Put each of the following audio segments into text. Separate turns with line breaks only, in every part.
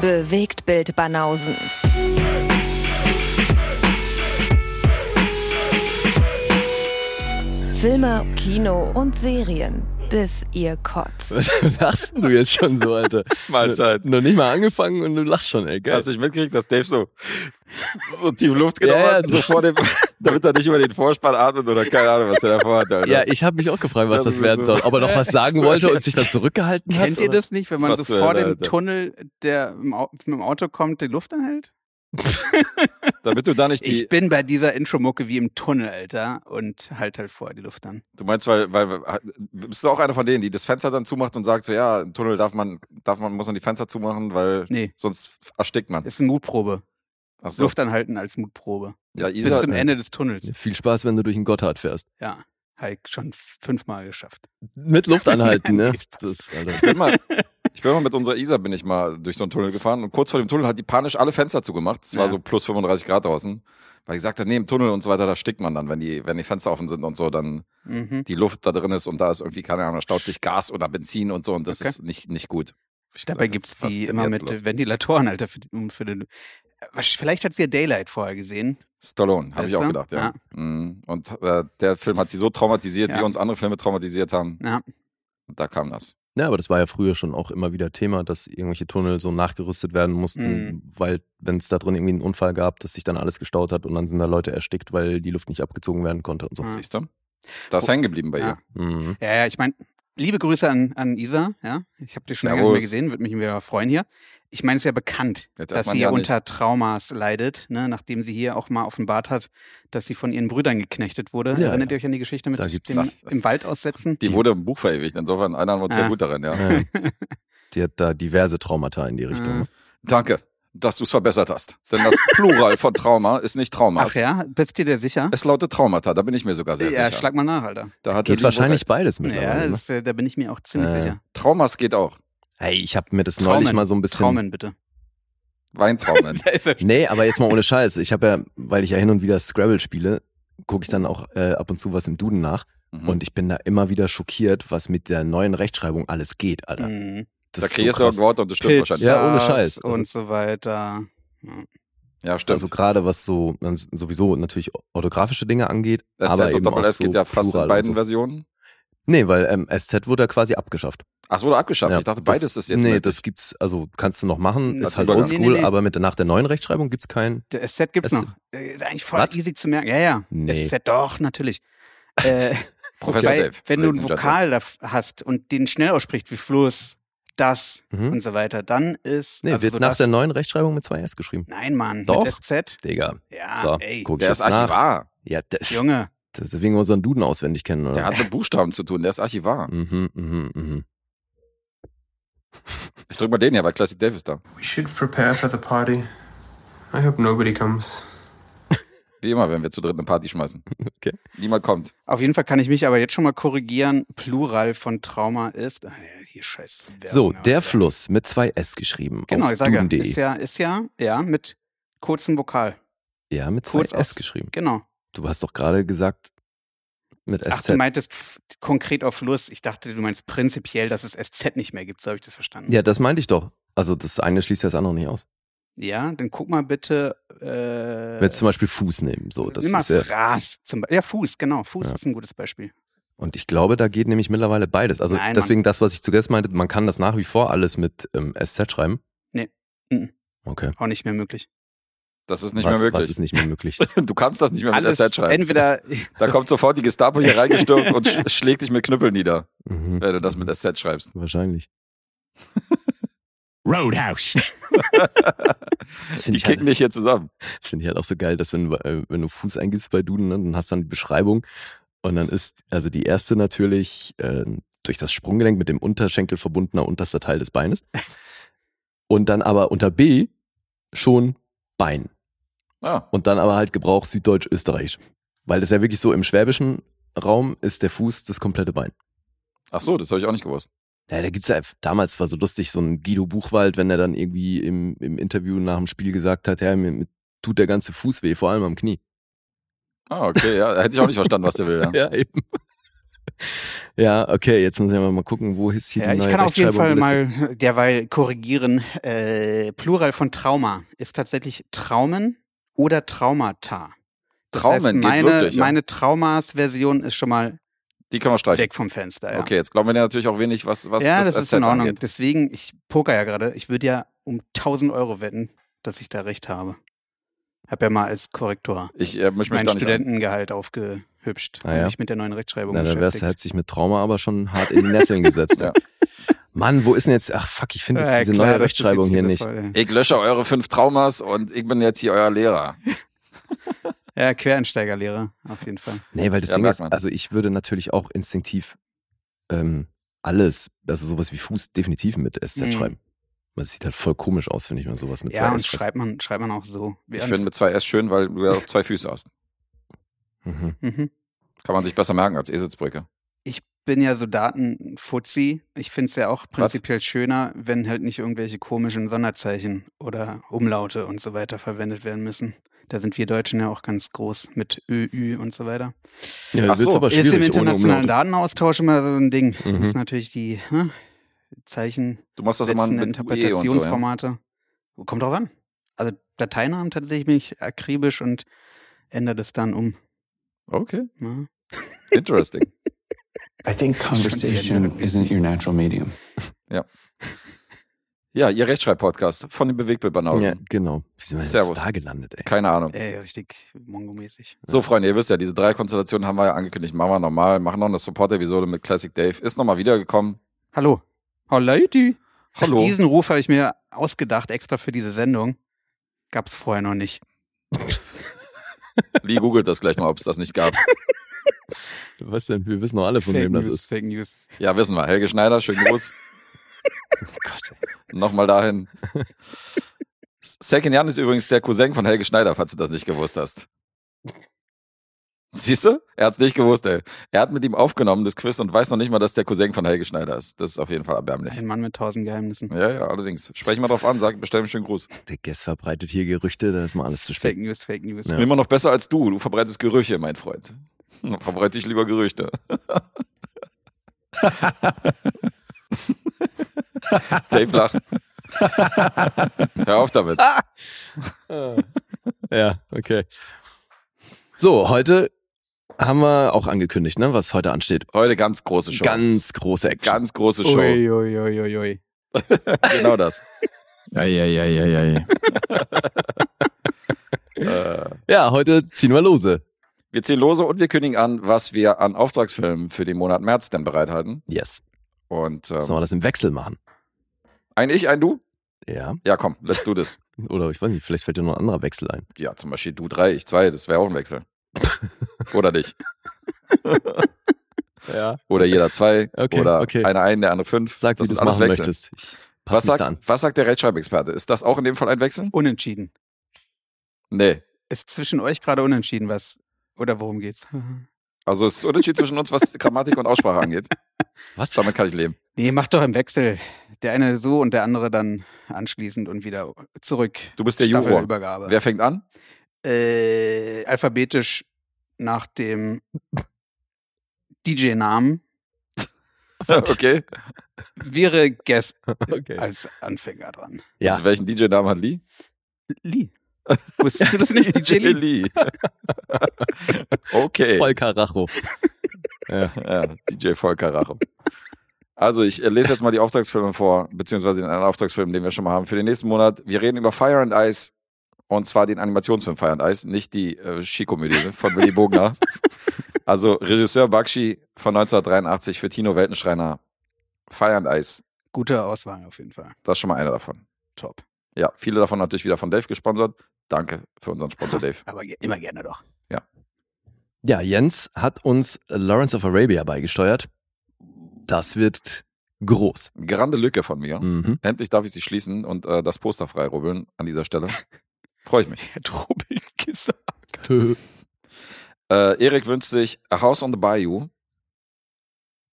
Bewegtbild Banausen. Filme, Kino und Serien, bis ihr kotzt.
Was lachst denn du jetzt schon so, Alter?
Mahlzeit. Also,
Noch nicht mal angefangen und du lachst schon, ey, geil.
Hast du nicht mitgekriegt, dass Dave so, so tief Luft genommen
Ja, ja,
hat, so
das-
vor dem, damit er nicht über den Vorspann atmet oder keine Ahnung, was der davor hat. Alter.
ja, ich habe mich auch gefragt, was
Das
das
ist
werden
so-
soll. Ob er noch was sagen wollte und sich dann zurückgehalten hat?
Kennt ihr das nicht, wenn man
Was
so
für
vor
eine,
dem
Alter.
Tunnel, der im Au- mit dem Auto kommt, die Luft anhält?
Damit du da nicht die,
Ich bin bei dieser Intro-Mucke wie im Tunnel, Alter, und halt halt vorher die Luft an.
du meinst, weil, weil, bist du auch einer von denen, die das Fenster dann zumacht und sagt so, ja, im Tunnel darf man, darf man, muss man die Fenster zumachen, weil
Nee,
sonst erstickt man.
ist eine Mutprobe.
Ach so.
Luft anhalten als Mutprobe.
Ja,
Bis
Isa,
zum Ende des Tunnels.
oder? Viel Spaß, wenn du durch den Gotthard fährst.
Ja, halt schon fünfmal geschafft.
Mit Luft anhalten, ne?
Nein, Spaß.
Das, Alter.
bin mal, ich bin mal mit unserer Isa bin ich mal durch so einen Tunnel gefahren und kurz vor dem Tunnel hat die panisch alle Fenster zugemacht. Es war
Ja.
so plus 35 Grad draußen. Weil die gesagt hat, nee, im Tunnel und so weiter, da stickt man dann, wenn die, wenn die Fenster offen sind und so, dann
Mhm.
die Luft da drin ist und da ist irgendwie, keine Ahnung, da staut sich Gas oder Benzin und so und das
Okay.
ist nicht, nicht gut. Ich
Dabei
gesagt,
gibt es
was
die
ist denn
immer
jetzt
mit
los?
Ventilatoren, Alter, für, um für den. Wasch- Vielleicht hat sie ja Daylight vorher gesehen.
Stallone, habe ich
Weißt
auch
du?
gedacht, ja. Mhm. Und äh, der Film hat sie so traumatisiert,
Ja.
wie uns andere Filme traumatisiert haben.
Ja.
Und da kam das.
Ja, aber das war ja früher schon auch immer wieder Thema, dass irgendwelche Tunnel so nachgerüstet werden mussten,
Mhm.
weil wenn es da drin irgendwie einen Unfall gab, dass sich dann alles gestaut hat und dann sind da Leute erstickt, weil die Luft nicht abgezogen werden konnte und so.
Ja.
Siehst du? Da ist
Oh.
hängen geblieben bei ihr.
Ja.
Mhm.
Ja, ja, ich meine, liebe Grüße an, an Isa, ja. Ich habe dich schon lange nicht
Servus.
mehr gesehen, würde mich wieder freuen hier. Ich meine, es ist ja bekannt,
Jetzt
dass
erstmal
sie
ja nicht.
unter Traumas leidet, ne? nachdem sie hier auch mal offenbart hat, dass sie von ihren Brüdern geknechtet wurde.
Ja,
Erinnert
ja.
ihr euch an die Geschichte mit
Da
dem
gibt's-
das-
im Wald aussetzen?
Die wurde im Buch verewigt, insofern erinnern wir uns
Ah.
sehr gut daran, ja.
Ja. Die hat da diverse Traumata in die Richtung.
Mhm.
ne?
Danke, dass du es verbessert hast. Denn das Plural von Trauma ist nicht Traumas.
Ach ja, bist du dir sicher?
Es lautet Traumata, da bin ich mir sogar sehr
Ja,
sicher.
schlag mal nach, Alter.
da hatte
Geht
Libo
wahrscheinlich
recht.
beides
Ja,
mittlerweile. ne?
das, äh, da bin ich mir auch ziemlich
Äh,
sicher.
Traumas geht auch.
Ey, ich habe mir das
Traumen.
neulich mal so ein bisschen.
Traumen bitte.
Weintraumen.
Da ist er.
Nee, aber jetzt mal ohne Scheiß. Ich habe ja, weil ich ja hin und wieder Scrabble spiele, gucke ich dann auch äh, ab und zu was im Duden nach.
Mhm.
Und ich bin da immer wieder schockiert, was mit der neuen Rechtschreibung alles geht, Alter.
Mhm.
Das
da
ist
kriegst
so
du
krass.
ein Wort und das stimmt
Pizzas
wahrscheinlich.
Ja. ohne Scheiß. Also-
Und so weiter.
Ja, stimmt.
Also gerade was so dann sowieso natürlich orthografische Dinge angeht,
SZ
aber
und
eben auch
Doppel-S
so
geht ja fast
Plural
in
und
beiden
so.
Versionen.
Nee, weil ähm, SZ wurde ja quasi abgeschafft.
Ach, es wurde abgeschafft.
Ja,
ich dachte,
das-
beides ist jetzt
nee,
möglich.
das gibt's, also kannst du noch machen,
Das
ist halt
Übergang.
oldschool,
Nee, nee, nee.
aber mit, nach der neuen Rechtschreibung gibt's kein.
Der SZ gibt's
Es-
noch. Äh, Ist eigentlich voll
Was?
easy zu merken. Ja, ja.
Nee.
SZ, doch, natürlich. Äh,
Professor
weil,
Dave.
wenn du
Ladies
einen
and Gentlemen.
Vokal da f- hast und den schnell ausspricht, wie Fluss, das
Mhm.
und so weiter, dann ist.
Nee,
also
wird
so
nach
das,
der neuen Rechtschreibung mit zwei S geschrieben.
Nein, Mann.
Doch.
Mit SZ?
Digga.
Ja,
so,
Ah, ey.
guck ich
Der ist
jetzt nach.
Archivar.
Ja, das,
Junge.
deswegen muss er einen Duden auswendig kennen,
Der
oder?
hat mit Buchstaben zu tun. Der ist Archivar.
Mhm, mhm, mhm.
Ich drück mal den hier, weil Classic Dave ist da.
We should prepare for the party. I hope nobody comes.
Wie immer, wenn wir zu dritt eine Party schmeißen.
Okay.
Niemand kommt.
Auf jeden Fall kann ich mich aber jetzt schon mal korrigieren. Plural von Trauma ist. Ah, ja, hier scheiß. Werbung, ne?
So,
ja.
der Fluss mit zwei S geschrieben.
Genau,
auf
ich sage,
duden.de.
ist ja, ist ja, ja, mit kurzem Vokal.
ja, mit zwei
kurz
S
auf-
geschrieben.
Genau.
Du hast doch gerade gesagt, mit
Ach,
SZ.
du meintest f- konkret auf Fluss. Ich dachte, du meinst prinzipiell, dass es SZ nicht mehr gibt. So habe ich das verstanden.
ja, das meinte ich doch. Also das eine schließt ja das andere nicht aus.
Ja, dann guck mal bitte. Äh,
Wenn jetzt zum Beispiel Fuß nehmen, so das
nimm mal
ist ja,
Fraß. Zum Be ja, Fuß, genau. Fuß
Ja.
ist ein gutes Beispiel.
Und ich glaube, da geht nämlich mittlerweile beides. Also
Nein,
deswegen das, was ich zuerst meinte, man kann das nach wie vor alles mit ähm, SZ schreiben.
Nee. Mhm.
Okay.
Auch nicht mehr möglich.
Das ist nicht
was,
mehr
was
möglich.
ist nicht mehr möglich?
Du kannst das nicht mehr mit
Alles,
SZ schreiben.
entweder
Da kommt sofort die Gestapo hier reingestürmt und sch schlägt dich mit Knüppel nieder,
Mhm.
Äh.
wenn du das mit SZ schreibst.
Wahrscheinlich.
Roadhouse.
Das
Die
finde ich,
kicken
halt,
dich hier zusammen.
das find ich halt auch so geil, dass wenn, äh, wenn du Fuß eingibst bei Duden, ne, dann hast du dann die Beschreibung. Und dann ist also die erste natürlich äh, durch das Sprunggelenk mit dem Unterschenkel verbundener unterster Teil des Beines. Und dann aber unter B schon Bein.
Ah,
Und dann aber halt Gebrauch Süddeutsch-Österreichisch. Weil das ja wirklich so im schwäbischen Raum ist der Fuß das komplette Bein.
ach so, das habe ich auch nicht gewusst.
Ja, da gibt's ja, damals war so lustig, so ein Guido Buchwald, wenn er dann irgendwie im, im Interview nach dem Spiel gesagt hat, ja, mir, mir tut der ganze Fuß weh, vor allem am Knie.
Ah, okay, ja, hätte ich auch nicht verstanden, was der will. Ja.
eben. Ja, okay, jetzt müssen wir mal gucken, wo ist hier
Ja,
die
ich
neue
kann auf jeden Fall
Rechtschreibung
mal äh, derweil korrigieren. Äh, Plural von Trauma ist tatsächlich Traumen oder Traumata. Das
Traumen
heißt,
geht
meine,
wirklich, ja.
meine Traumas-Version ist schon mal
Die können wir streichen.
weg vom Fenster. Ja.
Okay, jetzt glauben wir dir natürlich auch wenig, was, was
ja, das, ist
SZ
in Ordnung.
angeht.
Deswegen, ich poker ja gerade. Ich würde ja um 1000 Euro wetten, dass ich da recht habe. Hab ja mal als Korrektor
Ich äh, mische mich
mein
da nicht ein.
Studentengehalt aufgehübscht
Ah,
und
ja.
mich mit der neuen Rechtschreibung
Na, dann wärst
beschäftigt.
du halt sich mit Trauma aber schon hart in die Nesseln gesetzt.
Ja.
Mann, wo ist denn jetzt? Ach fuck, ich finde jetzt
Ja,
halt diese
klar,
neue
das ist
Rechtschreibung
jetzt
hier
jeder
nicht.
Fall,
Ich lösche eure fünf Traumas und ich bin jetzt hier euer Lehrer.
ja. ja, Quereinsteigerlehrer, auf jeden Fall.
Nee, weil das
Ja,
Ding
merkt
ist,
man.
also ich würde natürlich auch instinktiv ähm, alles, also sowas wie Fuß, definitiv mit SZ
Mhm.
schreiben. Man sieht halt voll komisch aus, finde ich, wenn man sowas mit
ja,
zwei
und
S schreibt.
schreibt man, schreibt man auch so.
Ich
Und-
finde mit zwei S schön, weil du ja auch zwei Füße hast.
Mhm.
Mhm.
Kann man sich besser merken als Eselsbrücke.
Ich bin ja so Datenfuzzi. Ich finde es ja auch prinzipiell schöner, wenn halt nicht irgendwelche komischen Sonderzeichen oder Umlaute und so weiter verwendet werden müssen. Da sind wir Deutschen ja auch ganz groß mit Ö, Ü und so weiter.
Ja,
Ach
wird's
so,
aber schwierig,
Ist im
ohne um
internationalen
Umlaute.
Datenaustausch immer so ein Ding.
Mhm.
Muss natürlich die ne, Zeichen
Du machst das immer
setzende
Also mit UE und so. Ja?
Interpretationsformate. Kommt drauf an. Also Dateinamen tatsächlich bin ich akribisch und ändere das dann um.
Okay,
Ne?
interesting.
I think conversation isn't your natural medium.
ja, ihr Rechtschreib-Podcast von den Bewegtbildbanauten.
Ja, genau. Wie sind wir denn
Servus.
jetzt da gelandet, ey?
Keine Ahnung.
Ey, richtig mongomäßig.
So, Freunde, ihr wisst ja, diese drei Konstellationen haben wir ja angekündigt. Machen wir normal, machen noch eine Support-Episode mit Classic Dave. Ist nochmal wiedergekommen.
Hallo. Hallo.
Hallo.
Diesen Ruf habe ich mir ausgedacht, extra für diese Sendung. Gab's vorher noch nicht.
Lee googelt das gleich mal, ob es das nicht gab.
Was denn? Wir wissen doch alle, von wem das
News,
ist.
Fake News.
Ja, wissen wir. Helge Schneider, schönen Gruß. Nochmal dahin. Second Jan ist übrigens der Cousin von Helge Schneider, falls du das nicht gewusst hast. Siehst du? Er hat's nicht gewusst, ey. Er hat mit ihm aufgenommen, das Quiz, und weiß noch nicht mal, dass der Cousin von Helge Schneider ist. Das ist auf jeden Fall erbärmlich.
Ein Mann mit tausend Geheimnissen.
Ja, ja, allerdings. Sprech mal drauf an, sag, bestell mir schönen Gruß.
Der Guess verbreitet hier Gerüchte, da ist mal alles zu
Fake
spät.
News, Fake News.
Ja.
Immer noch besser als du. Du verbreitest Gerüche, mein Freund. Hm, Verbreite ich lieber Gerüchte. Dave lacht. Hör auf damit.
Ja, okay. So, heute haben wir auch angekündigt, ne, was heute ansteht.
Heute ganz große Show.
Ganz große Action.
ganz große Show.
Ui, ui, ui, ui, ui.
Genau das.
Eieieiei.
äh,
Ja, heute ziehen wir lose.
wir ziehen lose und wir kündigen an, was wir an Auftragsfilmen für den Monat März denn bereithalten.
Yes.
Und ähm,
Sollen wir das im Wechsel machen?
ein Ich, ein Du?
Ja.
Ja, komm, let's do this.
Oder ich weiß nicht, vielleicht fällt dir noch ein anderer Wechsel ein.
Ja, zum Beispiel du drei, ich zwei, das wäre auch ein Wechsel. Oder dich.
Ja.
Oder jeder zwei.
Okay,
oder
okay.
einer ein, der andere fünf.
Sag, wie
das
du
sind
es
alles
machen
Wechsel.
möchtest. Ich pass
Was
mich da an.
sagt, was sagt der Rechtschreibexperte? Ist das auch in dem Fall ein Wechsel?
Unentschieden.
Nee.
Ist zwischen euch gerade unentschieden was? Oder worum geht's?
Also es ist Unterschied zwischen uns, was Grammatik und Aussprache angeht.
Was?
Damit kann ich leben.
Nee, macht doch im Wechsel. Der eine so und der andere dann anschließend und wieder zurück.
Du bist der Juror.
Staffelübergabe.
Wer fängt an?
äh, alphabetisch nach dem DJ-Namen
okay.
wäre Guess
Okay.
als Anfänger dran.
Ja.
Und welchen DJ-Namen hat Lee?
Lee. Wusstest du das nicht? DJ Lee?
Lee. okay.
Voll Karacho.
Ja, DJ Volker Rache. Also, ich äh, lese jetzt mal die Auftragsfilme vor, beziehungsweise den einen Auftragsfilm, den wir schon mal haben, für den nächsten Monat. Wir reden über Fire and Ice und zwar den Animationsfilm Fire and Ice, nicht die äh, Skikomödie von Willy Bogner. Also, Regisseur Bakshi von 1983 für Tino Weltenschreiner. Fire and Ice,
Gute Auswahl auf jeden Fall.
das ist schon mal einer davon.
Top.
Ja, viele davon natürlich wieder von Dave gesponsert. Danke für unseren Sponsor Dave.
Aber ge- immer gerne doch.
Ja, Jens hat uns Lawrence of Arabia beigesteuert. Das wird groß.
Grande Lücke von mir.
Mhm.
Endlich darf ich sie schließen und äh, das Poster freirubbeln an dieser Stelle. Freue ich mich.
Herr Trubel gesagt.
Äh, Erik wünscht sich A House on the Bayou.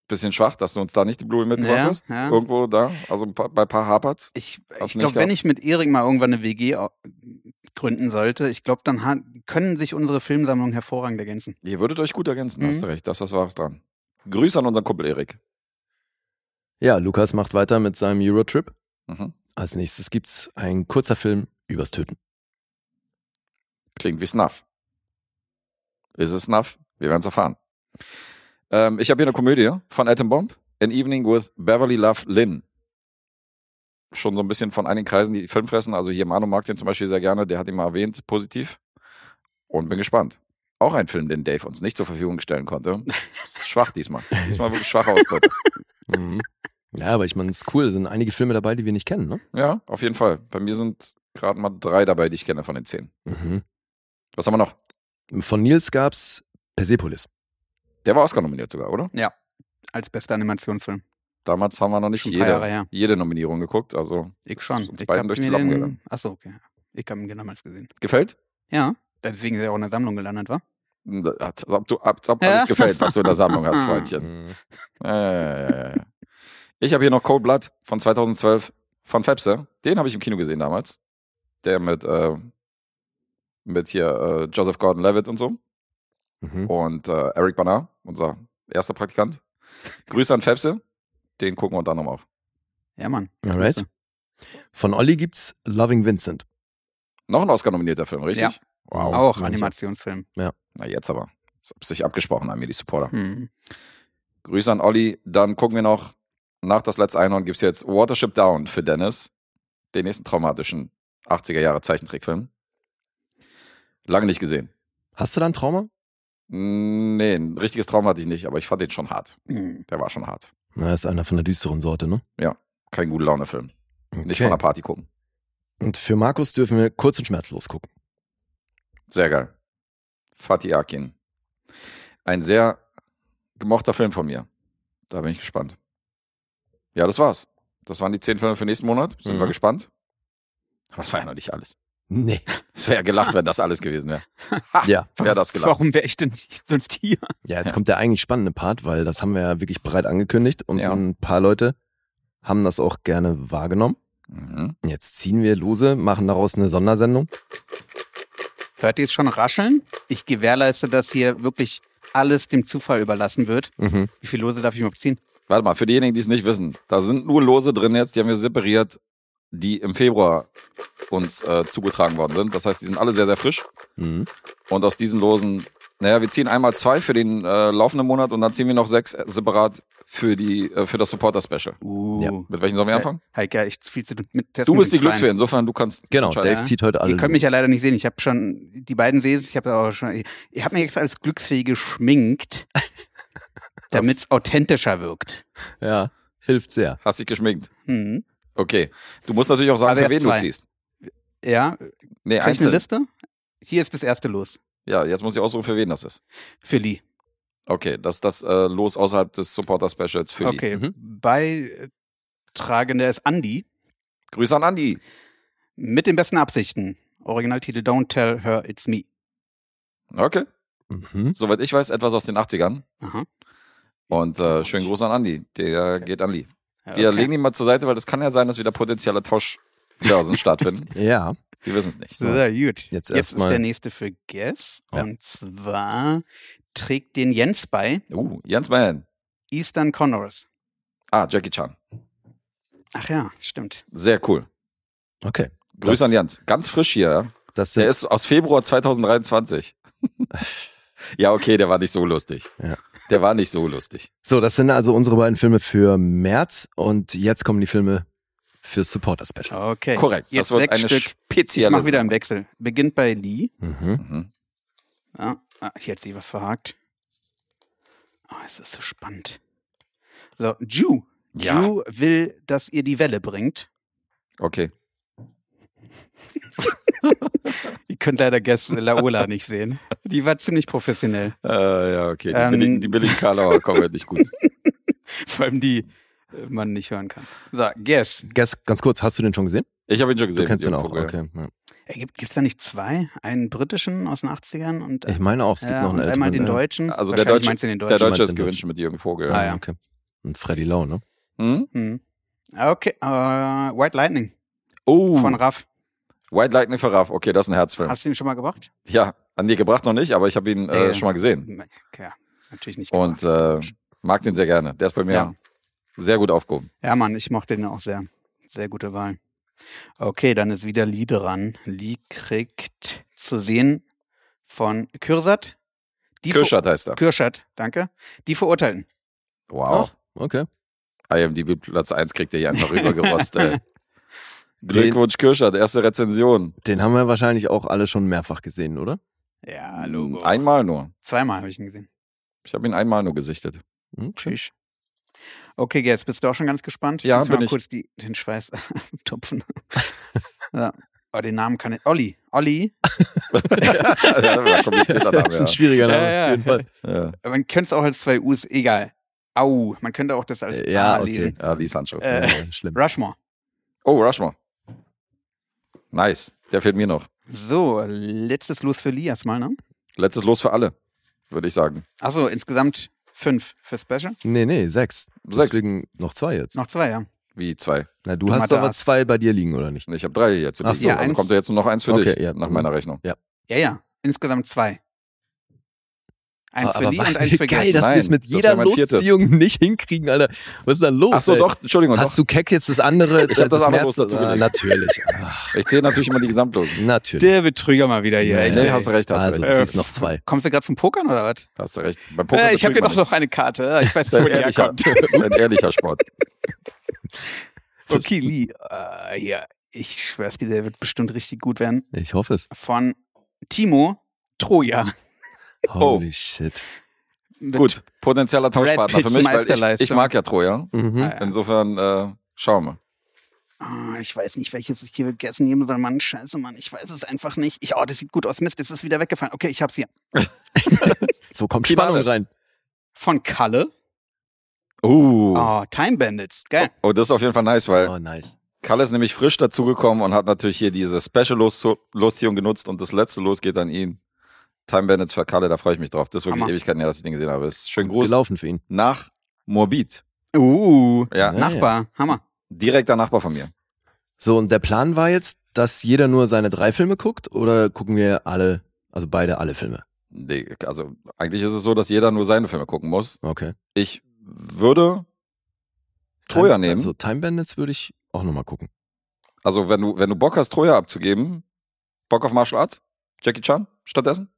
Bisschen schwach, dass du uns da nicht die Blume mitgebracht
Ja,
hast.
ja.
Irgendwo da, also ein paar, bei ein paar Hapert's.
Ich, ich
Hast du nicht
glaube, wenn ich mit Erik mal irgendwann eine WG au- gründen sollte, ich glaube, dann ha- können sich unsere Filmsammlungen hervorragend ergänzen.
Ihr würdet euch gut ergänzen,
Mhm.
hast du recht. Das was war was dran. Grüße an unseren Kumpel Erik.
Ja, Lukas macht weiter mit seinem Eurotrip.
Mhm.
Als nächstes gibt's ein kurzer Film übers Töten.
Klingt wie Snuff. Ist es Snuff? Wir werden es erfahren. Ähm, ich habe hier eine Komödie von Atom Bomb. An Evening with Beverly Love Lynn. Schon so ein bisschen von einigen Kreisen, die Film fressen. Also hier Manu mag den zum Beispiel sehr gerne. Der hat ihn mal erwähnt, positiv. Und bin gespannt. Auch ein Film, den Dave uns nicht zur Verfügung stellen konnte. Ist schwach diesmal. Diesmal wirklich schwache Ausbeute.
Mhm. Ja, aber ich meine, es ist cool. Es sind einige Filme dabei, die wir nicht kennen, ne?
Ja, auf jeden Fall. Bei mir sind gerade mal drei dabei, die ich kenne von den zehn.
Mhm.
Was haben wir noch?
Von Nils gab's Persepolis.
Der war Oscar nominiert sogar, oder?
Als bester Animationsfilm.
Damals haben wir noch nicht
Schon ein paar Jahre
jede,
her.
jede Nominierung geguckt. Also
Ich schon.
Ist uns
ich
beiden
hab
durch die
mir
Lappen
den-
gegangen.
Achso, okay. Ich habe ihn genau damals gesehen.
gefällt?
Ja, deswegen ist er auch in der Sammlung gelandet, war?
Als ob, du, als ob
Ja. Mhm.
alles gefällt, was du in der Sammlung hast, Freundchen. Ja, ja, ja, ja, ja. Ich habe hier noch Cold Blood von 2012 von Fepse. Den habe ich im Kino gesehen damals. Der mit, äh, mit hier äh, Joseph Gordon-Levitt und so.
Mhm.
Und äh, Eric Banner, unser erster Praktikant. Grüße an Fepse. Den gucken wir unter anderem auch.
Ja, Mann.
Alright.
Grüße.
Von Olli gibt's Loving Vincent.
Noch ein Oscar-nominierter Film, richtig?
Ja.
Wow.
Auch
Mann, ich hab-
Animationsfilm.
Na, jetzt aber. Jetzt hab sich abgesprochen an mir, die Supporter.
Hm.
Grüße an Olli. Dann gucken wir noch nach das letzte Einhorn gibt es jetzt Watership Down für Dennis. Den nächsten traumatischen 80er Jahre Zeichentrickfilm. Lange nicht gesehen.
Hast du da ein Trauma?
Nee, ein richtiges Trauma hatte ich nicht, aber ich fand den schon hart.
Hm.
Der war schon hart.
Na, ist einer von der düsteren Sorte, ne?
Kein gute Laune-Film. Nicht
Okay.
von der Party gucken.
Und für Markus dürfen wir kurz und schmerzlos gucken.
Sehr geil. Fatih Akin. Ein sehr gemochter Film von mir. Da bin ich gespannt. Ja, das war's. Das waren die zehn Filme für nächsten Monat. Sind
Mhm.
wir gespannt. Aber das war ja noch nicht alles.
Nee.
Es wäre gelacht, wenn das alles gewesen wäre.
Ja.
Wer das gelacht?
Warum wäre ich denn nicht sonst hier?
Ja, jetzt kommt der eigentlich spannende Part, weil das haben wir ja wirklich breit angekündigt und
Ja.
ein paar Leute haben das auch gerne wahrgenommen.
Mhm.
Und Jetzt ziehen wir lose, machen daraus eine Sondersendung.
Hört ihr es schon rascheln? Ich gewährleiste, dass hier wirklich alles dem Zufall überlassen wird.
Mhm.
Wie viel Lose darf ich überhaupt ziehen?
Warte mal, für diejenigen, die es nicht wissen, da sind nur Lose drin jetzt, die haben wir separiert, die im Februar uns äh, zugetragen worden sind. Das heißt, die sind alle sehr, sehr frisch.
Mhm.
Und aus diesen Losen, naja, wir ziehen einmal zwei für den äh, laufenden Monat und dann ziehen wir noch sechs äh, separat für, die, äh, für das Supporter-Special.
Uh.
Ja.
Mit welchen sollen wir
Ja,
anfangen?
Heike, ja, echt viel zu tun. Mit
Du bist die Glücksfee, Also-
Glücksfähigkeit.
insofern du kannst.
Genau,
entscheiden.
Dave zieht heute alle.
Ihr könnt mich ja leider nicht sehen. Ich habe schon, die beiden sehen es, ich habe auch schon, ich habe mich extra als Glücksfee geschminkt, damit es authentischer wirkt.
ja, hilft sehr.
Hast dich geschminkt.
Hm.
Okay. Du musst natürlich auch sagen,
Also
für
erst
wen
zwei.
du ziehst.
Ja,
Nee,
gleich eine
einzeln.
Liste. Hier ist das erste Los.
Ja, jetzt muss ich aussuchen, für wen das ist.
Philly.
Okay, das ist das äh, Los außerhalb des Supporter-Specials für die.
Okay, beitragender ist Andy
Grüße an Andi.
mit den besten Absichten. Originaltitel Don't Tell Her It's Me.
Okay.
Mhm.
Soweit ich weiß, etwas aus den 80ern.
Aha.
Und äh, schönen Gruß an Andi. Der geht an Lee.
Ja,
Wir
okay.
legen ihn mal zur Seite, weil das kann ja sein, dass wieder potenzielle Tauschbörsen stattfinden.
Ja,
Wir wissen es nicht.
So, gut.
Jetzt
Jetzt,
erstmal-
ist der nächste für Guess.
Ja.
Und zwar trägt den Jens bei
Uh, Jens Mann.
Eastern Connors.
Ah, Jackie Chan.
Ach ja, stimmt.
Sehr cool.
okay. Das-
Grüße an Jens. Ganz frisch hier. ja.
Das
Der
sind,
ist aus Februar 2023. ja, okay, der war nicht so lustig.
Ja.
Der war nicht so lustig.
so, das sind also unsere beiden Filme für März und jetzt kommen die Filme fürs Supporter Special.
Okay.
Korrekt.
Jetzt
das wird
sechs
eine
Stück.
spezielle.
Ich mach wieder im Wechsel. Beginnt bei Lee.
Mhm.
Mhm.
Ja. Ah, hier hat sie was verhakt. Oh, es ist so spannend. So, Ju.
Ja.
Ju will, dass ihr die Welle bringt.
Okay.
Ihr könnt leider Guess Laola nicht sehen. Die war ziemlich professionell.
Äh, ja, okay. Die
Ähm.
billigen, die billigen Karlauer kommen halt nicht gut.
Vor allem die äh, man nicht hören kann. So, Guess.
Guess, ganz kurz, hast du den schon gesehen?
Ich habe ihn schon
Du
gesehen.
kennst den
den
auch.
Vogel.
Okay. ja.
Äh, Gibt gibt's da nicht zwei? Einen britischen aus den 80ern und,
Ich meine auch, es gibt
ja,
noch einen
und einmal den
älteren, ja.
deutschen.
Also der
Wahrscheinlich
Deutsche-
meinst du den
Der
deutschen.
Deutsche
meint
ist
den
gewünscht
Deutschen.
mit Jürgen Vogel.
Ah, ja.
Okay. Und Freddy Lau, ne?
Hm?
Hm. Okay, äh, White Lightning
Oh,
von Raff.
White Lightning für Raff. Okay, das ist ein Herzfilm.
Hast du den schon mal gebracht?
Ja, an dir gebracht noch nicht, aber ich habe ihn äh,
Nee.
schon mal gesehen.
Ja, natürlich nicht.
Und
gemacht.
äh, Mag den sehr gerne. Der ist bei mir
Ja.
sehr gut aufgehoben.
Ja, Mann, ich mochte den auch sehr. Sehr gute Wahl. Okay, dann ist wieder Lee dran. Lee kriegt zu sehen von Kürsat. Die Ver-
Kirschert heißt er.
Kürschert, danke. Die Verurteilten.
Wow.
Okay.
IMDb Platz 1 kriegt ihr hier einfach rübergerotzt, ey. Glückwunsch Kirschert, erste Rezension.
Den haben wir wahrscheinlich auch alle schon mehrfach gesehen, oder?
Hm,
Ja, Logo.
Einmal nur.
Zweimal habe ich ihn gesehen.
Ich habe ihn einmal nur gesichtet.
Hm, schön.
Tschüss. Okay, jetzt bist du auch schon ganz gespannt.
Ja,
Muss
bin
mal
ich.
kurz die, den Schweiß tupfen. ja. Oh, den Namen kann ich. Olli. Olli.
das war ein komplizierter
Das ist ein
Name,
schwieriger Name,
Ja, ja.
auf jeden Fall.
ja. ja.
Aber Man könnte es auch als zwei U's, egal. Au. Man könnte auch das als
Äh, ja,
A
okay.
lesen.
ja Lee Sancho.
Äh.
Ja, schlimm.
Rushmore.
Oh, Rushmore. Nice. Der fehlt mir noch.
So, letztes Los für Lee erstmal, ne?
Letztes Los für alle, würde ich sagen.
Achso, insgesamt fünf für Special.
Nee, nee, sechs.
Sechs.
Deswegen noch zwei jetzt.
Noch zwei, ja.
Wie zwei.
Na, du,
Du
hast aber
Madaras.
zwei bei dir liegen, oder nicht?
Ich habe drei jetzt.
Ach so,
also
eins.
kommt ja jetzt nur noch eins für
Okay,
dich,
ja.
nach meiner Rechnung.
Ja, ja. Insgesamt zwei. Eins
Aber-
für Lee
aber-
und eins für
Geil,
Geist.
dass wir es
Nein,
mit
das wär
jeder
mein viertes.
Losziehung nicht hinkriegen, Alter. Was ist denn los?
Ach so,
ey?
doch. Entschuldigung.
Oh, äh, Hast du Keck jetzt das andere?
Ich hab das
März-
andere Los dazu
Ah,
gelegt.
Natürlich. Ach,
doch. Ich zähle natürlich immer die Gesamtlosen.
natürlich.
Der Betrüger mal wieder hier.
Nee,
echt,
Nee,
ey.
hast recht, hast
also,
recht.
ziehst
Äh,
noch zwei.
Kommst du gerade vom Pokern oder was?
Hast du recht. Beim Poker
Äh, ich habe
betrügt
dir
man nicht.
doch noch eine Karte. Ich weiß
Das ist
nicht,
ein
wo die
ehrlicher,
herkommt.
das ist ein ehrlicher Sport.
Okay, Lee. Äh, ja, ich schwör's dir, der wird bestimmt richtig gut werden.
Ich hoffe es.
Von Timo Troja.
Oh.
Holy shit.
Mit-
Gut, potenzieller Tauschpartner
Pitt
für mich, weil ich,
Meisterleistung.
ich mag ja Troja.
Mhm.
Ja.
Insofern äh, schauen wir.
Ah, ich weiß nicht, welches ich hier gegessen nehme, weil Mann, scheiße, Mann, ich weiß es einfach nicht. Ich, oh, das sieht gut aus. Mist, das ist wieder weggefallen. Okay, ich hab's hier.
So kommt
Finale.
Spannung rein.
Von Kalle.
Uh. Oh.
Oh, Time Bandits. Geil.
das ist auf jeden Fall nice, weil
Oh, nice.
Kalle ist nämlich frisch dazugekommen und hat natürlich hier diese Special-Losziehung genutzt und das letzte Los geht an ihn. Time Bandits für Kalle, da freue ich mich drauf. Das ist wirklich
Hammer.
Ewigkeiten her, dass ich den gesehen habe. Ist schön groß.
Gelaufen für ihn.
Nach Morbid.
Uh,
Oh.
Ja.
Ja,
Nachbar. Hammer.
direkter Nachbar von mir.
So, und der Plan war jetzt, dass jeder nur seine drei Filme guckt oder gucken wir alle, also beide alle Filme?
Nee, also eigentlich ist es so, dass jeder nur seine Filme gucken muss.
Okay.
Ich würde Troja
Time-
nehmen.
Also Time Bandits würde ich auch nochmal gucken.
Also, wenn du, wenn du Bock hast, Troja abzugeben, Bock auf Martial Arts? Jackie Chan stattdessen?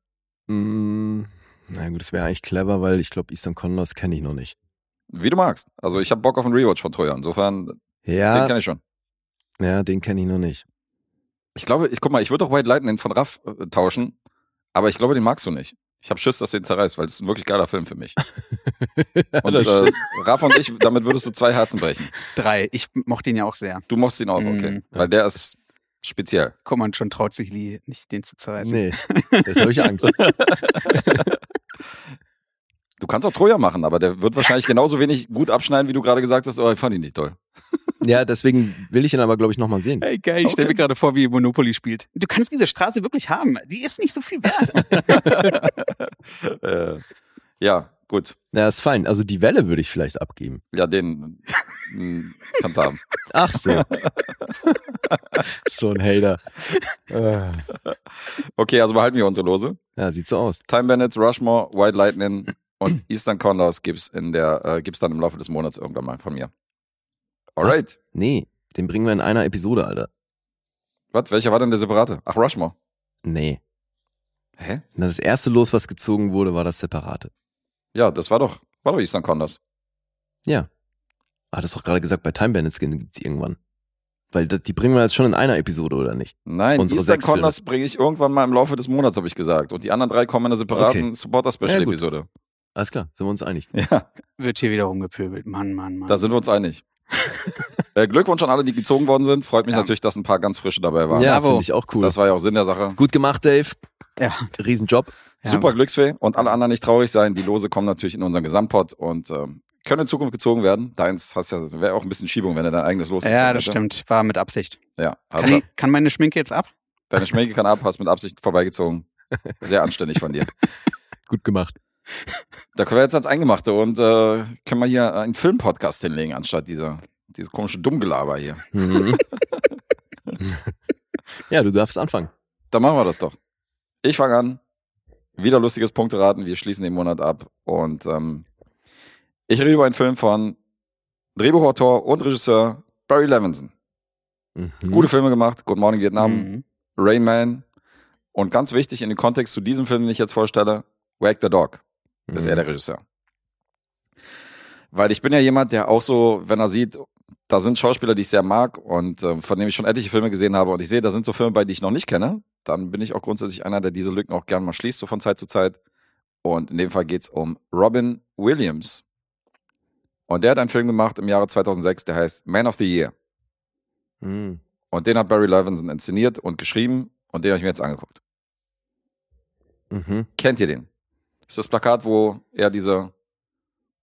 Mm, na gut, das wäre eigentlich clever, weil ich glaube, Eastern Condors kenne ich noch nicht.
Wie du magst. Also, ich habe Bock auf einen Rewatch von Troja. Insofern, den
Ja,
kenne ich schon.
ja, den kenne ich noch nicht.
Ich glaube, ich guck mal, ich würde auch White Lightning von Raff äh, tauschen, aber ich glaube, den magst du nicht. Ich habe Schiss, dass du ihn zerreißt, weil es ist ein wirklich geiler Film für mich. Und
Das
äh, Raff und ich, damit würdest du zwei Herzen brechen.
Drei. Ich mochte ihn ja auch sehr.
Du mochtest ihn auch,
Mhm.
okay. Weil der ist speziell.
Guck mal, und schon traut sich Lee nicht, den zu zerreißen.
nee, jetzt habe ich Angst.
Du kannst auch Troja machen, aber der wird wahrscheinlich genauso wenig gut abschneiden, wie du gerade gesagt hast, aber ich fand ihn nicht toll.
ja, deswegen will ich ihn aber, glaube ich, nochmal sehen.
Ey, geil, ich stell
Okay.
mir gerade vor, wie Monopoly spielt. Du kannst diese Straße wirklich haben. Die ist nicht so viel wert.
Äh, ja, gut.
Ja, ist fein. Also die Welle würde ich vielleicht abgeben.
Ja, den mh, kannst du haben.
Ach so. so ein Hater. Äh,
Okay, also behalten wir unsere Lose.
Ja, sieht so aus.
Time Bandits, Rushmore, White Lightning und Eastern Condors gibt's in der äh, gibt's dann im Laufe des Monats irgendwann mal von mir. Alright.
Nee, den bringen wir in einer Episode, Alter.
Was? Welcher war denn der separate? Ach, Rushmore.
Nee.
Hä?
Na, das erste Los, was gezogen wurde, war das separate.
Ja, das war doch war doch Eastern Condors.
Ah, das doch gerade gesagt, bei Time Bandits gibt's irgendwann. Weil das- die bringen wir jetzt schon in einer Episode, oder nicht?
Nein,
Unsere
Eastern
sechs Filme.
Condors bringe ich irgendwann mal im Laufe des Monats, habe ich gesagt. Und die anderen drei kommen in einer separaten Supporter Special
Ja, gut.
Episode.
Alles klar, sind wir uns einig.
Ja,
Wird hier wieder rumgepöbelt. Mann, Mann, Mann.
da sind wir uns einig. äh, Glückwunsch an alle, die gezogen worden sind. Freut mich
Ja.
natürlich, dass ein paar ganz frische dabei waren.
Ja,
Bravo.
finde ich auch cool.
Das war ja auch Sinn der Sache.
Gut gemacht, Dave.
ja,
Riesenjob.
ja,
Super Glücksfee und alle anderen nicht traurig sein. Die Lose kommen natürlich in unseren Gesamtpot und ähm, können in Zukunft gezogen werden. Deins hast ja, wäre auch ein bisschen Schiebung, wenn du dein eigenes Los
Ja,
gezogen
das
hätte.
stimmt. War mit Absicht.
Ja, also hast
Kann,
du,
ich, kann meine Schminke jetzt ab?
deine Schminke kann ab, hast mit Absicht vorbeigezogen. Sehr anständig von dir.
Gut gemacht.
Da können wir jetzt ans Eingemachte und äh, können wir hier einen Filmpodcast hinlegen, anstatt dieser, dieses komische Dummgelaber hier.
Mhm. ja, du darfst anfangen.
Dann machen wir das doch. Ich fange an. Wieder lustiges Punkteraten. Wir schließen den Monat ab. Und ähm, Ich rede über einen Film von Drehbuchautor und Regisseur Barry Levinson.
Mhm.
Gute Filme gemacht. Good Morning Vietnam,
Mhm.
Rain Man. Und ganz wichtig in den Kontext zu diesem Film, den ich jetzt vorstelle, Wag the Dog.
Mhm.
ist er der Regisseur. Weil ich bin ja jemand, der auch so, wenn er sieht, da sind Schauspieler, die ich sehr mag und ähm, von denen ich schon etliche Filme gesehen habe und ich sehe, da sind so Filme bei, die ich noch nicht kenne, dann bin ich auch grundsätzlich einer, der diese Lücken auch gerne mal schließt, so von Zeit zu Zeit. Und in dem Fall geht es um Robin Williams. Und der hat einen Film gemacht im Jahre 2006, der heißt Man of the Year.
Mhm.
Und den hat Barry Levinson inszeniert und geschrieben und den habe ich mir jetzt angeguckt.
Mhm.
Kennt ihr den? Ist das Plakat, wo er diese,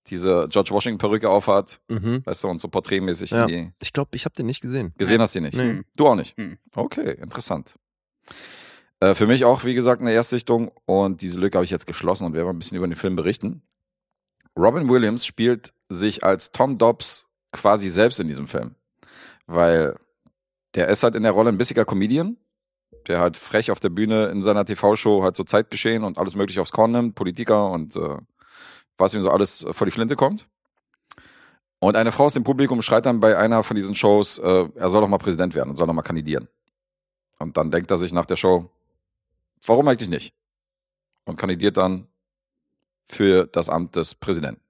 diese George Washington-Perücke aufhat
Mhm.
weißt du, und so porträtmäßig
Ja.
in die.
Ich glaube, ich habe den nicht gesehen.
Gesehen hast du ihn nicht.
Nee.
Mhm. Du auch nicht.
Hm.
Okay, interessant. Äh, für mich auch, wie gesagt, eine Erstsichtung und diese Lücke habe ich jetzt geschlossen und werde mal ein bisschen über den Film berichten. Robin Williams spielt sich als Tom Dobbs quasi selbst in diesem Film. Weil der ist halt in der Rolle ein bissiger Comedian, der halt frech auf der Bühne in seiner TV-Show halt so Zeitgeschehen und alles Mögliche aufs Korn nimmt, Politiker und äh, was ihm so alles äh, vor die Flinte kommt. Und eine Frau aus dem Publikum schreit dann bei einer von diesen Shows, äh, er soll doch mal Präsident werden und soll doch mal kandidieren. Und dann denkt er sich nach der Show, warum eigentlich nicht? Und kandidiert dann für das Amt des Präsidenten.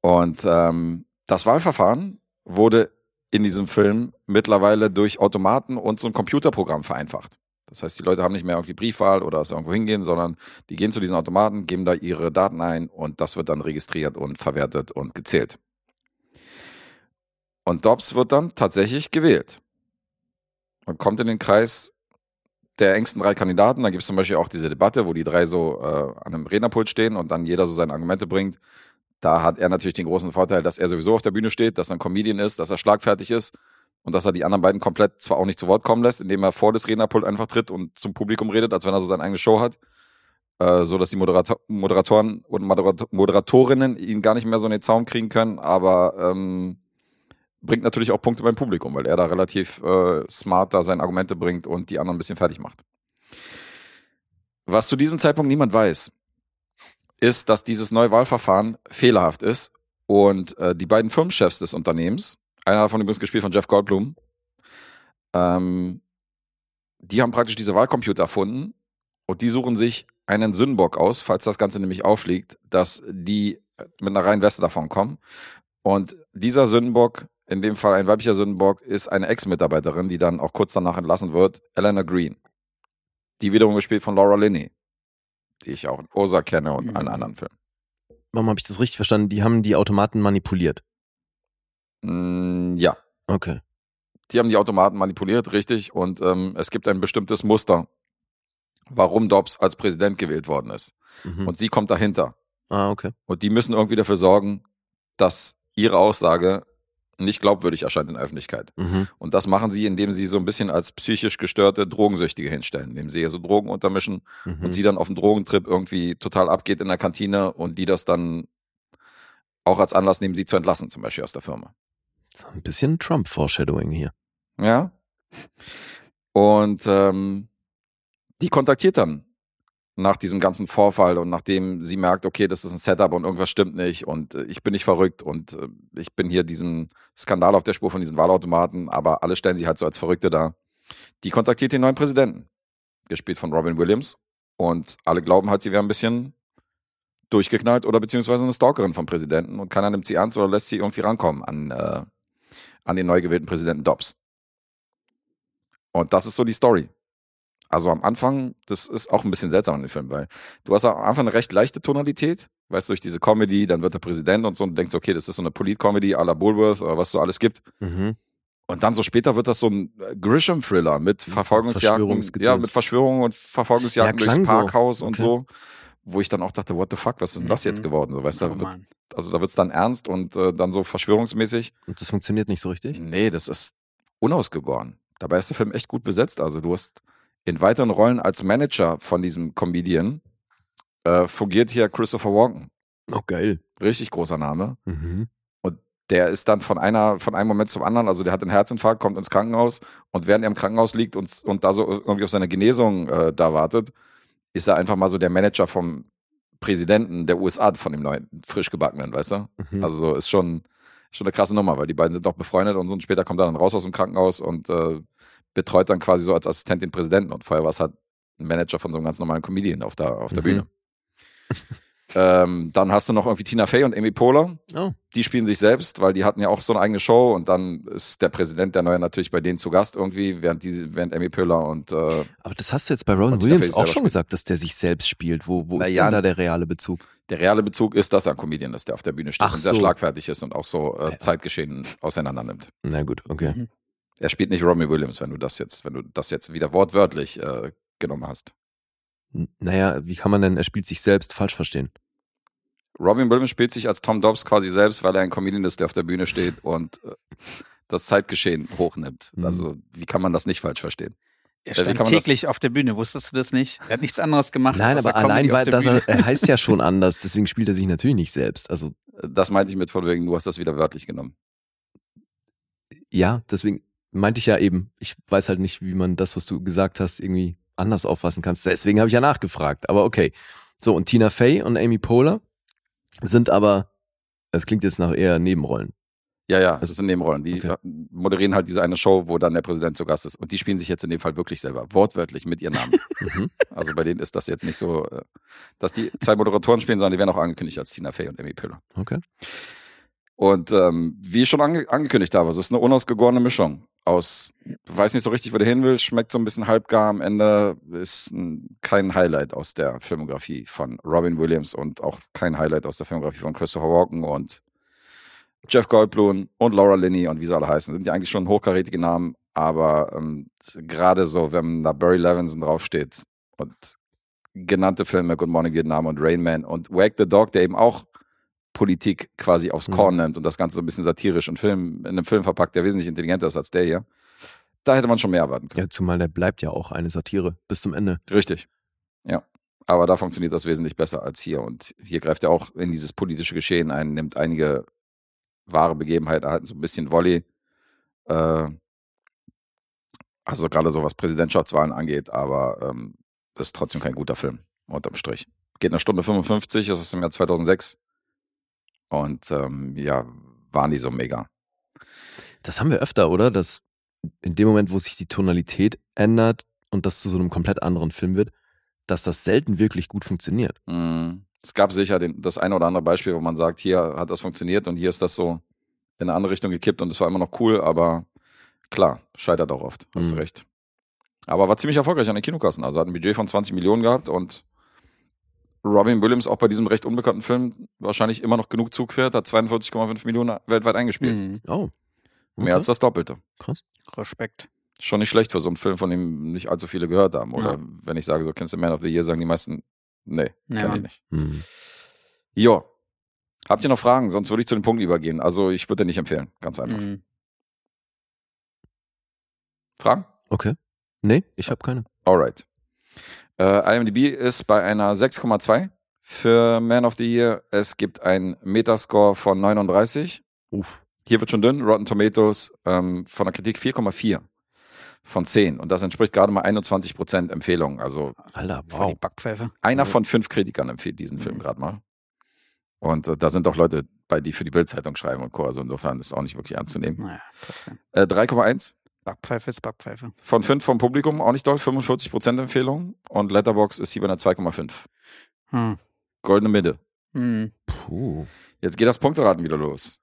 Und ähm, das Wahlverfahren wurde in diesem Film mittlerweile durch Automaten und so ein Computerprogramm vereinfacht. Das heißt, die Leute haben nicht mehr irgendwie Briefwahl oder es irgendwo hingehen, sondern die gehen zu diesen Automaten, geben da ihre Daten ein und das wird dann registriert und verwertet und gezählt. Und Dobbs wird dann tatsächlich gewählt und kommt in den Kreis der engsten drei Kandidaten. Da gibt es zum Beispiel auch diese Debatte, wo die drei so äh, an einem Rednerpult stehen und dann jeder so seine Argumente bringt. Da hat er natürlich den großen Vorteil, dass er sowieso auf der Bühne steht, dass er ein Comedian ist, dass er schlagfertig ist und dass er die anderen beiden komplett zwar auch nicht zu Wort kommen lässt, indem er vor das Rednerpult einfach tritt und zum Publikum redet, als wenn er so seine eigene Show hat äh, so dass die Moderator Moderatoren und Moderator Moderatorinnen ihn gar nicht mehr so in den Zaum kriegen können, aber ähm, bringt natürlich auch Punkte beim Publikum, weil er da relativ äh, smart da seine Argumente bringt und die anderen ein bisschen fertig macht. Was zu diesem Zeitpunkt niemand weiß, ist, dass dieses neue Wahlverfahren fehlerhaft ist und äh, die beiden Firmenchefs des Unternehmens, einer davon übrigens gespielt von Jeff Goldblum, ähm, die haben praktisch diese Wahlcomputer erfunden und die suchen sich einen Sündenbock aus, falls das Ganze nämlich auffliegt, dass die äh, mit einer reinen Weste davon kommen. Und dieser Sündenbock, in dem Fall ein weiblicher Sündenbock, ist eine Ex-Mitarbeiterin, die dann auch kurz danach entlassen wird, Eleanor Green. Die wiederum gespielt von Laura Linney, die ich auch in Osa kenne und
Mhm.
allen anderen Filmen.
Mama, habe ich das richtig verstanden? Die haben die Automaten manipuliert.
Mm, ja,
Okay.
die haben die Automaten manipuliert, richtig. Und ähm, es gibt ein bestimmtes Muster, warum Dobbs als Präsident gewählt worden ist.
Mhm.
Und sie kommt dahinter.
ah, okay.
Und die müssen irgendwie dafür sorgen, dass ihre Aussage nicht glaubwürdig erscheint in der Öffentlichkeit.
Mhm.
Und das machen sie, indem sie so ein bisschen als psychisch gestörte Drogensüchtige hinstellen, indem sie ihr so Drogen untermischen
Mhm.
und sie dann auf dem Drogentrip irgendwie total abgeht in der Kantine und die das dann auch als Anlass nehmen, sie zu entlassen, zum Beispiel aus der Firma.
so ein bisschen Trump-Foreshadowing hier.
Ja. Und ähm, die kontaktiert dann nach diesem ganzen Vorfall und nachdem sie merkt, okay, das ist ein Setup und irgendwas stimmt nicht und äh, ich bin nicht verrückt und äh, ich bin hier diesem Skandal auf der Spur von diesen Wahlautomaten, aber alle stellen sie halt so als Verrückte dar. Die kontaktiert den neuen Präsidenten, gespielt von Robin Williams und alle glauben halt, sie wäre ein bisschen durchgeknallt oder beziehungsweise eine Stalkerin vom Präsidenten und keiner nimmt sie ernst oder lässt sie irgendwie rankommen an, äh, an den neu gewählten Präsidenten Dobbs. Und das ist so die Story. Also am Anfang, das ist auch ein bisschen seltsam an dem Film, weil du hast am Anfang eine recht leichte Tonalität, weißt du, durch diese Comedy, dann wird der Präsident und so und du denkst, okay, das ist so eine Polit-Comedy à la Bulworth oder was so alles gibt.
Mhm.
Und dann so später wird das so ein äh, Grisham-Thriller mit
so
Verfolgungsjagden,
Verschwörungsgedöns.
ja, mit Verschwörungen und Verfolgungsjagden
Ja, klang
durchs
so.
Parkhaus und
Okay.
so, wo ich dann auch dachte, what the fuck, was ist denn das
Mhm.
jetzt geworden? So, weißt du,
Oh
da wird,
Mann.
Mhm.
also da wird es dann ernst und äh, dann so verschwörungsmäßig.
Und das funktioniert nicht so richtig?
Nee, das ist unausgegoren. Dabei ist der Film echt gut besetzt. Also du hast in weiteren Rollen als Manager von diesem Comedian äh, fungiert hier Christopher Walken.
Oh, geil.
Richtig großer Name.
Mhm.
Der ist dann von einer, von einem Moment zum anderen, also der hat einen Herzinfarkt, kommt ins Krankenhaus und während er im Krankenhaus liegt und, und da so irgendwie auf seine Genesung äh, da wartet, ist er einfach mal so der Manager vom Präsidenten der USA von dem neuen, frisch gebackenen, weißt du?
Mhm.
Also so ist schon, schon eine krasse Nummer, weil die beiden sind doch befreundet und so und später kommt er dann raus aus dem Krankenhaus und äh, betreut dann quasi so als Assistent den Präsidenten und vorher war es halt ein Manager von so einem ganz normalen Comedian auf der, auf der
Mhm.
Bühne. ähm, dann hast du noch irgendwie Tina Fey und Amy Poehler.
Oh.
Die spielen sich selbst, weil die hatten ja auch so eine eigene Show und dann ist der Präsident der Neue natürlich bei denen zu Gast irgendwie, während, die, während Amy Poehler und äh,
Aber das hast du jetzt bei Robin
Und Tina
Williams
Fey
auch
selber
schon gesagt, dass der sich selbst spielt. Wo, wo
Na
ist
ja.
denn da der reale Bezug?
Der reale Bezug ist, dass er ein Comedian ist, der auf der Bühne steht
Ach
und sehr
so.
schlagfertig ist und auch so äh,
Ja.
Zeitgeschehen auseinander nimmt.
Na gut, okay.
Er spielt nicht Romy Williams, wenn du das jetzt, wenn du das jetzt wieder wortwörtlich äh, genommen hast.
N- Naja, wie kann man denn, er spielt sich selbst falsch verstehen?
Robin Williams spielt sich als Tom Dobbs quasi selbst, weil er ein Comedian ist, der auf der Bühne steht und äh, das Zeitgeschehen hochnimmt.
Mhm.
Also, wie kann man das nicht falsch verstehen?
Er
Äh, wie
stand
kann man das-
täglich auf der Bühne, wusstest du das nicht? Er hat nichts anderes gemacht.
Nein,
außer
aber allein,
Comedy auf
weil
der
dass
Bühne.
er, er heißt ja schon anders, deswegen spielt er sich natürlich nicht selbst. Also
Äh, Das meinte ich mit von wegen, du hast das wieder wörtlich genommen.
ja, deswegen meinte ich ja eben, ich weiß halt nicht, wie man das, was du gesagt hast, irgendwie anders auffassen kannst. Deswegen habe ich ja nachgefragt, aber okay. So, und Tina Fey und Amy Poehler sind aber, das klingt jetzt nach eher Nebenrollen.
Ja, ja, es sind Nebenrollen. Die
Okay.
äh, moderieren halt diese eine Show, wo dann der Präsident zu Gast ist. Und die spielen sich jetzt in dem Fall wirklich selber, wortwörtlich mit ihren Namen.
Mhm.
Also bei denen ist das jetzt nicht so, äh, dass die zwei Moderatoren spielen, sondern die werden auch angekündigt als Tina Fey und Emmy Piller.
Okay.
Und ähm, wie ich schon ange angekündigt habe, so ist eine unausgegorene Mischung aus, weiß nicht so richtig, wo der hin will, schmeckt so ein bisschen halbgar am Ende, ist ein, kein Highlight aus der Filmografie von Robin Williams und auch kein Highlight aus der Filmografie von Christopher Walken und Jeff Goldblum und Laura Linney und wie sie alle heißen, sind ja eigentlich schon hochkarätige Namen, aber ähm, gerade so, wenn da Barry Levinson draufsteht und genannte Filme, Good Morning Vietnam und Rain Man und Wake the Dog, der eben auch Politik quasi aufs
Mhm.
Korn nimmt und das Ganze so ein bisschen satirisch in, Film, in einem Film verpackt, der wesentlich intelligenter ist als der hier. Da hätte man schon mehr erwarten können.
Ja, zumal der bleibt ja auch eine Satire bis zum Ende.
Richtig. Ja. Aber da funktioniert das wesentlich besser als hier. Und hier greift er auch in dieses politische Geschehen ein, nimmt einige wahre Begebenheiten, halt so ein bisschen Volley. Äh, also gerade so was Präsidentschaftswahlen angeht, aber ähm, ist trotzdem kein guter Film, unterm Strich. Geht eine Stunde 55, das ist im Jahr 2006. Und ähm, ja, waren die so mega.
Das haben wir öfter, oder? Dass in dem Moment, wo sich die Tonalität ändert und das zu so einem komplett anderen Film wird, dass das selten wirklich gut funktioniert.
Mm. Es gab sicher den, das eine oder andere Beispiel, wo man sagt, hier hat das funktioniert und hier ist das so in eine andere Richtung gekippt und es war immer noch cool, aber klar, scheitert auch oft. Hast du
Mhm.
recht. Aber war ziemlich erfolgreich an den Kinokassen. Also hat ein Budget von 20 Millionen gehabt und Robin Williams auch bei diesem recht unbekannten Film wahrscheinlich immer noch genug Zug fährt, hat 42,5 Millionen weltweit eingespielt.
Mhm.
Oh. Okay.
Mehr als das Doppelte.
Respekt.
Schon nicht schlecht für so einen Film, von dem nicht allzu viele gehört haben. Oder
Ja.
wenn ich sage, so kennst du Man of the Year, sagen die meisten, nee,
Ja.
kenn ich nicht.
Hm.
Jo. Habt ihr noch Fragen? Sonst würde ich zu den Punkten übergehen. Also ich würde den nicht empfehlen. Ganz einfach.
Mhm.
Fragen?
Okay. Nee, ich habe keine.
Alright. Äh, IMDb ist bei einer 6,2 für Man of the Year. Es gibt einen Metascore von 39.
Uff.
Hier wird schon dünn. Rotten Tomatoes ähm, von der Kritik 4,4 von 10. Und das entspricht gerade mal 21% Empfehlungen. Also
Alter,
Voll die
wow.
Backpfeife.
Einer
Mhm.
von fünf Kritikern empfiehlt diesen Film
Mhm.
gerade mal. Und äh, da sind auch Leute bei, die für die Bildzeitung schreiben und Co. Also insofern ist es auch nicht wirklich anzunehmen.
Naja, trotzdem.
Äh, 3,1
Backpfeife ist Backpfeife.
von 5 vom Publikum, auch nicht doll, 45% Empfehlung. Und Letterbox ist hier bei einer 2,5.
Hm.
Goldene Mitte.
Mhm.
Puh.
Jetzt geht das Punkteraten wieder los.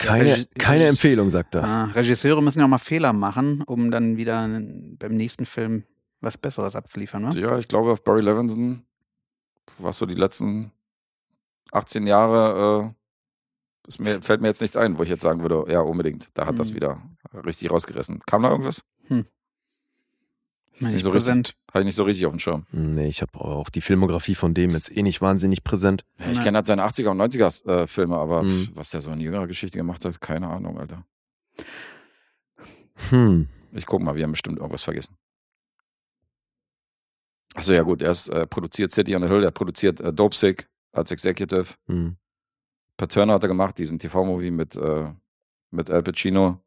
Ja,
Keine,
ich-
keine
ich-
Empfehlung, sagt er.
Ah, Regisseure müssen ja auch mal Fehler machen, um dann wieder beim nächsten Film was Besseres abzuliefern, ne?
Ja, ich glaube auf Barry Levinson, was so die letzten 18 Jahre, äh, ist mir, fällt mir jetzt nichts ein, wo ich jetzt sagen würde, ja unbedingt, da hat das
Mhm.
wieder richtig rausgerissen. Kam da irgendwas?
Hm.
Ist nicht so richtig.
präsent.
Habe ich nicht so richtig auf dem Schirm.
Hm, Nee, ich habe auch die Filmografie von dem jetzt eh nicht wahnsinnig präsent.
Ja, ich
Nein.
kenne halt seine 80er und 90er äh, Filme, aber
Mhm.
pf, was der so in jüngerer Geschichte gemacht hat, keine Ahnung, Alter.
Hm.
Ich gucke mal, wir haben bestimmt irgendwas vergessen. Achso, ja gut, er ist, äh, produziert City on the Hill, er produziert äh, Dope Sick als Executive.
Hm.
Paterno hat er gemacht, diesen TV-Movie mit, äh, mit Al Pacino.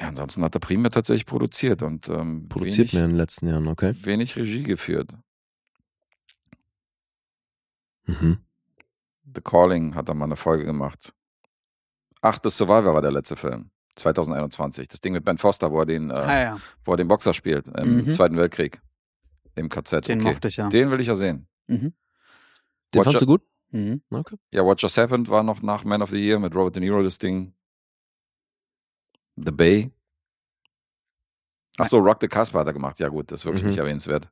Ja, ansonsten hat er primär tatsächlich produziert und ähm,
Produziert
wenig,
ne?
mehr in den letzten Jahren, okay.
wenig Regie geführt.
Mhm.
The Calling hat da mal eine Folge gemacht. Ach, The Survivor war der letzte Film. 2021. Das Ding mit Ben Foster, wo er den, äh,
ah ja,
wo er den Boxer spielt im
Mhm.
Zweiten Weltkrieg. Im KZ.
den
okay.
mochte ich ja.
Den will ich ja sehen.
Mhm.
Den
Watcher-
fandst du gut?
Mhm.
Okay.
Ja, What Just Happened war noch nach Man of the Year mit Robert De Niro das Ding. The Bay. Achso, Rock the Casper hat er gemacht. Ja gut, das ist wirklich
Mhm.
nicht erwähnenswert.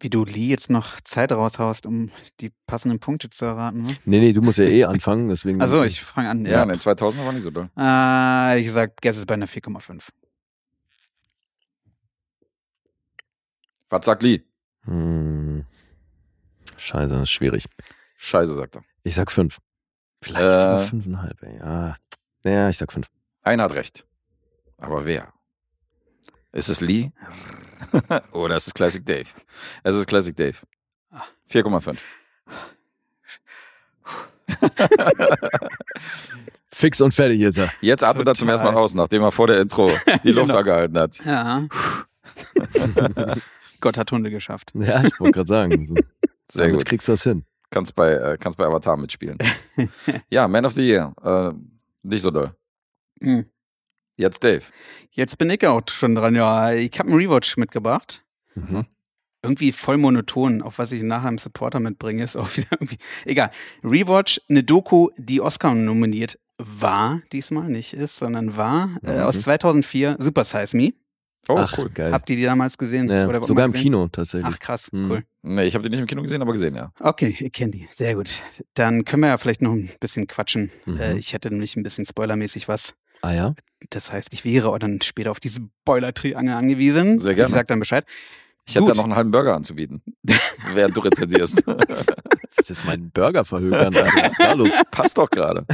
Wie du Lee jetzt noch Zeit raushaust, um die passenden Punkte zu erraten. Ne?
Nee, nee, du musst ja eh anfangen, deswegen.
Also ich fange an.
Ja, in den 2000 war nicht so doll.
Äh, ich sag, Guess ist bei einer 4,5.
Was sagt Lee?
Hm. Scheiße, das ist schwierig.
Scheiße, sagt er.
Ich sag fünf. Vielleicht
Äh.
sogar fünfeinhalb, ey. Ja. ja, ich sag fünf.
Einer hat recht. Aber wer? Ist es Lee? Oder ist es Classic Dave? Es ist Classic Dave. 4,5.
Fix und fertig jetzt. ja.
Jetzt atmet er zum
Total.
ersten Mal aus, nachdem er vor der Intro die Luft
Genau.
angehalten hat.
Ja. Gott hat Hunde geschafft.
Ja, ich wollte gerade sagen. So,
Sehr
damit
gut.
kriegst du das hin.
Kannst bei, äh, kannst bei Avatar mitspielen. ja, Man of the Year. Äh, nicht so doll.
Hm.
Jetzt Dave.
Jetzt bin ich auch schon dran. Ja, ich habe einen Rewatch mitgebracht.
Mhm.
Irgendwie voll monoton, auf was ich nachher im Supporter mitbringe, ist auch wieder irgendwie. Egal. Rewatch, eine Doku, die Oscar nominiert war, diesmal nicht ist, sondern war, äh,
Mhm.
aus 2004, Super Size Me.
Oh,
Ach,
cool.
geil.
Habt ihr die damals gesehen?
ja,
Oder
sogar
mal
im
gesehen?
Kino tatsächlich.
Ach krass,
Mhm.
cool.
Nee, ich habe die nicht im Kino gesehen, aber gesehen, ja.
Okay, ihr kennt die. Sehr gut. Dann können wir ja vielleicht noch ein bisschen quatschen.
Mhm.
Äh, ich hätte nämlich ein bisschen spoilermäßig was.
ah ja.
Das heißt, ich wäre auch dann später auf diese Spoiler-Triangel angewiesen.
Sehr gerne.
Ich sag dann Bescheid.
Ich hätte
Gut.
da noch einen halben Burger anzubieten, während du rezensierst.
Das ist jetzt mein Burger verhökern. Alter. Was ist da los?
Passt doch gerade.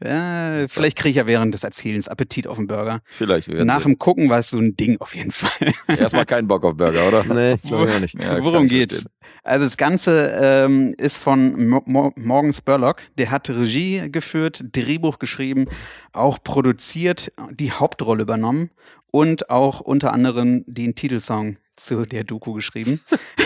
Äh, vielleicht kriege ich ja während des Erzählens Appetit auf den Burger.
Vielleicht. wir werden
Nach
sehen.
dem Gucken war es so ein Ding auf jeden Fall.
Erstmal keinen Bock auf Burger, oder?
Nee, glaube ich auch nicht.
Ja, kann
Worum
ich
geht's?
verstehen.
Also das Ganze ähm, ist von Mo Mo Morgan Spurlock. Der hat Regie geführt, Drehbuch geschrieben, auch produziert, die Hauptrolle übernommen und auch unter anderem den Titelsong zu der Doku geschrieben.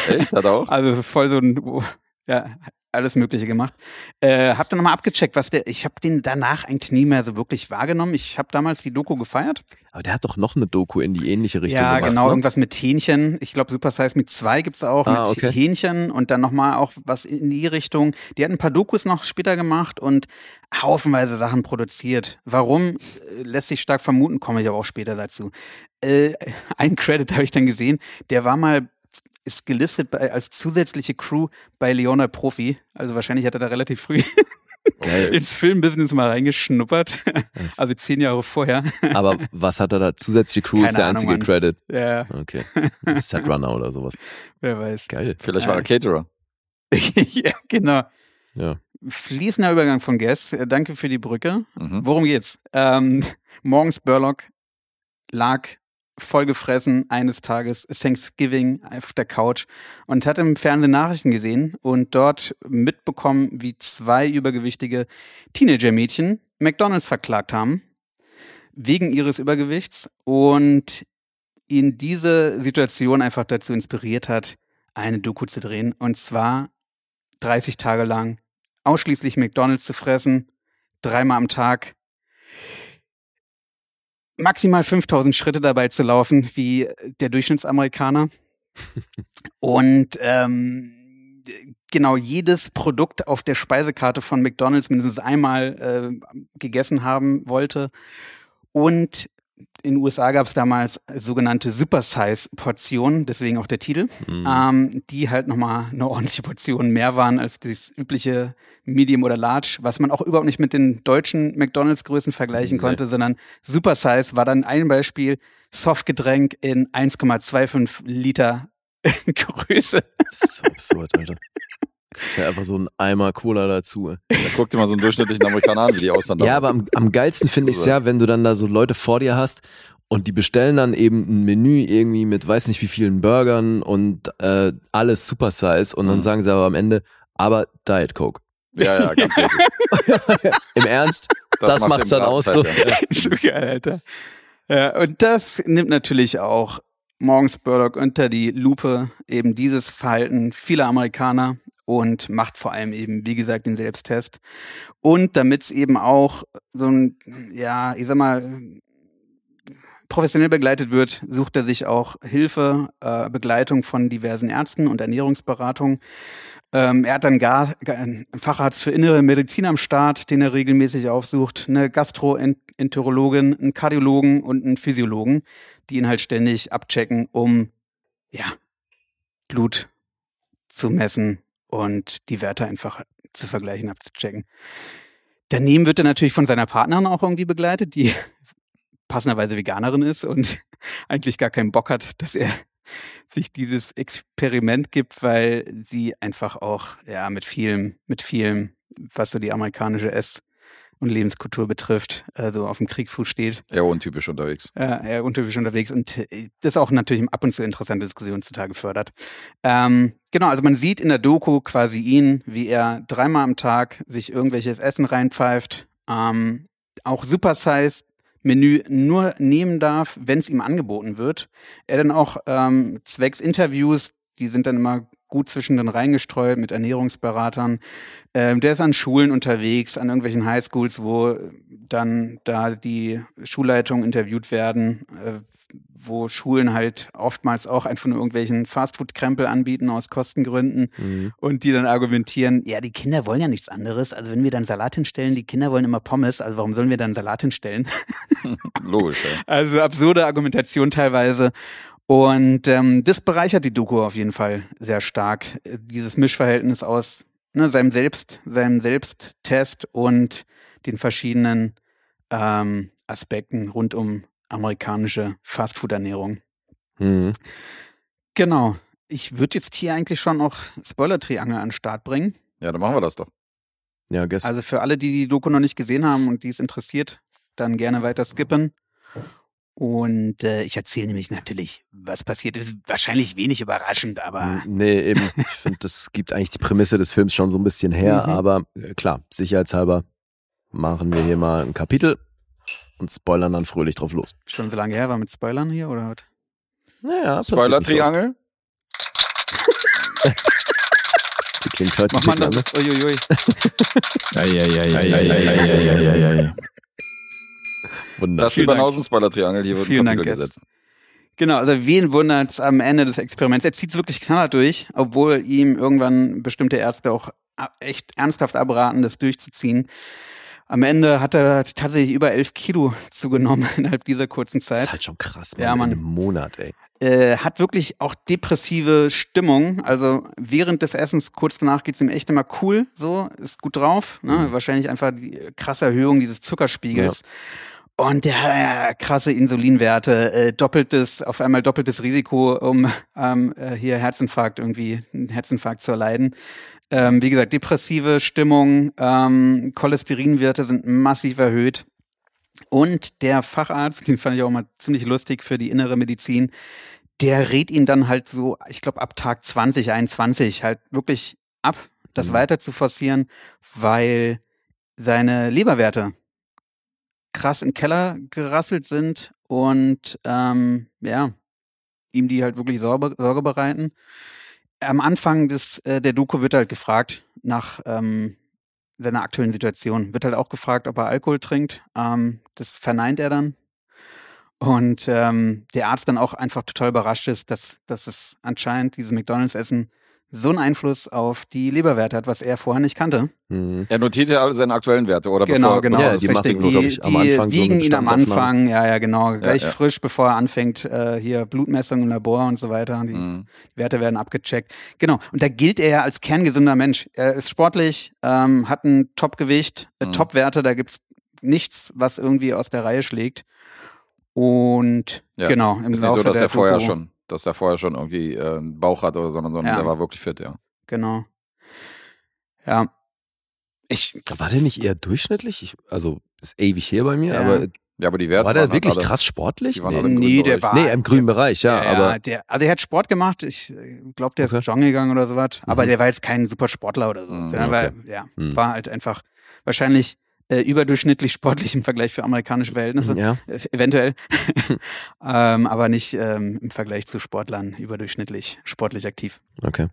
Echt? Hat er auch?
Also voll so ein, ja, alles Mögliche gemacht. Äh, hab dann nochmal abgecheckt, was der, ich habe den danach eigentlich nie mehr so wirklich wahrgenommen. Ich habe damals die Doku gefeiert.
Aber der hat doch noch eine Doku in die ähnliche Richtung
ja,
gemacht.
genau,
Ne?
irgendwas mit Hähnchen. Ich glaube, Super Size mit 2 gibt's auch,
Ah,
mit
okay.
Hähnchen und dann nochmal auch was in die Richtung. Die hat ein paar Dokus noch später gemacht und haufenweise Sachen produziert. Warum, äh, lässt sich stark vermuten, komme ich aber auch später dazu. Äh, ein Credit habe ich dann gesehen, der war mal ist gelistet bei, als zusätzliche Crew bei Leona Profi. Also wahrscheinlich hat er da relativ früh
Geil.
ins Filmbusiness mal reingeschnuppert.
Äh.
Also zehn Jahre vorher.
Aber was hat er da? Zusätzliche Crew
Keine
ist der
Ahnung,
einzige
Mann.
Credit.
Ja,
Okay. Setrunner oder sowas.
wer weiß.
Geil.
Vielleicht war er Caterer.
ja, genau.
Ja.
Fließender Übergang von Guess. Äh, Danke für die Brücke.
Mhm.
Worum geht's? Ähm, morgens Burlock lag vollgefressen eines Tages ist Thanksgiving auf der Couch und hat im Fernsehen Nachrichten gesehen und dort mitbekommen, wie zwei übergewichtige Teenager-Mädchen McDonalds verklagt haben wegen ihres Übergewichts und ihn diese Situation einfach dazu inspiriert hat, eine Doku zu drehen und zwar 30 Tage lang ausschließlich McDonalds zu fressen, dreimal am Tag, maximal 5000 Schritte dabei zu laufen, wie der Durchschnittsamerikaner. Und ähm, genau jedes Produkt auf der Speisekarte von McDonald's mindestens einmal äh, gegessen haben wollte. Und in den USA gab es damals sogenannte Supersize-Portionen, deswegen auch der Titel
Mhm.
ähm, die halt nochmal eine ordentliche Portion mehr waren als das übliche Medium oder Large, was man auch überhaupt nicht mit den deutschen McDonalds-Größen vergleichen
Nee.
konnte, sondern Super Size war dann ein Beispiel, Softgetränk in 1,25 Liter Größe.
Das ist so absurd, Alter. Ist ja einfach so ein Eimer Cola dazu. ey.
Da guck dir mal so einen durchschnittlichen Amerikaner an, wie die aussehen.
Ja, aber am, am geilsten finde ich es ja, wenn du dann da so Leute vor dir hast und die bestellen dann eben ein Menü irgendwie mit weiß nicht wie vielen Burgern und äh, alles Super Size und dann
Mhm.
sagen sie aber am Ende, aber Diet Coke.
Ja, ja, ganz wichtig.
Im Ernst? Das,
macht
macht's
den halt
dann aus so.
Blatt, Alter.
so geil, Alter. Ja, und das nimmt natürlich auch Morgens Burdock unter die Lupe, eben dieses Verhalten vieler Amerikaner und macht vor allem eben, wie gesagt, den Selbsttest. Und damit es eben auch so ein, ja, ich sag mal, professionell begleitet wird, sucht er sich auch Hilfe, äh, Begleitung von diversen Ärzten und Ernährungsberatung. Ähm, er hat dann Ga Ga- einen Facharzt für innere Medizin am Start, den er regelmäßig aufsucht, eine Gastroenterologin, einen Kardiologen und einen Physiologen, die ihn halt ständig abchecken, um ja, Blut zu messen und die Werte einfach zu vergleichen, abzuchecken. Daneben wird er natürlich von seiner Partnerin auch irgendwie begleitet, die passenderweise Veganerin ist und eigentlich gar keinen Bock hat, dass er sich dieses Experiment gibt, weil sie einfach auch ja mit vielem, mit vielem, was so die amerikanische Ess- und Lebenskultur betrifft, also auf dem Kriegsfuß steht.
Ja, untypisch unterwegs.
Ja, er unterwegs unterwegs und äh, das auch natürlich ab und zu interessante Diskussionen zutage fördert. Ähm, genau, also man sieht in der Doku quasi ihn, wie er dreimal am Tag sich irgendwelches Essen reinpfeift, ähm, auch Supersize Menü nur nehmen darf, wenn es ihm angeboten wird. Er dann auch ähm, zwecks Interviews, die sind dann immer gut zwischen den reingestreut mit Ernährungsberatern. Ähm, der ist an Schulen unterwegs, an irgendwelchen Highschools, wo dann da die Schulleitungen interviewt werden, äh, wo Schulen halt oftmals auch einfach nur irgendwelchen Fastfood-Krempel anbieten aus Kostengründen
Mhm.
und die dann argumentieren, ja, die Kinder wollen ja nichts anderes. Also wenn wir dann Salat hinstellen, die Kinder wollen immer Pommes, also warum sollen wir dann Salat hinstellen?
Logisch, ja.
Also absurde Argumentation teilweise. Und ähm, das bereichert die Doku auf jeden Fall sehr stark. Äh, Dieses Mischverhältnis aus ne, seinem Selbst, seinem Selbsttest und den verschiedenen ähm, Aspekten rund um amerikanische Fastfood-Ernährung.
Mhm.
Genau. Ich würde jetzt hier eigentlich schon auch Spoiler-Triangel an den Start bringen.
Ja, dann machen wir das doch.
Ja, guess.
Also für alle, die die Doku noch nicht gesehen haben und die es interessiert, dann gerne weiter skippen. Und äh, ich erzähle nämlich natürlich, was passiert ist. Wahrscheinlich wenig überraschend, aber
Nee, eben. Ich finde, das gibt eigentlich die Prämisse des Films schon so ein bisschen her,
Mhm.
aber äh, klar, sicherheitshalber machen wir hier mal ein Kapitel und spoilern dann fröhlich drauf los.
schon so lange her war mit Spoilern hier oder was?
Naja, passiert nicht so oft.
Spoiler-Triangel?
Die klingt heute
Mach mal
Titel, ne?
das. Uiuiui.
Wunderbar.
Das ist die
Vielen Dank.
Banausen-Spoiler-Triangel. Hier wird ein
Vielen Dank,
Kapitel
Jess.
gesetzt.
Genau, also wen wundert es am Ende des Experiments? Er zieht es wirklich knallhart durch, obwohl ihm irgendwann bestimmte Ärzte auch ab- echt ernsthaft abraten, das durchzuziehen. Am Ende hat er tatsächlich über elf Kilo zugenommen innerhalb dieser kurzen
Das
Zeit.
ist halt schon krass, Mann.
Ja, Mann.
In einem Monat, ey.
äh, hat wirklich auch depressive Stimmung. Also während des Essens, kurz danach geht's ihm echt immer cool, so, ist gut drauf. Ne? Wahrscheinlich einfach die krasse Erhöhung dieses Zuckerspiegels. Und der hat, äh, krasse Insulinwerte, äh, doppeltes, auf einmal doppeltes Risiko, um ähm, äh, hier Herzinfarkt irgendwie, einen Herzinfarkt zu erleiden. Ähm, wie gesagt, depressive Stimmung, ähm, Cholesterinwerte sind massiv erhöht. Und der Facharzt, den fand ich auch mal ziemlich lustig für die innere Medizin, der rät ihm dann halt so, ich glaube, ab Tag 20, 21 halt wirklich ab, das
Mhm.
weiter zu forcieren, weil seine Leberwerte krass in den Keller gerasselt sind und ähm, ja, ihm die halt wirklich Sorge, Sorge bereiten. Am Anfang des, äh, der Doku wird halt gefragt nach ähm, seiner aktuellen Situation. Wird halt auch gefragt, ob er Alkohol trinkt. Ähm, das verneint er dann. Und ähm, der Arzt dann auch einfach total überrascht ist, dass, dass es anscheinend dieses McDonalds-Essen so einen Einfluss auf die Leberwerte hat, was er vorher nicht kannte.
Mhm.
Er notiert ja alle seine aktuellen Werte, oder?
Genau,
bevor,
genau.
Ja,
das
die
ist
machen
richtig.
ihn so, glaub
die,
ich, am Anfang so
die wiegen
eine
ihn am
Bestandsaufnahme.
Anfang, ja, ja, genau, gleich
ja.
frisch, bevor er anfängt, äh, hier Blutmessung im Labor und so weiter. Die
Mhm.
Werte werden abgecheckt. Genau. Und da gilt er ja als kerngesunder Mensch. Er ist sportlich, ähm, hat ein Top-Gewicht, äh,
Mhm.
Top-Werte, da gibt's nichts, was irgendwie aus der Reihe schlägt. Und
Ja.
genau, im
Ist nicht so, dass er
der
vorher
Doku-
schon, dass er vorher schon irgendwie äh, einen Bauch hatte oder so, sondern
Ja.
er war wirklich fit, ja.
Genau. Ja. Ich,
War der nicht eher durchschnittlich? Ich, also, ist ewig her bei mir,
Ja.
aber
Ja, aber die Werte
war der
waren halt
wirklich
alle,
krass sportlich?
Die waren
Nee.
alle im
nee,
grünen
der
Bereich.
war.
nee, im grünen Bereich, ja, aber
der, also er hat Sport gemacht. Ich glaube, der ist
Okay.
joggen gegangen oder sowas. Aber
Mhm.
der war jetzt kein Supersportler oder so.
Mhm,
sondern war,
okay.
ja,
Mhm.
war halt einfach wahrscheinlich äh, überdurchschnittlich sportlich im Vergleich für amerikanische Verhältnisse.
mhm, ja.
Äh, eventuell, ähm, aber nicht ähm, im Vergleich zu Sportlern überdurchschnittlich sportlich aktiv.
Okay.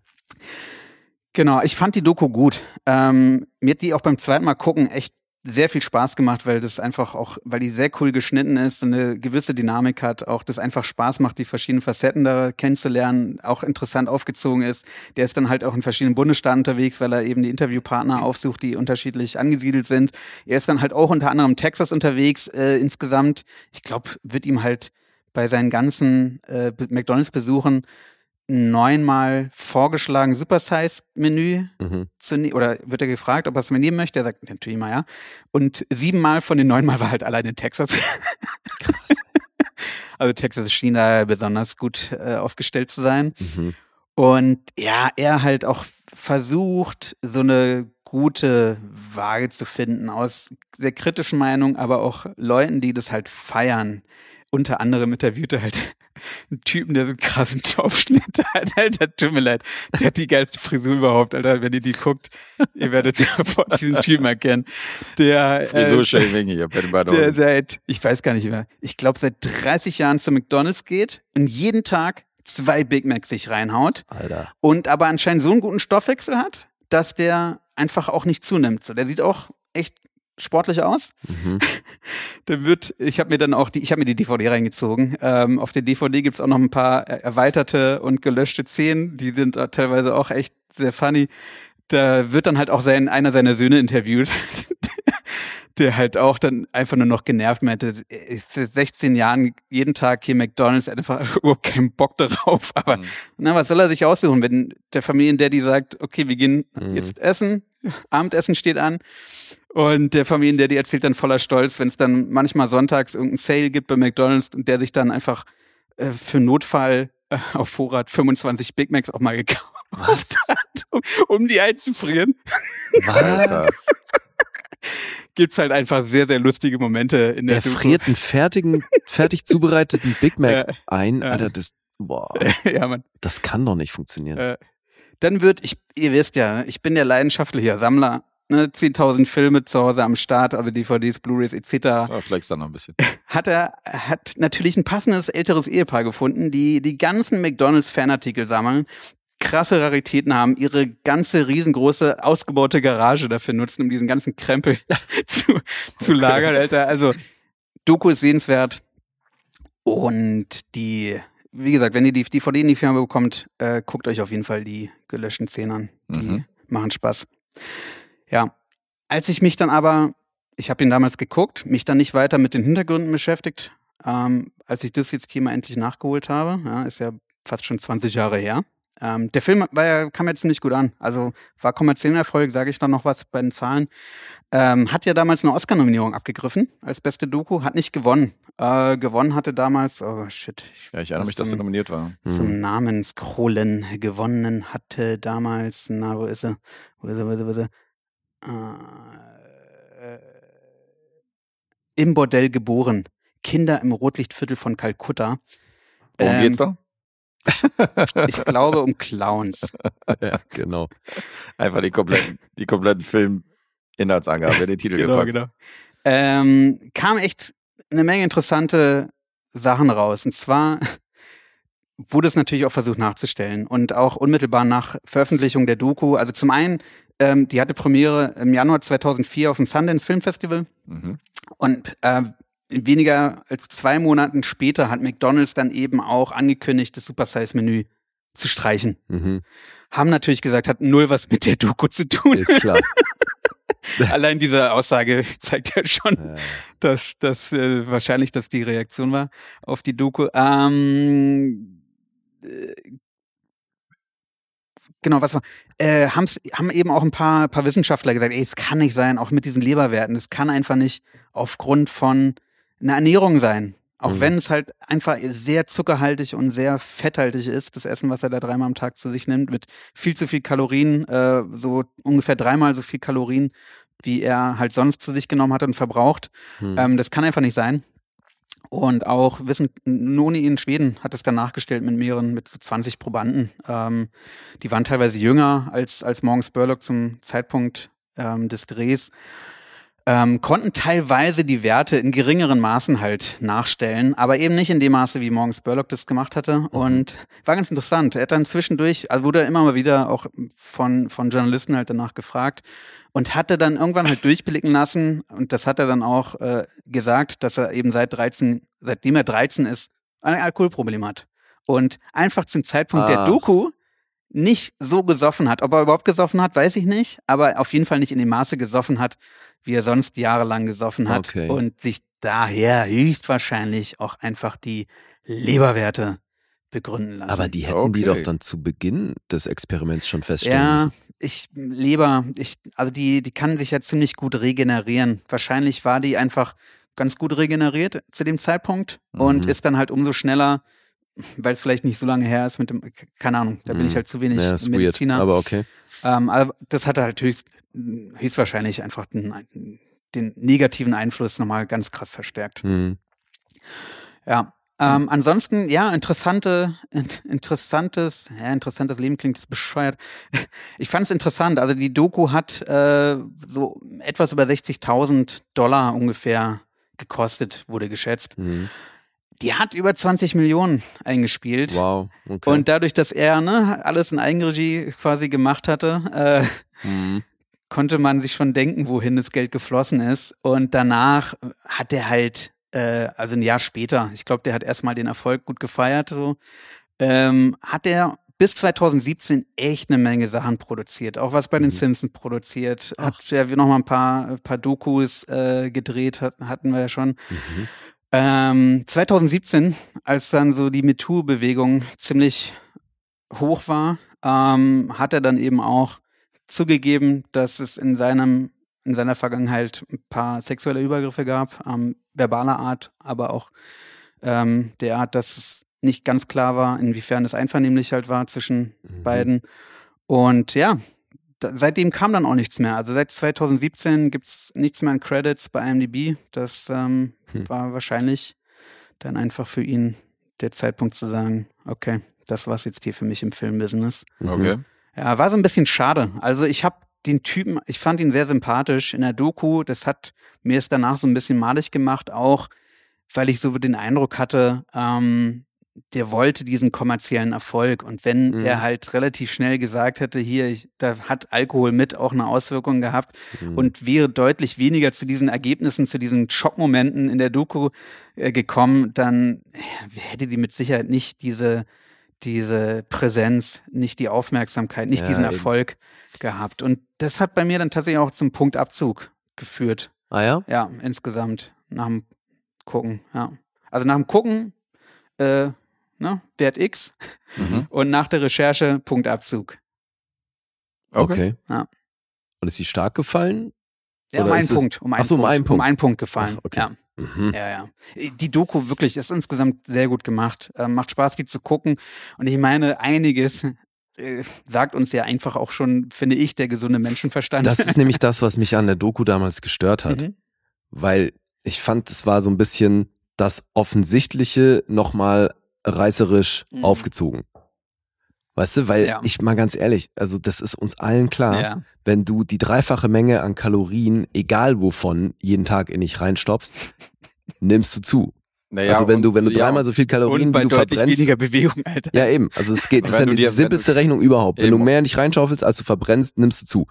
Genau, ich fand die Doku gut. Ähm, mir hat die auch beim zweiten Mal gucken echt sehr viel Spaß gemacht, weil das einfach auch, weil die sehr cool geschnitten ist und eine gewisse Dynamik hat, auch das einfach Spaß macht, die verschiedenen Facetten da kennenzulernen, auch interessant aufgezogen ist. Der ist dann halt auch in verschiedenen Bundesstaaten unterwegs, weil er eben die Interviewpartner aufsucht, die unterschiedlich angesiedelt sind. Er ist dann halt auch unter anderem in Texas unterwegs äh, insgesamt. Ich glaube, wird ihm halt bei seinen ganzen äh, McDonalds-Besuchen neunmal vorgeschlagen Super Size Menü
Mhm.
zu ne- oder wird er gefragt, ob er es mir nehmen möchte? Er sagt natürlich mal ja. Und siebenmal von den neunmal war halt allein in Texas. also Texas schien da besonders gut äh, aufgestellt zu sein.
Mhm.
Und ja, er halt auch versucht, so eine gute Waage zu finden aus sehr kritischen Meinungen, aber auch Leuten, die das halt feiern. Unter anderem interviewte halt einen Typen, der so einen krassen Topfschnitt hat. Alter, tut mir leid. Der hat die geilste Frisur überhaupt, Alter. Wenn ihr die guckt, ihr werdet sofort diesen Typen erkennen. Der, äh,
Frisur-Shaming hier bei den beiden.
der
Hunden.
seit, ich weiß gar nicht mehr, ich glaube seit 30 Jahren zu McDonalds geht und jeden Tag zwei Big Macs sich reinhaut
Alter.
und aber anscheinend so einen guten Stoffwechsel hat, dass der einfach auch nicht zunimmt. So, der sieht auch echt sportlich aus.
Mhm.
Dann wird, ich habe mir dann auch die, ich habe mir die DVD reingezogen. Ähm, auf der DVD gibt's auch noch ein paar er- erweiterte und gelöschte Szenen, die sind da teilweise auch echt sehr funny. Da wird dann halt auch sein, einer seiner Söhne interviewt. Der halt auch dann einfach nur noch genervt meinte, er ist seit 16 Jahren jeden Tag hier McDonalds, er hat einfach überhaupt keinen Bock darauf. Aber
Mhm.
na, was soll er sich aussuchen, wenn der Familiendaddy sagt, okay, wir gehen
Mhm.
jetzt essen, Abendessen steht an. Und der Familiendaddy erzählt dann voller Stolz, wenn es dann manchmal sonntags irgendeinen Sale gibt bei McDonalds und der sich dann einfach äh, für Notfall äh, auf Vorrat 25 Big Macs auch mal gekauft hat, um, um die einzufrieren.
Alter.
Gibt's halt einfach sehr, sehr lustige Momente in der,
Der
Doku.
friert einen fertigen, fertig zubereiteten Big Mac
Ja.
ein.
Ja.
Alter, das, boah,
ja, Mann.
das kann doch nicht funktionieren.
Äh, dann wird, ich, ihr wisst ja, ne, ich bin der leidenschaftliche Sammler. Ne, 10.000 Filme zu Hause am Start, also DVDs, Blu-rays etc.
Ja, Ah, flex dann noch ein bisschen.
Hat er hat natürlich ein passendes älteres Ehepaar gefunden, die die ganzen McDonald's Fanartikel sammeln, krasse Raritäten haben, ihre ganze riesengroße ausgebaute Garage dafür nutzen, um diesen ganzen Krempel zu, zu lagern, Alter. Also Doku ist sehenswert und die wie gesagt, wenn ihr die DVD in die Firma bekommt, äh, guckt euch auf jeden Fall die gelöschten Szenen an. Die
Mhm.
machen Spaß. Ja. Als ich mich dann aber, ich habe ihn damals geguckt, mich dann nicht weiter mit den Hintergründen beschäftigt, ähm, als ich das jetzt hier mal endlich nachgeholt habe, ja, ist ja fast schon 20 Jahre her. Ähm, der Film war ja, kam jetzt nicht gut an. Also war kommerzieller Erfolg, sage ich dann noch was bei den Zahlen. Ähm, hat ja damals eine Oscar-Nominierung abgegriffen als beste Doku, hat nicht gewonnen. Äh, gewonnen hatte damals, oh shit.
Ja, ich erinnere mich, dass
was
er
zum-
nominiert war.
zum Namen scrollen gewonnen hatte damals. Na, wo ist er? Wo ist er, wo ist er, wo ist er? Äh, Im Bordell geboren. Kinder im Rotlichtviertel von Kalkutta.
Worum
Ähm,
geht's da?
Ich glaube um Clowns.
Ja, genau.
Einfach die kompletten, die kompletten Film-Inhaltsangabe, in den Titel
Genau,
gepackt.
Genau, Ähm, kam echt eine Menge interessante Sachen raus. Und zwar wurde es natürlich auch versucht nachzustellen und auch unmittelbar nach Veröffentlichung der Doku. Also zum einen, ähm, die hatte Premiere im Januar 2004 auf dem Sundance Film Festival
genau.
Mhm.
und äh, weniger als zwei Monaten später hat McDonald's dann eben auch angekündigt, das Supersize-Menü zu streichen.
Mhm.
Haben natürlich gesagt, hat null was mit der Doku zu tun.
Ist klar.
Allein diese Aussage zeigt ja schon,
Äh,
dass das äh, wahrscheinlich dass die Reaktion war auf die Doku. Ähm, äh, genau, was war? Äh, haben's, haben eben auch ein paar, paar Wissenschaftler gesagt, ey, es kann nicht sein, auch mit diesen Leberwerten, es kann einfach nicht aufgrund von einer Ernährung sein. Auch
Mhm.
wenn es halt einfach sehr zuckerhaltig und sehr fetthaltig ist, das Essen, was er da dreimal am Tag zu sich nimmt, mit viel zu viel Kalorien, äh, so ungefähr dreimal so viel Kalorien, wie er halt sonst zu sich genommen hat und verbraucht.
hm.
Ähm, das kann einfach nicht sein. Und auch wissen, Noni in Schweden hat es dann nachgestellt mit mehreren, mit so 20 Probanden. Ähm, die waren teilweise jünger als, als Morgens Burlock zum Zeitpunkt ähm, des Drehs. ähm, konnten teilweise die Werte in geringeren Maßen halt nachstellen, aber eben nicht in dem Maße, wie Morgan Spurlock das gemacht hatte. Und war ganz interessant. Er hat dann zwischendurch, also wurde er immer mal wieder auch von, von Journalisten halt danach gefragt und hatte dann irgendwann halt durchblicken lassen, und das hat er dann auch äh, gesagt, dass er eben seit 13, seitdem er 13 ist, ein Alkoholproblem hat. Und einfach zum Zeitpunkt der
Ach.
Doku nicht so gesoffen hat. Ob er überhaupt gesoffen hat, weiß ich nicht, aber auf jeden Fall nicht in dem Maße gesoffen hat, wie er sonst jahrelang gesoffen hat
Okay.
und sich daher höchstwahrscheinlich auch einfach die Leberwerte begründen lassen.
Aber die hätten die
Okay.
doch dann zu Beginn des Experiments schon feststellen
ja,
müssen.
ich Leber, ich also die die kann sich ja ziemlich gut regenerieren. Wahrscheinlich war die einfach ganz gut regeneriert zu dem Zeitpunkt und
Mhm.
ist dann halt umso schneller, weil es vielleicht nicht so lange her ist mit dem keine Ahnung, da bin
Mhm.
ich halt zu wenig
ja, ist weird,
Mediziner.
aber okay.
Ähm, aber das hatte halt höchst, höchstwahrscheinlich einfach den, den negativen Einfluss nochmal ganz krass verstärkt.
Hm.
Ja. Ähm, ansonsten, ja, interessante, in, interessantes, ja, interessantes Leben klingt jetzt bescheuert. Ich fand es interessant. Also die Doku hat äh, so etwas über 60.000 Dollar ungefähr gekostet, wurde geschätzt.
Hm.
Die hat über 20 Millionen eingespielt.
Wow, okay.
Und dadurch, dass er ne, alles in Eigenregie quasi gemacht hatte, äh,
hm.
konnte man sich schon denken, wohin das Geld geflossen ist. Und danach hat er halt, äh, also ein Jahr später, ich glaube, der hat erstmal den Erfolg gut gefeiert, so, ähm, hat er bis 2017 echt eine Menge Sachen produziert. Auch was bei den
Mhm.
Simpsons produziert. Hat ja noch mal ein paar, ein paar Dokus äh, gedreht, hat, hatten wir ja schon.
Mhm.
Ähm, 2017, als dann so die MeToo-Bewegung ziemlich hoch war, ähm, hat er dann eben auch zugegeben, dass es in seinem in seiner Vergangenheit ein paar sexuelle Übergriffe gab, ähm, verbaler Art, aber auch ähm, der Art, dass es nicht ganz klar war, inwiefern es einvernehmlich halt war zwischen
Mhm.
beiden. Und ja, da, seitdem kam dann auch nichts mehr. Also seit 2017 gibt's nichts mehr an Credits bei IMDb. Das ähm,
Hm.
war wahrscheinlich dann einfach für ihn der Zeitpunkt zu sagen, okay, das war's jetzt hier für mich im Filmbusiness.
Mhm.
Okay.
Ja, war so ein bisschen schade. Also ich habe den Typen, ich fand ihn sehr sympathisch in der Doku. Das hat mir es danach so ein bisschen malig gemacht, auch weil ich so den Eindruck hatte, ähm, der wollte diesen kommerziellen Erfolg. Und wenn
Mhm.
er halt relativ schnell gesagt hätte, hier, ich, da hat Alkohol mit auch eine Auswirkung gehabt,
Hm.
und wäre deutlich weniger zu diesen Ergebnissen, zu diesen Schockmomenten in der Doku äh, gekommen, dann äh, hätte die mit Sicherheit nicht diese, diese Präsenz, nicht die Aufmerksamkeit, nicht
Ja,
diesen
eben.
Erfolg gehabt. Und das hat bei mir dann tatsächlich auch zum Punktabzug geführt.
Ah ja?
Ja, insgesamt nach dem Gucken, ja. Also nach dem Gucken, äh, ne, Wert X
Mhm.
und nach der Recherche Punktabzug.
Okay.
Okay.
Ja.
Und ist sie stark gefallen?
Ja, um
Oder
einen
ist es-
Punkt, um einen,
Ach so, um
Punkt,
einen
um
Punkt.
einen Punkt gefallen.
Ach, okay.
Ja.
Mhm.
Ja, ja. Die Doku wirklich ist insgesamt sehr gut gemacht. Äh, macht Spaß, die zu gucken. Und ich meine, einiges äh, sagt uns ja einfach auch schon, finde ich, der gesunde Menschenverstand.
Das ist halt nämlich das, was mich an der Doku damals gestört hat.
Mhm.
weil ich fand, es war so ein bisschen das Offensichtliche nochmal reißerisch
Mhm.
aufgezogen. Weißt du, weil
Ja.
ich mal ganz ehrlich, also das ist uns allen klar,
Ja.
wenn du die dreifache Menge an Kalorien, egal wovon, jeden Tag in dich reinstopfst, nimmst du zu.
Naja,
also wenn
und-
du, wenn du
ja,
dreimal so viel Kalorien,
Und bei
wie du
deutlich
verbrennst,
weniger Bewegung, Alter.
ja, eben. Also es geht, das ist
Wenn
ja
du
die
dir- wenn
simpelste
du-
Rechnung überhaupt. Wenn
Eben.
du mehr in dich reinschaufelst, als du verbrennst, nimmst du zu.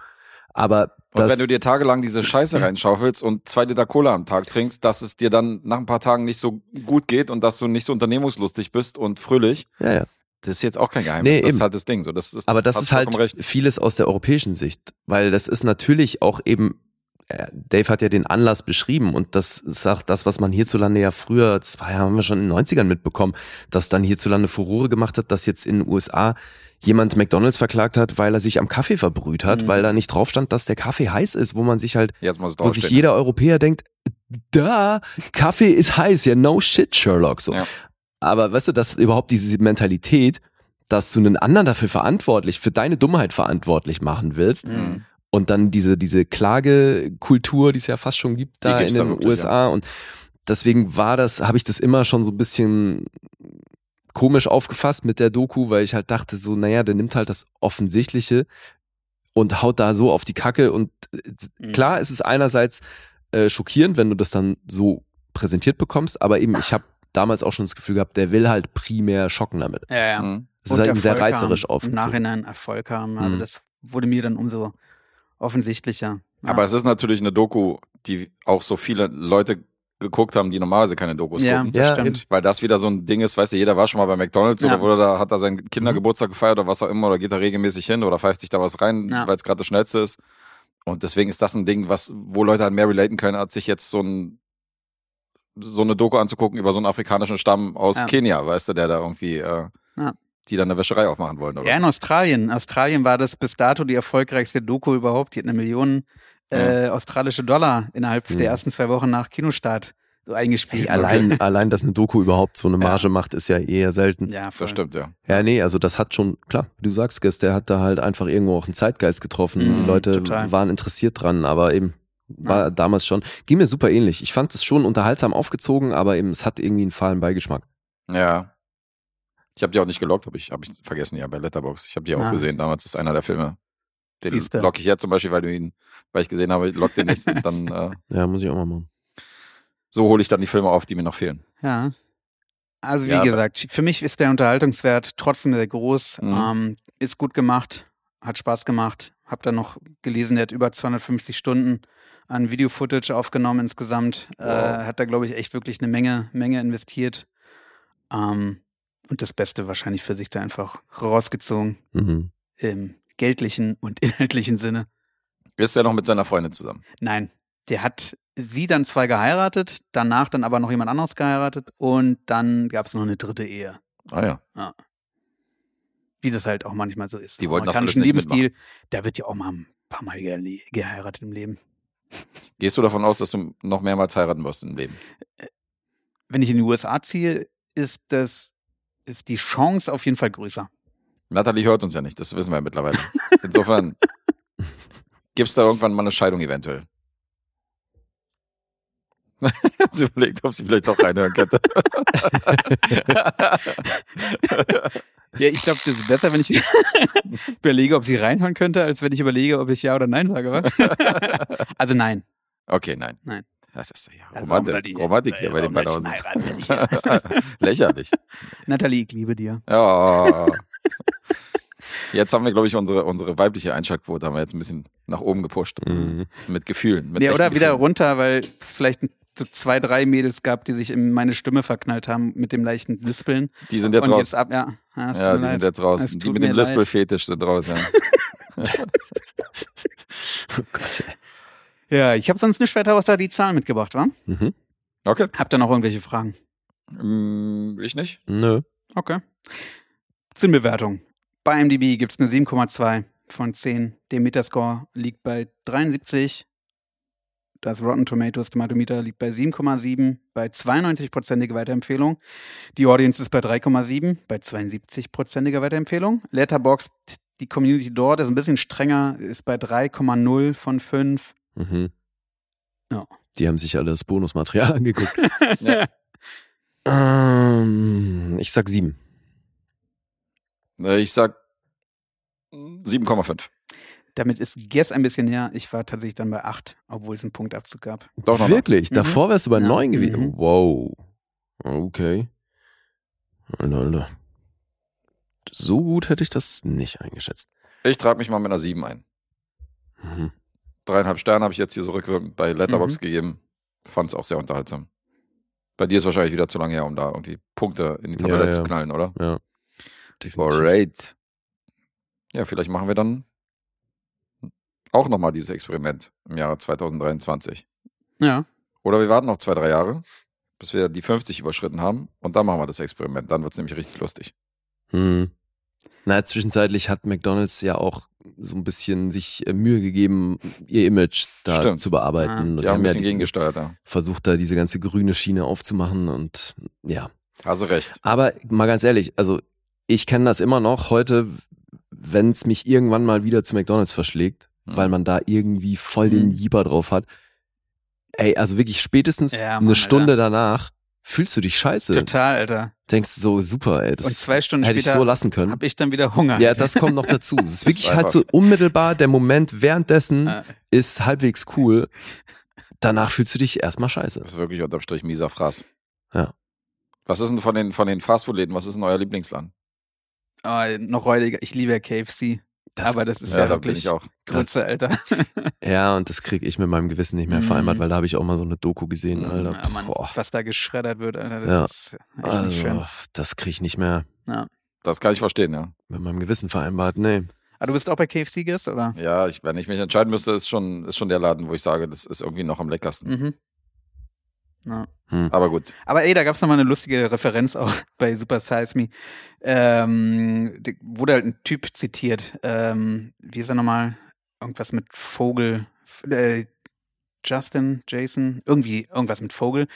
Aber
Und
das, Mhm.
wenn du dir tagelang diese Scheiße reinschaufelst und zwei Liter Cola am Tag trinkst, dass es dir dann nach ein paar Tagen nicht so gut geht und dass du nicht so unternehmungslustig bist und fröhlich,
ja, ja.
das ist jetzt auch kein Geheimnis.
Nee,
das
eben.
ist halt das Ding. So, das ist,
Aber das
hast
ist halt
vollkommen recht.
vieles aus der europäischen Sicht, weil das ist natürlich auch eben, äh, Dave hat ja den Anlass beschrieben und das ist auch das, was man hierzulande ja früher, das war ja, haben wir schon in den 90ern mitbekommen, dass dann hierzulande Furore gemacht hat, dass jetzt in den USA jemand McDonalds verklagt hat, weil er sich am Kaffee verbrüht hat,
Mhm.
weil da nicht drauf stand, dass der Kaffee heiß ist, wo man sich halt,
Jetzt muss es
wo sich
draufstehen.
jeder Europäer denkt, da, Kaffee ist heiß, ja, no shit, Sherlock, so.
Ja.
Aber weißt du, dass überhaupt diese Mentalität, dass du einen anderen dafür verantwortlich, für deine Dummheit verantwortlich machen willst
Mhm.
und dann diese, diese Klagekultur, die es ja fast schon gibt da in
gibt's da
den
wirklich,
USA und deswegen war das, habe ich das immer schon so ein bisschen komisch aufgefasst mit der Doku, weil ich halt dachte so, naja, der nimmt halt das Offensichtliche und haut da so auf die Kacke und äh,
Mhm.
klar ist es einerseits äh, schockierend, wenn du das dann so präsentiert bekommst, aber eben, ich habe damals auch schon das Gefühl gehabt, der will halt primär schocken damit.
Ja, ja.
Mhm.
Es ist halt eben sehr
Erfolg
reißerisch
haben,
auf.
Im Nachhinein Erfolg haben. Also
Mhm.
das wurde mir dann umso offensichtlicher. Ja.
Aber es ist natürlich eine Doku, die auch so viele Leute geguckt haben, die normalerweise keine Dokus
ja,
gucken.
das
Ja,
stimmt.
Weil das wieder so ein Ding ist, weißt du, jeder war schon mal bei McDonalds
Ja. Mhm.
oder wurde da, hat da seinen Kindergeburtstag gefeiert oder was auch immer oder geht da regelmäßig hin oder pfeift sich da was rein,
Ja.
weil es gerade das Schnellste ist. Und deswegen ist das ein Ding, was, wo Leute halt mehr relaten können, als sich jetzt so ein so eine Doku anzugucken über so einen afrikanischen Stamm aus
Ja.
Kenia, weißt du, der da irgendwie, äh,
Ja.
die dann eine Wäscherei aufmachen wollen oder
Ja, in Australien. In Australien war das bis dato die erfolgreichste Doku überhaupt. Die hat eine Million äh, australische Dollar innerhalb
Mhm.
der ersten zwei Wochen nach Kinostart so eingespielt.
Hey, allein, allein, dass eine Doku überhaupt so eine
Ja.
Marge macht, ist ja eher selten. Ja.
Ja,
so.
voll.
Das stimmt, ja.
nee, also das hat schon, klar, wie du sagst, Gess, der hat da halt einfach irgendwo auch einen Zeitgeist getroffen.
Mhm,
die Leute
total.
waren interessiert dran, aber eben war damals schon, ging mir super ähnlich. Ich fand es schon unterhaltsam aufgezogen, aber eben es hat irgendwie einen fahlen Beigeschmack.
Ja. Ich habe die auch nicht gelockt, habe ich, hab ich vergessen, ja, bei Letterbox. Ich habe die auch
Ah.
gesehen damals, ist einer der Filme. Den
Siehste.
lock ich jetzt zum Beispiel, weil du ihn, weil ich gesehen habe, lock den nicht. Und dann, äh,
Ja, muss ich auch mal machen.
so hole ich dann die Filme auf, die mir noch fehlen.
Ja. Also wie
Ja, aber-
gesagt, für mich ist der Unterhaltungswert trotzdem sehr groß,
Mhm.
ähm, ist gut gemacht, hat Spaß gemacht. Hab dann noch gelesen, der hat über 250 Stunden an Video-Footage aufgenommen insgesamt. Äh,
Wow.
hat da, glaube ich, echt wirklich eine Menge, Menge investiert. Ähm, und das Beste wahrscheinlich für sich da einfach rausgezogen
Mhm.
im geldlichen und inhaltlichen Sinne.
Ist er noch mit seiner Freundin zusammen?
Nein, der hat sie dann zwei geheiratet, danach dann aber noch jemand anderes geheiratet und dann gab es noch eine dritte Ehe.
Ah ja.
wie das halt auch manchmal so ist.
Die wollten das
Amerikanischen
alles nicht
Lebensstil, da wird ja auch mal ein paar Mal gele- geheiratet im Leben.
Gehst du davon aus, dass du noch mehrmals heiraten wirst im Leben?
Wenn ich in die USA ziehe, ist das ist die Chance auf jeden Fall größer.
Natalie hört uns ja nicht, das wissen wir ja mittlerweile. Insofern gibt's da irgendwann mal eine Scheidung eventuell. sie überlegt, ob sie vielleicht doch reinhören könnte.
Ja, ich glaube, das ist besser, wenn ich überlege, ob sie reinhören könnte, als wenn ich überlege, ob ich ja oder nein sage. wa? also nein.
Okay, nein.
Nein.
Das ist ja
Also warum soll die-
Romantik, Romantik hier bei den
warum soll
beiden.
ich denn heiraten?
Lächerlich.
Nathalie, ich liebe dir.
Ja. Jetzt haben wir, glaube ich, unsere, unsere weibliche Einschaltquote haben wir jetzt ein bisschen nach oben gepusht.
Mhm.
Mit Gefühlen. Mit
Ja,
echten
oder wieder
Gefühlen.
runter, weil es vielleicht so zwei, drei Mädels gab, die sich in meine Stimme verknallt haben mit dem leichten Lispeln.
Die sind jetzt
und
raus.
jetzt ab, ja. Ja, es tut
ja,
mir
die
leid.
sind jetzt raus.
Es
Die
tut
mit
mir
dem
leid.
Lispel-Fetisch sind raus. Ja.
Oh Gott. ey.
Ja, ich habe sonst nicht weiter außer die Zahlen mitgebracht, wa?
Mhm.
Okay.
Habt ihr noch irgendwelche Fragen?
Mm, Ich nicht.
Nö.
Okay. Zinnbewertung. Bei MDB gibt's eine 7,2 von 10. Der Metascore liegt bei 73. Das Rotten Tomatoes Tomatometer liegt bei 7,7, bei 92-prozentiger Weiterempfehlung. Die Audience ist bei 3,7, bei 72-prozentiger Weiterempfehlung. Letterboxd, die Community dort ist ein bisschen strenger, ist bei 3,0 von 5.
Mhm.
Ja.
Die haben sich alle das Bonusmaterial angeguckt.
Ja.
ähm, ich sag sieben.
Äh, Ich sag 7,5.
Damit ist Guess ein bisschen näher. Ich war tatsächlich dann bei 8, obwohl es einen Punktabzug gab.
Doch, noch.
Wirklich?
Mhm.
Davor wärst du bei
Ja.
neun gewesen.
Mhm.
Wow. Okay. Alter, Alter. So gut hätte ich das nicht eingeschätzt.
Ich trage mich mal mit einer 7 ein.
Mhm.
Dreieinhalb Sterne habe ich jetzt hier so rückwirkend bei Letterbox
Mhm.
gegeben. Fand es auch sehr unterhaltsam. Bei dir ist wahrscheinlich wieder zu lange her, um da irgendwie Punkte in die
Ja,
Tabelle
ja.
zu knallen, oder?
Ja. Definitiv.
Alright. Ja, vielleicht machen wir dann auch nochmal dieses Experiment im Jahre 2023.
Ja.
Oder wir warten noch zwei, drei Jahre, bis wir die 50 überschritten haben und dann machen wir das Experiment. Dann wird es nämlich richtig lustig.
Mhm. Na, zwischenzeitlich hat McDonalds ja auch so ein bisschen sich äh, Mühe gegeben, ihr Image da
Stimmt.
zu bearbeiten. Und
Die haben ein
ja
bisschen
diesen-
gegengesteuert, ja.
versucht da diese ganze grüne Schiene aufzumachen und ja.
Hast du recht.
Aber mal ganz ehrlich, also ich kenne das immer noch heute, wenn es mich irgendwann mal wieder zu McDonalds verschlägt,
Hm.
Mhm.
weil man da irgendwie voll den
Mhm.
Jieber drauf hat. Ey, also wirklich spätestens
Ja, Mann,
eine Stunde danach fühlst du dich scheiße.
Total, Alter.
Denkst so, super, ey,
Und
Äh, das
zwei Stunden
hätte ich
später
so lassen können.
habe ich dann wieder Hunger.
Ja, das kommt noch dazu. Es ist wirklich halt
einfach-
Äh,
so unmittelbar der Moment währenddessen
Ja.
ist halbwegs cool. danach fühlst du dich erstmal scheiße.
Das ist wirklich unterm Strich mieser Fraß.
Ja.
Was ist denn von den, von den Fastfood-Läden, was ist denn euer Lieblingsland?
Ah, noch räudiger. Ich liebe ja KFC.
Das-
aber das ist
ja,
ja,
da bin
wirklich
ich auch.
Grütze, Alter.
Ja, und das kriege ich mit meinem Gewissen nicht mehr
Mhm.
vereinbart, weil da habe ich auch mal so eine Doku gesehen,
Mhm,
Alter.
Ja, Mann,
Boah,
was da geschreddert wird, Alter, das
Ja.
ist echt nicht schön.
also, das kriege ich nicht mehr
Das kann ich verstehen, ja.
mit meinem Gewissen vereinbart. Nee.
Ah, du bist auch bei KFC Gast, oder?
Ja, ich, wenn ich mich entscheiden müsste, ist schon, ist schon der Laden, wo ich sage, das ist irgendwie noch am leckersten.
Mhm.
Hm.
Aber gut.
Aber ey, da gab es nochmal eine lustige Referenz auch bei Super Size Me. Ähm, die- wurde halt ein Typ zitiert. Ähm, wie ist er nochmal? Irgendwas mit Vogel. F- Äh, Justin, Jason, irgendwie irgendwas mit Vogel.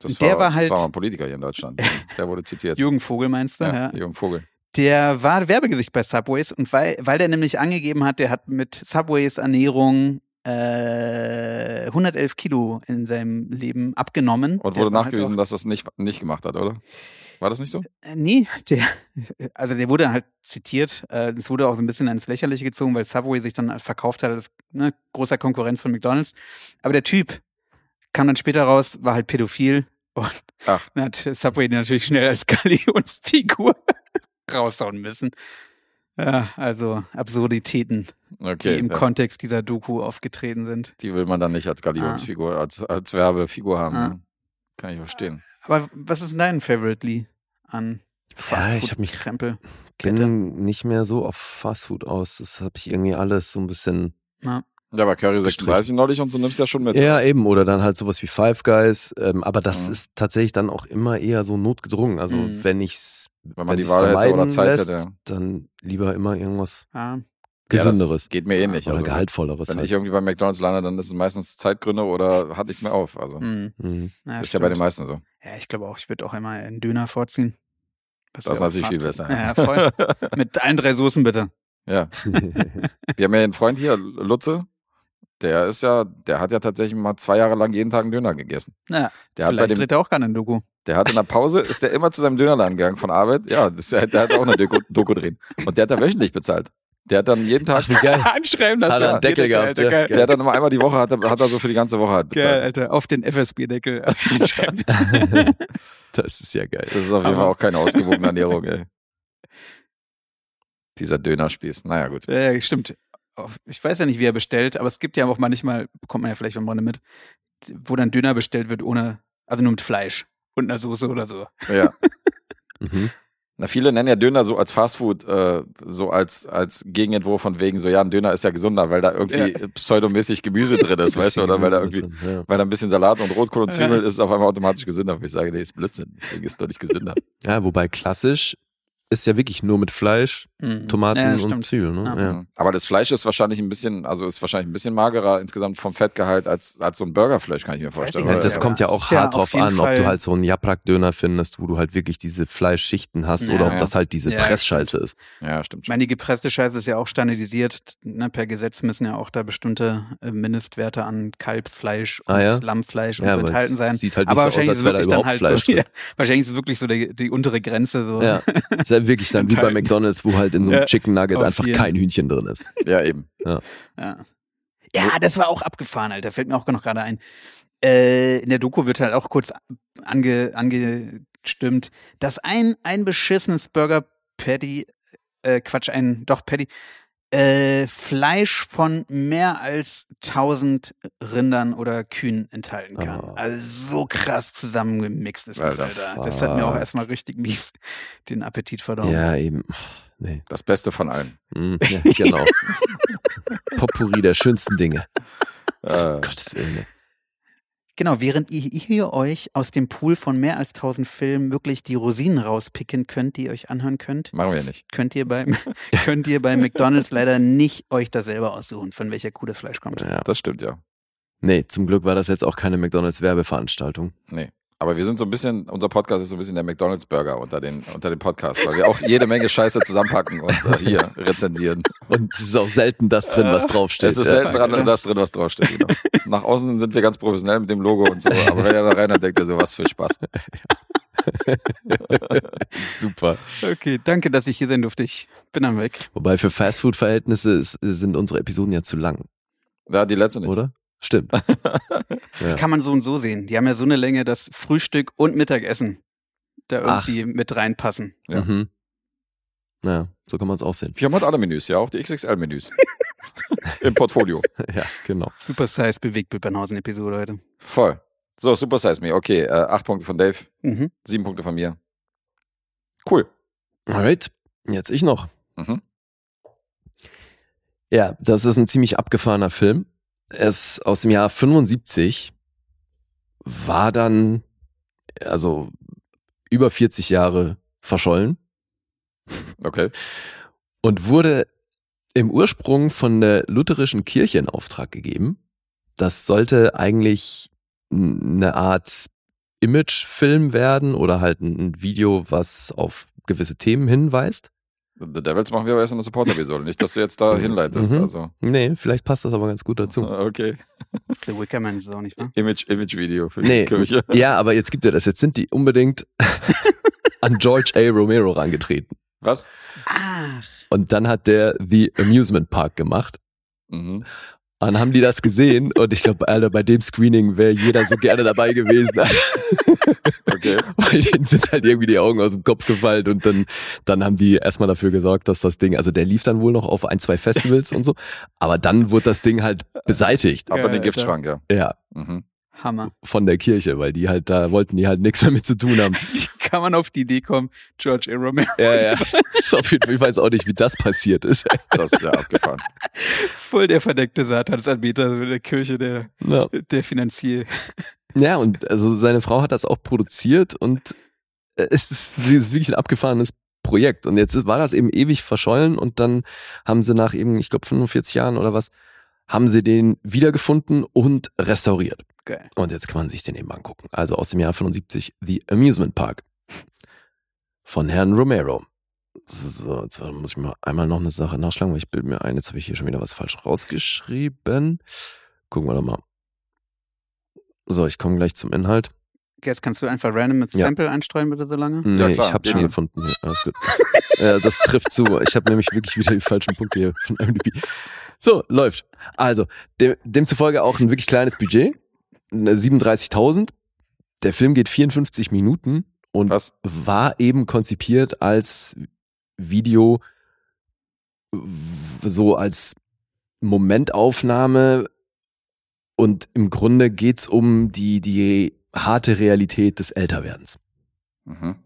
Das
Der war halt-
das war mal ein Politiker hier in Deutschland. Der wurde zitiert.
Jürgen Vogel meinst du?
ja,
Ja.
Jürgen Vogel.
Der war Werbegesicht bei Subways und weil, weil der nämlich angegeben hat, der hat mit Subways Ernährung äh, 111 Kilo in seinem Leben abgenommen.
Und
Der
wurde
war halt
nachgewiesen, dass das nicht, nicht gemacht hat, oder? War das nicht so?
Äh, Nee, der, also der wurde halt zitiert. äh, Es wurde auch so ein bisschen ins Lächerliche gezogen, weil Subway sich dann halt verkauft hat als ne, großer Konkurrent von McDonalds. Aber der Typ kam dann später raus, war halt pädophil und
Ach.
dann hat Subway den natürlich schnell als Galionsfigur raushauen müssen. Ja, also Absurditäten,
Okay.
die im
ja.
Kontext dieser Doku aufgetreten sind.
Die will man dann nicht als Galionsfigur, als, als Werbefigur haben.
Ah.
ne? Kann ich verstehen.
Aber was ist denn dein Favorite Lee an
Ja, ich hab mich-
Krempel? Kette?
Bin nicht mehr so auf Fastfood aus. Das habe ich irgendwie alles so ein bisschen.
Ja, aber Curry
Gestrichen.
36 neulich und so nimmst ja schon mit.
Ja, eben. Oder dann halt sowas wie Five Guys. Ähm, aber das
Mhm.
ist tatsächlich dann auch immer eher so notgedrungen. Also
Mhm.
wenn ich's,
wenn man
wenn
die
ich's
Wahl hätte
vermeiden
oder Zeit
lässt,
hätte. ja.
dann lieber immer irgendwas
Ah,
Ja,
Gesünderes
das geht mir ähnlich.
oder
also,
gehaltvolleres.
Wenn
Halt.
ich irgendwie bei McDonalds lande, dann ist es meistens Zeitgründe oder hat nichts mehr auf. Also
mh,
Mhm.
Hm, ja,
ist ja bei
stimmt.
den meisten so.
Ja, ich glaube auch, ich würde auch immer einen Döner vorziehen. Was
Das ist
wir
natürlich
auch
viel
fast-
besser.
Ja, voll. Mit allen drei Soßen bitte.
ja. Wir haben ja einen Freund hier, Lutze. Der ist ja, der hat ja tatsächlich mal zwei Jahre lang jeden Tag einen Döner gegessen.
Ja,
Der hat, bei
Vielleicht
dem,
dreht er auch gerne ein Doku.
der hat in der Pause, ist der immer zu seinem Dönerladen gegangen von Arbeit. Ja, das, der hat auch eine Doku, Doku drehen. Und der hat da wöchentlich bezahlt. Der hat dann jeden Tag,
Wie geil.
Anschreiben
Hat er einen Deckel gehabt.
Alter,
Ja,
geil.
der hat dann immer einmal die Woche, hat er, hat er so für die ganze Woche halt
Geil,
bezahlt.
Alter. Auf den FSB-Deckel anschreiben.
das ist ja geil.
Das ist auf jeden Fall auch keine ausgewogene Ernährung, ey. Dieser Dönerspieß. Naja, gut.
ja, ja, stimmt. Auf- Ich weiß ja nicht, wie er bestellt, aber es gibt ja auch manchmal, bekommt man ja vielleicht am Rande mit, wo dann Döner bestellt wird ohne, also nur mit Fleisch und einer Soße oder so.
Ja.
Mhm.
Na, viele nennen ja Döner so als Fastfood, äh, so als, als Gegenentwurf von wegen, so ja, ein Döner ist ja gesunder, weil da irgendwie pseudomäßig Gemüse drin ist, weißt du, oder weil da irgendwie,
Ja.
weil da ein bisschen Salat und Rotkohl und
Ja.
Zwiebel ist es auf einmal automatisch gesünder. Aber ich sage, nee, ist Blödsinn, deswegen ist es doch nicht gesünder.
ja, wobei klassisch ist ja wirklich nur mit Fleisch, Tomaten
Mhm. ja,
und
stimmt.
Zwiebeln. Ne?
Ja.
Ja.
Mhm. Aber das Fleisch ist wahrscheinlich ein bisschen, also ist wahrscheinlich ein bisschen magerer insgesamt vom Fettgehalt als, als so ein Burgerfleisch, kann ich mir vorstellen.
Ja,
Ja,
oder?
das
ja.
kommt ja
Das
auch
ist ja
hart
auf
drauf
jeden
an,
Fall-
ob du halt so einen Japrak-Döner findest, wo du halt wirklich diese Fleischschichten hast
Ja.
oder ob
Ja.
das halt diese
Ja,
Pressscheiße ist.
ja, stimmt.
Ich meine, die gepresste Scheiße ist ja auch standardisiert. Ne? Per Gesetz müssen ja auch da bestimmte äh, Mindestwerte an Kalbsfleisch und
Ah, ja?
Lammfleisch und
Ja,
so
aber
enthalten
es
sein.
sieht halt nicht
Aber
so aus,
wahrscheinlich
als
ist
wäre da
wirklich dann
überhaupt
halt
Fleisch
so,
drin.
ja, wahrscheinlich ist wirklich so die, die untere Grenze so.
Ja. Ist ja wirklich dann wie bei
Enthalten.
McDonalds, wo halt in so einem
Ja,
Chicken Nugget
auf
einfach
jeden.
kein Hühnchen drin ist.
Ja, eben.
Ja. ja, das war auch abgefahren, Alter. Fällt mir auch noch gerade ein. Äh, in der Doku wird halt auch kurz ange, angestimmt, dass ein, ein beschissenes Burger Patty, äh, Quatsch, ein, doch Patty, äh, Fleisch von mehr als 1000 Rindern oder Kühen enthalten kann.
Ah.
Also so krass zusammengemixt ist das,
Alter,
Alter. Das hat mir auch
fuck.
erstmal richtig mies den Appetit verdorben.
Ja, eben. Nee.
Das Beste von allen.
Mm, ja, genau. Potpourri der schönsten Dinge.
Äh,
Gottes Willen.
Genau, während ihr hier euch aus dem Pool von mehr als 1000 Filmen wirklich die Rosinen rauspicken könnt, die ihr euch anhören könnt,
machen wir nicht.
könnt ihr bei, könnt ihr bei McDonalds leider nicht euch das selber aussuchen, von welcher Kuh das Fleisch kommt.
Ja.
Das stimmt, ja.
Nee, zum Glück war das jetzt auch keine McDonalds-Werbeveranstaltung.
Nee. Aber wir sind so ein bisschen, unser Podcast ist so ein bisschen der McDonalds Burger unter den, unter den Podcasts, weil wir auch jede Menge Scheiße zusammenpacken und äh, hier rezensieren.
Und es ist auch selten das drin, was draufsteht.
Äh, Es ist
ja.
selten dran, das drin, was draufsteht. Genau. Nach außen sind wir ganz professionell mit dem Logo und so, aber wenn er da rein hat, denkt er so, was für Spaß.
Super.
Okay, danke, dass ich hier sein durfte. Ich bin dann weg.
Wobei für Fastfood-Verhältnisse ist- sind unsere Episoden ja zu lang,
Ja, die letzte nicht.
oder? Stimmt. ja.
Kann man so und so sehen. Die haben ja so eine Länge, dass Frühstück und Mittagessen da
Ach.
irgendwie mit reinpassen.
Ja.
Mhm. Ja, so kann man es auch sehen.
Wir haben halt alle Menüs, ja, auch die XXL-Menüs. Im Portfolio.
Ja, genau.
Super Size bewegt Bildbernhausen-Episode heute.
Voll. So, Super Size Me. Okay, äh, acht Punkte von Dave,
Mhm.
sieben Punkte von mir. Cool.
Alright, jetzt ich noch.
Mhm.
Ja, das ist ein ziemlich abgefahrener Film. Er ist aus dem Jahr 75, war dann also über 40 Jahre verschollen
Okay.
und wurde im Ursprung von der lutherischen Kirche in Auftrag gegeben. Das sollte eigentlich n- eine Art Imagefilm werden oder halt ein ein Video, was auf gewisse Themen hinweist.
The Devils machen wir aber erst in der Support-Episode. Nicht, dass du jetzt da
Mhm.
hinleitest.
Mhm.
Also.
Nee, vielleicht passt das aber ganz gut dazu.
Okay.
The Wickerman ist es auch nicht ne? wahr?
Image- Image-Video für
Nee.
die Kirche.
Ja, aber jetzt gibt ja das. Jetzt sind die unbedingt an George A. Romero rangetreten.
Was?
Ach.
Und dann hat der The Amusement Park gemacht.
Mhm.
Und dann haben die das gesehen und ich glaube, Alter, bei dem Screening wäre jeder so gerne dabei gewesen.
Okay.
Weil denen sind halt irgendwie die Augen aus dem Kopf gefallen und dann, dann haben die erstmal dafür gesorgt, dass das Ding, also der lief dann wohl noch auf ein, zwei Festivals und so, aber dann wurde das Ding halt beseitigt,
Ab in
Alter.
den Giftschrank, ja.
ja,
Mhm.
Hammer.
von der Kirche, weil die halt, da wollten die halt nichts mehr mit zu tun haben.
Wie kann man auf die Idee kommen, George A. Romero
Ja, ja. Ist auf jeden Fall, ich weiß auch nicht, wie das passiert ist.
Das ist ja abgefahren.
voll der verdeckte Satansanbieter so der Kirche, der,
Ja.
der Finanzier.
Ja, und also seine Frau hat das auch produziert und äh, es ist, es ist wirklich ein abgefahrenes Projekt. Und jetzt ist, war das eben ewig verschollen und dann haben sie nach eben, ich glaube, 45 Jahren oder was, haben sie den wiedergefunden und restauriert.
Geil.
Und jetzt kann man sich den eben angucken. Also aus dem Jahr 75, The Amusement Park von Herrn Romero. So, jetzt muss ich mal einmal noch eine Sache nachschlagen, weil ich bilde mir ein, jetzt habe ich hier schon wieder was falsch rausgeschrieben. Gucken wir doch mal. So, ich komme gleich zum Inhalt.
Jetzt kannst du einfach random mit
Ja.
Sample einstreuen, bitte so lange?
Nee,
Ja, klar,
ich habe
den
schon
nehmen.
gefunden. Hier, Alles gut. äh, das trifft zu. Ich habe nämlich wirklich wieder die falschen Punkte hier von IMDb. So, läuft. Also, dem, demzufolge auch ein wirklich kleines Budget. Ne, 37.000. Der Film geht 54 Minuten und
Was?
war eben konzipiert als Video, w- so als Momentaufnahme. Und im Grunde geht's um die, die harte Realität des Älterwerdens.
Mhm.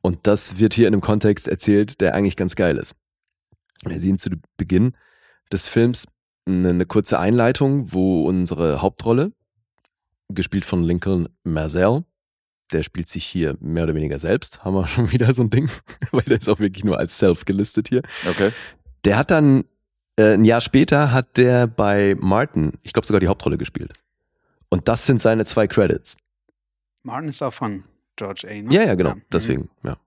Und das wird hier in einem Kontext erzählt, der eigentlich ganz geil ist. Wir sehen zu Beginn des Films eine, eine kurze Einleitung, wo unsere Hauptrolle, gespielt von Lincoln Marcel, der spielt sich hier mehr oder weniger selbst, haben wir schon wieder so ein Ding, weil der ist auch wirklich nur als Self gelistet hier.
Okay.
Der hat dann, äh, ein Jahr später hat der bei Martin, ich glaube sogar die Hauptrolle gespielt. Und das sind seine zwei Credits.
Martin ist auch von George A. Ne?
Ja, ja, genau.
Mhm.
Deswegen, ja.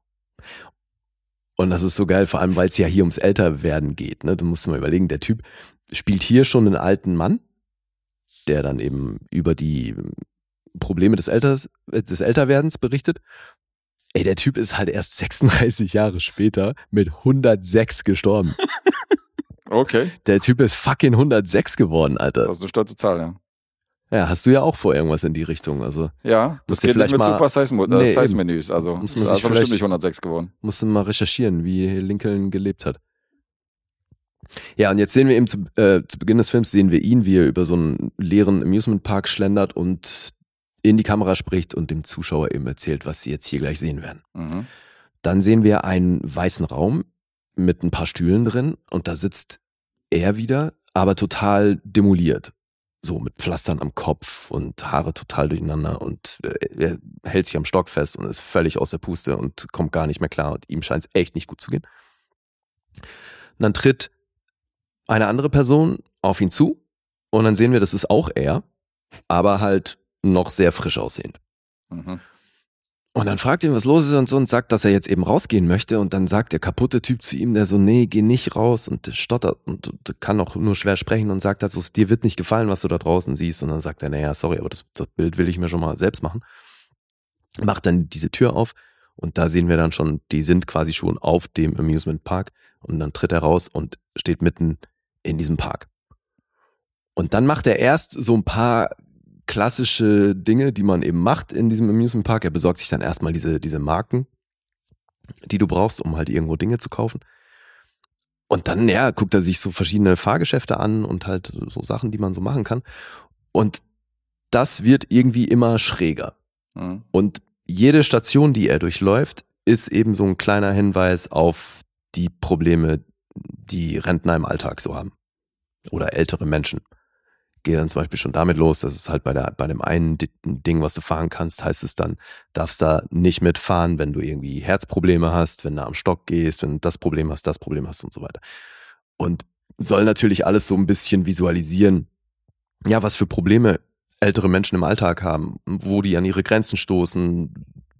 Und das ist so geil, vor allem, weil es ja hier ums Älterwerden geht. Ne? Du musst mal überlegen, der Typ spielt hier schon einen alten Mann, der dann eben über die Probleme des, Alters, äh, des Älterwerdens berichtet. Ey, der Typ ist halt erst 36 Jahre später mit 106 gestorben.
Okay.
Der Typ ist fucking 106 geworden, Alter.
Das ist eine stolze Zahl, ja.
Ja, hast du ja auch vor irgendwas in die Richtung. Also
Ja, das
Musst dir
geht nicht
vielleicht
mit
mal-
Super Size, Mo-
Nee,
äh, Size Menüs. Also,
Muss man
Muss
sich
man da ist er bestimmt
vielleicht-
nicht 106 geworden.
musst du mal recherchieren, wie Lincoln gelebt hat. Ja, und jetzt sehen wir eben zu, äh, zu Beginn des Films, sehen wir ihn, wie er über so einen leeren Amusement Park schlendert und in die Kamera spricht und dem Zuschauer eben erzählt, was sie jetzt hier gleich sehen werden.
Mhm.
Dann sehen wir einen weißen Raum mit ein paar Stühlen drin und da sitzt er wieder, aber total demoliert. So mit Pflastern am Kopf und Haare total durcheinander und äh, er hält sich am Stock fest und ist völlig aus der Puste und kommt gar nicht mehr klar und ihm scheint es echt nicht gut zu gehen. Und dann tritt eine andere Person auf ihn zu und dann sehen wir, das ist auch er, aber halt noch sehr frisch aussehend.
Mhm.
Und dann fragt ihn, was los ist und so und sagt, dass er jetzt eben rausgehen möchte. Und dann sagt der kaputte Typ zu ihm, der so, nee, geh nicht raus und der stottert und und kann auch nur schwer sprechen und sagt, also, dir wird nicht gefallen, was du da draußen siehst. Und dann sagt er, naja, sorry, aber das, das Bild will ich mir schon mal selbst machen. Macht dann diese Tür auf und da sehen wir dann schon, die sind quasi schon auf dem Amusement Park. Und dann tritt er raus und steht mitten in diesem Park. Und dann macht er erst so ein paar klassische Dinge, die man eben macht in diesem Amusement Park. Er besorgt sich dann erstmal diese, diese Marken, die du brauchst, um halt irgendwo Dinge zu kaufen. Und dann, ja, guckt er sich so verschiedene Fahrgeschäfte an und halt so Sachen, die man so machen kann. Und das wird irgendwie immer schräger.
Mhm.
Und jede Station, die er durchläuft, ist eben so ein kleiner Hinweis auf die Probleme, die Rentner im Alltag so haben. Oder ältere Menschen. Geht dann zum Beispiel schon damit los, dass es halt bei, der, bei dem einen Di- Ding, was du fahren kannst, heißt es dann, darfst da nicht mitfahren, wenn du irgendwie Herzprobleme hast, wenn du am Stock gehst, wenn du das Problem hast, das Problem hast und so weiter. Und soll natürlich alles so ein bisschen visualisieren, ja, was für Probleme ältere Menschen im Alltag haben, wo die an ihre Grenzen stoßen,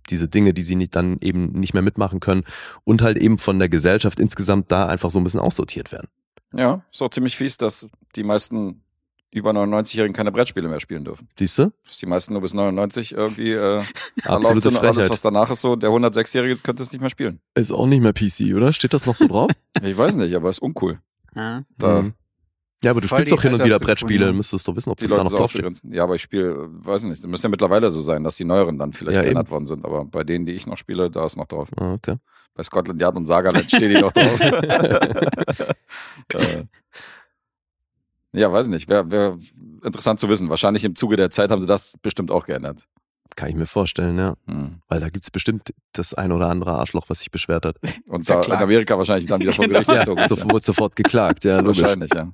diese Dinge, die sie nicht, dann eben nicht mehr mitmachen können und halt eben von der Gesellschaft insgesamt da einfach so ein bisschen aussortiert werden.
Ja, ist auch ziemlich fies, dass die meisten über 99-Jährigen keine Brettspiele mehr spielen dürfen.
Siehst du?
Dass die meisten nur bis 99 irgendwie äh, erlaubt
Absolute
sind und alles,
Frechheit.
was danach ist, so der 106-Jährige könnte es nicht mehr spielen.
Ist auch nicht mehr PC, oder? Steht das noch so drauf?
Ich weiß nicht, aber ist uncool.
Ja.
Da
Mhm. Ja, aber du
Voll
spielst
die
doch hin und wieder
Altersdiskriminierung.
Brettspiele, dann müsstest du wissen, ob
die
das da
Leute
noch
so
draufsteht.
ausgegrenzt sind. Ja, aber ich spiele, äh, weiß nicht, das müssen ja mittlerweile so sein, dass die neueren dann vielleicht
Ja, eben.
geändert worden sind, aber bei denen, die ich noch spiele, da ist noch drauf.
Ah, Okay.
Bei Scotland Yard und Sagaland stehen die noch drauf. äh, ja, weiß nicht. Wäre wär interessant zu wissen. Wahrscheinlich im Zuge der Zeit haben sie das bestimmt auch geändert.
Kann ich mir vorstellen, ja.
Hm.
Weil da gibt's bestimmt das ein oder andere Arschloch, was sich beschwert hat.
Und da in
Verklagt.
Amerika wahrscheinlich dann wieder vor Gericht
Genau. Ja,
gezogen. ist,
so, wurde sofort geklagt, ja,
ja.
logisch.
Wahrscheinlich, ja.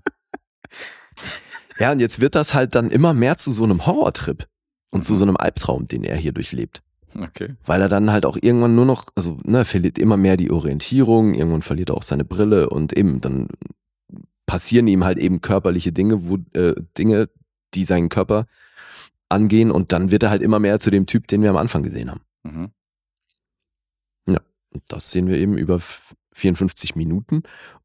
Ja, und jetzt wird das halt dann immer mehr zu so einem Horrortrip und zu so einem Albtraum, den er hier durchlebt.
Okay.
weil er dann halt auch irgendwann nur noch, also ne, verliert immer mehr die Orientierung, irgendwann verliert er auch seine Brille und eben dann passieren ihm halt eben körperliche Dinge, wo, äh, Dinge, die seinen Körper angehen und dann wird er halt immer mehr zu dem Typ, den wir am Anfang gesehen haben.
Mhm.
Und das sehen wir eben über f- 54 Minuten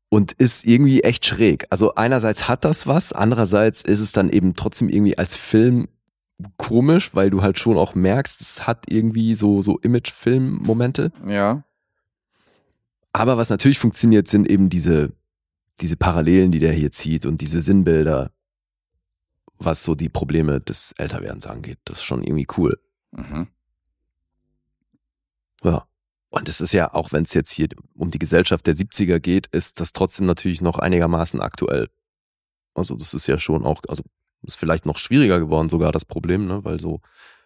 und ist irgendwie echt schräg. Also einerseits hat das was, andererseits ist es dann eben trotzdem irgendwie als Film komisch, weil du halt schon auch merkst, es hat irgendwie so so Image-Film-Momente.
Ja.
Aber was natürlich funktioniert, sind eben diese, diese Parallelen, die der hier zieht und diese Sinnbilder, was so die Probleme des Älterwerdens angeht. Das ist schon irgendwie cool.
Mhm.
Ja. Und es ist ja, auch wenn es jetzt hier um die Gesellschaft der 70er geht, ist das trotzdem natürlich noch einigermaßen aktuell. Also, das ist ja schon auch, also ist vielleicht noch schwieriger geworden, sogar das Problem, ne? Weil so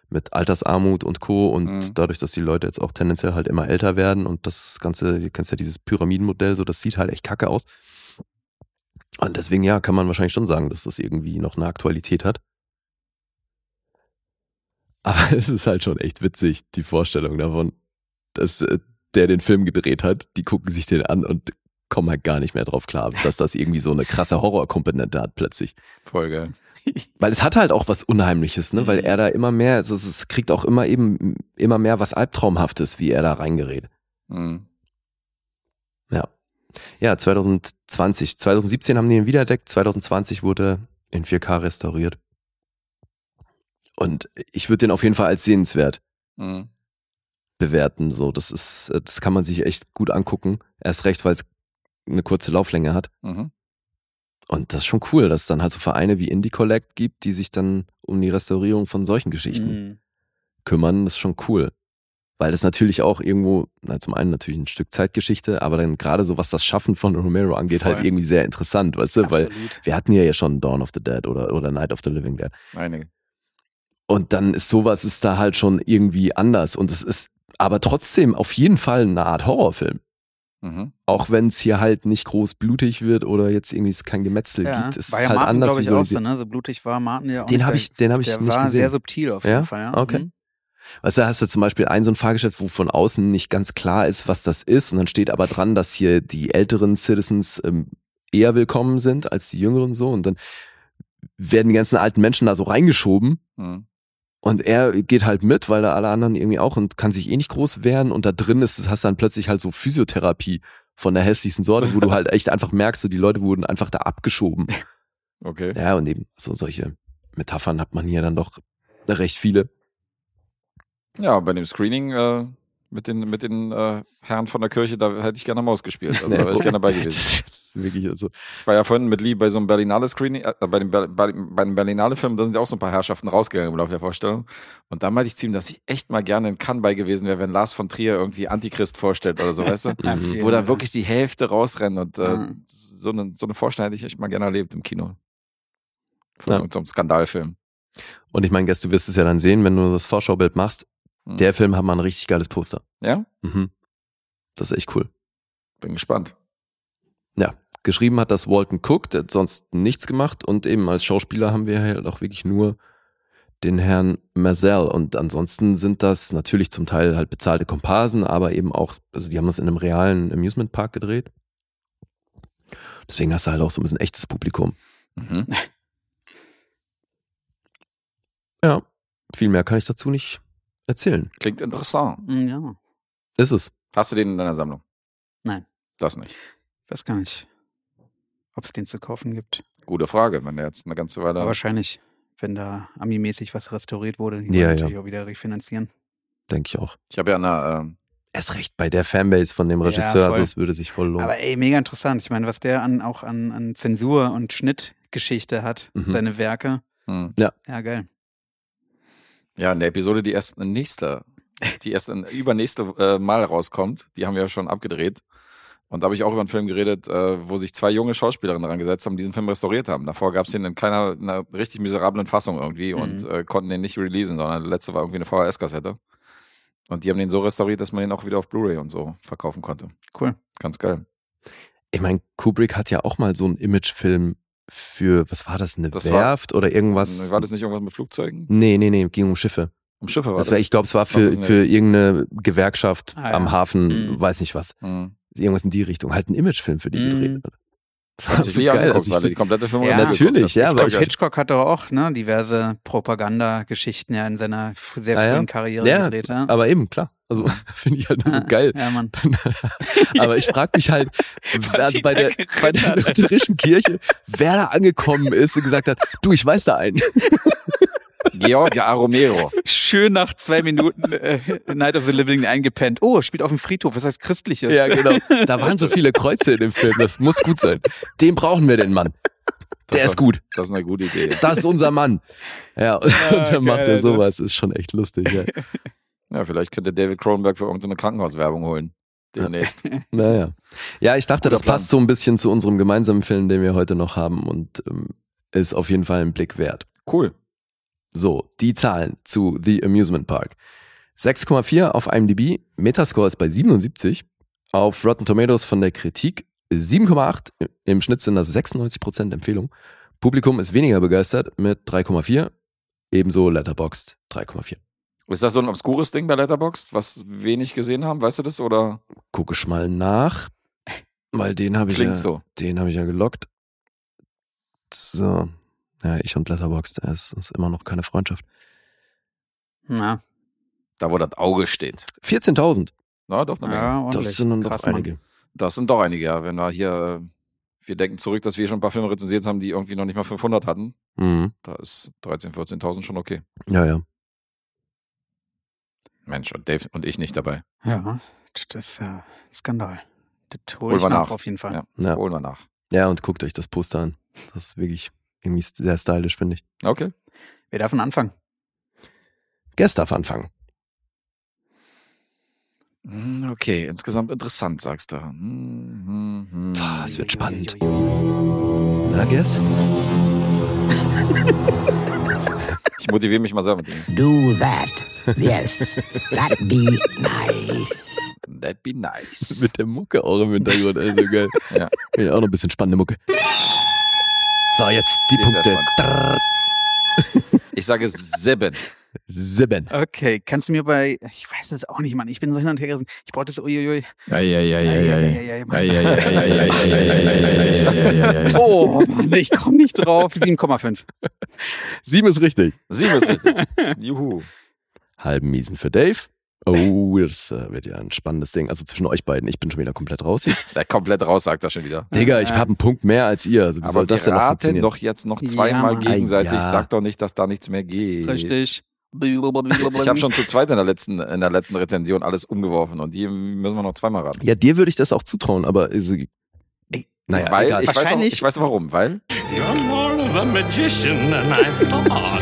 mit Altersarmut und Co. und
Mhm.
dadurch, dass die Leute jetzt auch tendenziell halt immer älter werden und das Ganze, du kennst ja dieses Pyramidenmodell, so das sieht halt echt kacke aus. Und deswegen, ja, kann man wahrscheinlich schon sagen, dass das irgendwie noch eine Aktualität hat. Aber es ist halt schon echt witzig, die Vorstellung davon, dass äh, der den Film gedreht hat, die gucken sich den an und kommen halt gar nicht mehr drauf klar, dass das irgendwie so eine krasse Horrorkomponente hat plötzlich.
Voll geil.
Weil es hat halt auch was Unheimliches, ne? Weil er da immer mehr, also es- es kriegt auch immer eben immer mehr was Albtraumhaftes, wie er da reingerät.
Mhm.
Ja, 2020, 2017 haben die ihn wiederentdeckt, 2020 wurde er in 4K restauriert. Und ich würde den auf jeden Fall als sehenswert
Mhm.
bewerten. So, das ist, äh, das kann man sich echt gut angucken. Erst recht, weil es eine kurze Lauflänge hat.
Mhm.
Und das ist schon cool, dass es dann halt so Vereine wie Indie Collect gibt, die sich dann um die Restaurierung von solchen Geschichten
Mhm.
kümmern. Das ist schon cool. Weil das natürlich auch irgendwo, na, zum einen natürlich ein Stück Zeitgeschichte, aber dann gerade so, was das Schaffen von Romero angeht,
Voll.
halt irgendwie sehr interessant, weißt du? Weil
Absolut.
wir hatten ja ja schon Dawn of the Dead oder, oder Night of the Living Dead.
Einige.
Und dann ist sowas ist da halt schon irgendwie anders. Und es ist aber trotzdem auf jeden Fall eine Art Horrorfilm.
Mhm.
Auch wenn es hier halt nicht groß blutig wird oder jetzt irgendwie es kein Gemetzel
Ja.
gibt, ist
war
es
ja
halt
Martin,
anders
glaube ich, auch so,
visualisiert.
ne? So blutig war Martin ja auch
Den
nicht.
habe
Der-
ich, den habe ich
Der
nicht
war
gesehen.
sehr subtil auf
Ja?
jeden Fall. Ja?
Okay.
Mhm.
Weißt du, da hast du zum Beispiel ein so ein Fahrgeschäft, wo von außen nicht ganz klar ist, was das ist. Und dann steht aber dran, dass hier die älteren Citizens ähm, eher willkommen sind als die jüngeren so. Und dann werden die ganzen alten Menschen da so reingeschoben.
Mhm.
Und er geht halt mit, weil da alle anderen irgendwie auch und kann sich eh nicht groß wehren. Und da drin ist, das hast du dann plötzlich halt so Physiotherapie von der hässlichsten Sorte, wo du halt echt einfach merkst, so die Leute wurden einfach da abgeschoben.
Okay.
Ja, und eben so solche Metaphern hat man hier dann doch recht viele.
Ja, bei dem Screening äh, mit den, mit den äh, Herren von der Kirche, da hätte ich gerne Maus gespielt. Also da wäre ich gerne dabei gewesen.
Das ist ist wirklich, also,
Ich war ja vorhin mit Lee bei so einem Berlinale-Screening, äh, bei dem, Ber- bei, bei dem Berlinale-Film, da sind ja auch so ein paar Herrschaften rausgegangen im Laufe der Vorstellung. Und da meinte ich zu ihm, dass ich echt mal gerne in Cannes bei gewesen wäre, wenn Lars von Trier irgendwie Antichrist vorstellt oder so, weißt du?
Mhm.
Wo da wirklich die Hälfte rausrennen und äh,
Ah.
so, eine, so eine Vorstellung hätte ich echt mal gerne erlebt im Kino. Von
Ja.
irgendeinem Skandalfilm.
und ich meine, Gast, du wirst es ja dann sehen, wenn du das Vorschaubild machst.
Mhm.
Der Film hat mal ein richtig geiles Poster.
Ja?
Mhm. Das ist echt cool.
Bin gespannt.
Geschrieben hat das Walton Cook, der hat sonst nichts gemacht und eben als Schauspieler haben wir halt auch wirklich nur den Herrn Mazel und ansonsten sind das natürlich zum Teil halt bezahlte Komparsen, aber eben auch, also die haben das in einem realen Amusement Park gedreht. Deswegen hast du halt auch so ein bisschen echtes Publikum.
Mhm.
Ja, viel mehr kann ich dazu nicht erzählen.
Klingt interessant.
Hm, Ja,
Ist es.
Hast du den in deiner Sammlung?
Nein.
Das nicht.
weiß gar nicht, ob es den zu kaufen gibt.
Gute Frage, wenn der jetzt eine ganze Weile.
Aber wahrscheinlich, wenn da Ami-mäßig was restauriert wurde, die wollen
Ja, ja.
natürlich auch wieder refinanzieren.
Denke ich auch.
ich habe ja eine. ähm,
Erst recht bei der Fanbase von dem
Ja,
Regisseur, also
voll.
es würde sich voll lohnen.
Aber ey, mega interessant. Ich meine, was der an, auch an, an Zensur und Schnittgeschichte hat,
Mhm.
seine Werke.
hm.
Ja, geil.
Ja, in der Episode, die erst in nächster, die erst in übernächste äh, Mal rauskommt, die haben wir ja schon abgedreht. Und da habe ich auch über einen Film geredet, äh, wo sich zwei junge Schauspielerinnen rangesetzt haben, die diesen Film restauriert haben. Davor gab es den in keiner einer richtig miserablen Fassung irgendwie und
Mhm.
äh, konnten den nicht releasen, sondern der letzte war irgendwie eine VHS-Kassette. Und die haben den so restauriert, dass man den auch wieder auf Blu-ray und so verkaufen konnte.
Cool.
Ganz geil.
ich meine, Kubrick hat ja auch mal so einen Imagefilm für, was war das, eine
Das war-
Werft oder irgendwas?
War das nicht irgendwas mit Flugzeugen?
nee, nee, nee, ging um Schiffe.
Um Schiffe war
Das
das?
war, ich glaube, es war
War
für,
das nicht?
für irgendeine Gewerkschaft
Ah, ja.
am Hafen,
Mhm.
weiß nicht was.
Mhm.
Irgendwas in die Richtung. Halt ein Imagefilm für die
Mhm.
gedreht. Das war
Hat sich
so
Lea
geil.
angeguckt,
Also ich
weil er die
find,
komplette Film
Ja,
natürlich, ja, aber
ich
Hitchcock,
glaub,
ich
ja.
hätte-
Hitchcock hat doch auch ne, diverse Propagandageschichten ja in seiner f- sehr
Ah, ja.
frühen Karriere
Ja,
gedreht. Ja, Mhm. Ah.
aber eben, klar. Also finde ich halt nur so
Ja,
geil.
Ja, Mann.
aber ich frage mich halt, also
die
bei
da
der, bei der
gerendert hat.
lutherischen Kirche, wer da angekommen ist und gesagt hat, du, ich weiß da einen.
Georg Aromero.
Schön nach zwei Minuten äh, Night of the Living eingepennt. Oh, spielt auf dem Friedhof, was heißt Christliches?
Ja, genau. Da waren so viele Kreuze in dem Film. Das muss gut sein. Den brauchen wir, den Mann.
Das
Der
war-
ist gut.
Das ist eine gute Idee.
Das ist unser Mann. Ja, und
Ja,
dann macht
Ah, geil,
er sowas. Ist schon echt lustig. Ja.
Ja, vielleicht könnte David Cronenberg für irgendeine Krankenhauswerbung holen. Demnächst.
Naja. Ja, ich dachte,
Guter
das passt so ein bisschen zu unserem gemeinsamen Film, den wir heute noch haben und ähm, ist auf jeden Fall ein Blick wert.
cool.
So, die Zahlen zu The Amusement Park. 6,4 auf IMDb, Metascore ist bei 77, auf Rotten Tomatoes von der Kritik 7,8, im Schnitt sind das 96% Empfehlung. Publikum ist weniger begeistert mit 3,4, ebenso Letterboxd 3,4.
Ist das so ein obskures Ding bei Letterboxd, was wenig gesehen haben? Weißt du das? Oder
Gucke ich mal nach, weil den habe ich
klingt
ja,
so?
den habe ich ja gelockt. So, ja, ich und Letterboxd, es ist immer noch keine Freundschaft.
Na,
Da, wo das Auge steht.
14.000,
Na, doch, eine Menge.
Ah.
ja, ordentlich.
das sind dann doch
Krass, Mann.
einige.
Das sind doch einige, ja. Wenn wir hier, äh, wir denken zurück, dass wir schon ein paar Filme rezensiert haben, die irgendwie noch nicht mal 500 hatten.
Mhm.
Da ist 13.000, 14.000 schon okay.
Ja, ja.
Mensch, und Dave und ich nicht dabei.
Ja, das ist äh, ein Skandal. Das hole
Holen
ich
wir
nach,
nach.
auf jeden Fall.
Ja.
ja.
Holen wir nach.
Ja, und guckt euch das Poster an. Das ist wirklich irgendwie sehr stylisch, finde ich.
Okay.
Wer darf denn anfangen?
Guest darf anfangen.
Hm, Okay, insgesamt interessant, sagst du. Hm, hm, hm.
Das Ah, wird spannend. Na, Guess?
Ich motiviere mich mal selber mit dem.
Do that. Yes. That'd be nice.
That'd be nice.
Mit der Mucke auch im Hintergrund, also geil.
Ja.
ja. Auch noch ein bisschen spannende Mucke. So, jetzt die
Die ist
Punkte. Drrr,
Ich sage sieben.
Sieben.
Okay, kannst du mir bei, ich weiß es auch nicht, Mann, ich bin so hin und her gerissen. Ich brauche das Uiuiui. Oh, Mann, ich komme nicht drauf. 7,5.
Sieben ist richtig.
Sieben ist richtig. Juhu.
Halben Miesen für Dave. Oh, das äh, wird ja ein spannendes Ding. Also zwischen euch beiden, ich bin schon wieder komplett raus. hier.
Der komplett raus sagt er schon wieder.
Digga, ich habe einen Punkt mehr als ihr. Also wie soll
Aber
das
das wir
denn noch
raten
funktionieren?
doch jetzt noch zweimal
Ja, Mann.
gegenseitig.
Ah, ja.
Sag doch nicht, dass da nichts mehr geht.
Richtig.
Ich habe schon zu zweit in der letzten, in der letzten Rezension alles umgeworfen und die müssen wir noch zweimal raten.
Ja, dir würde ich das auch zutrauen, aber also,
Ey,
äh, Naja,
weil,
egal.
ich weiß, auch,
Wahrscheinlich-
ich weiß auch warum, weil.
You're more of a magician than I thought.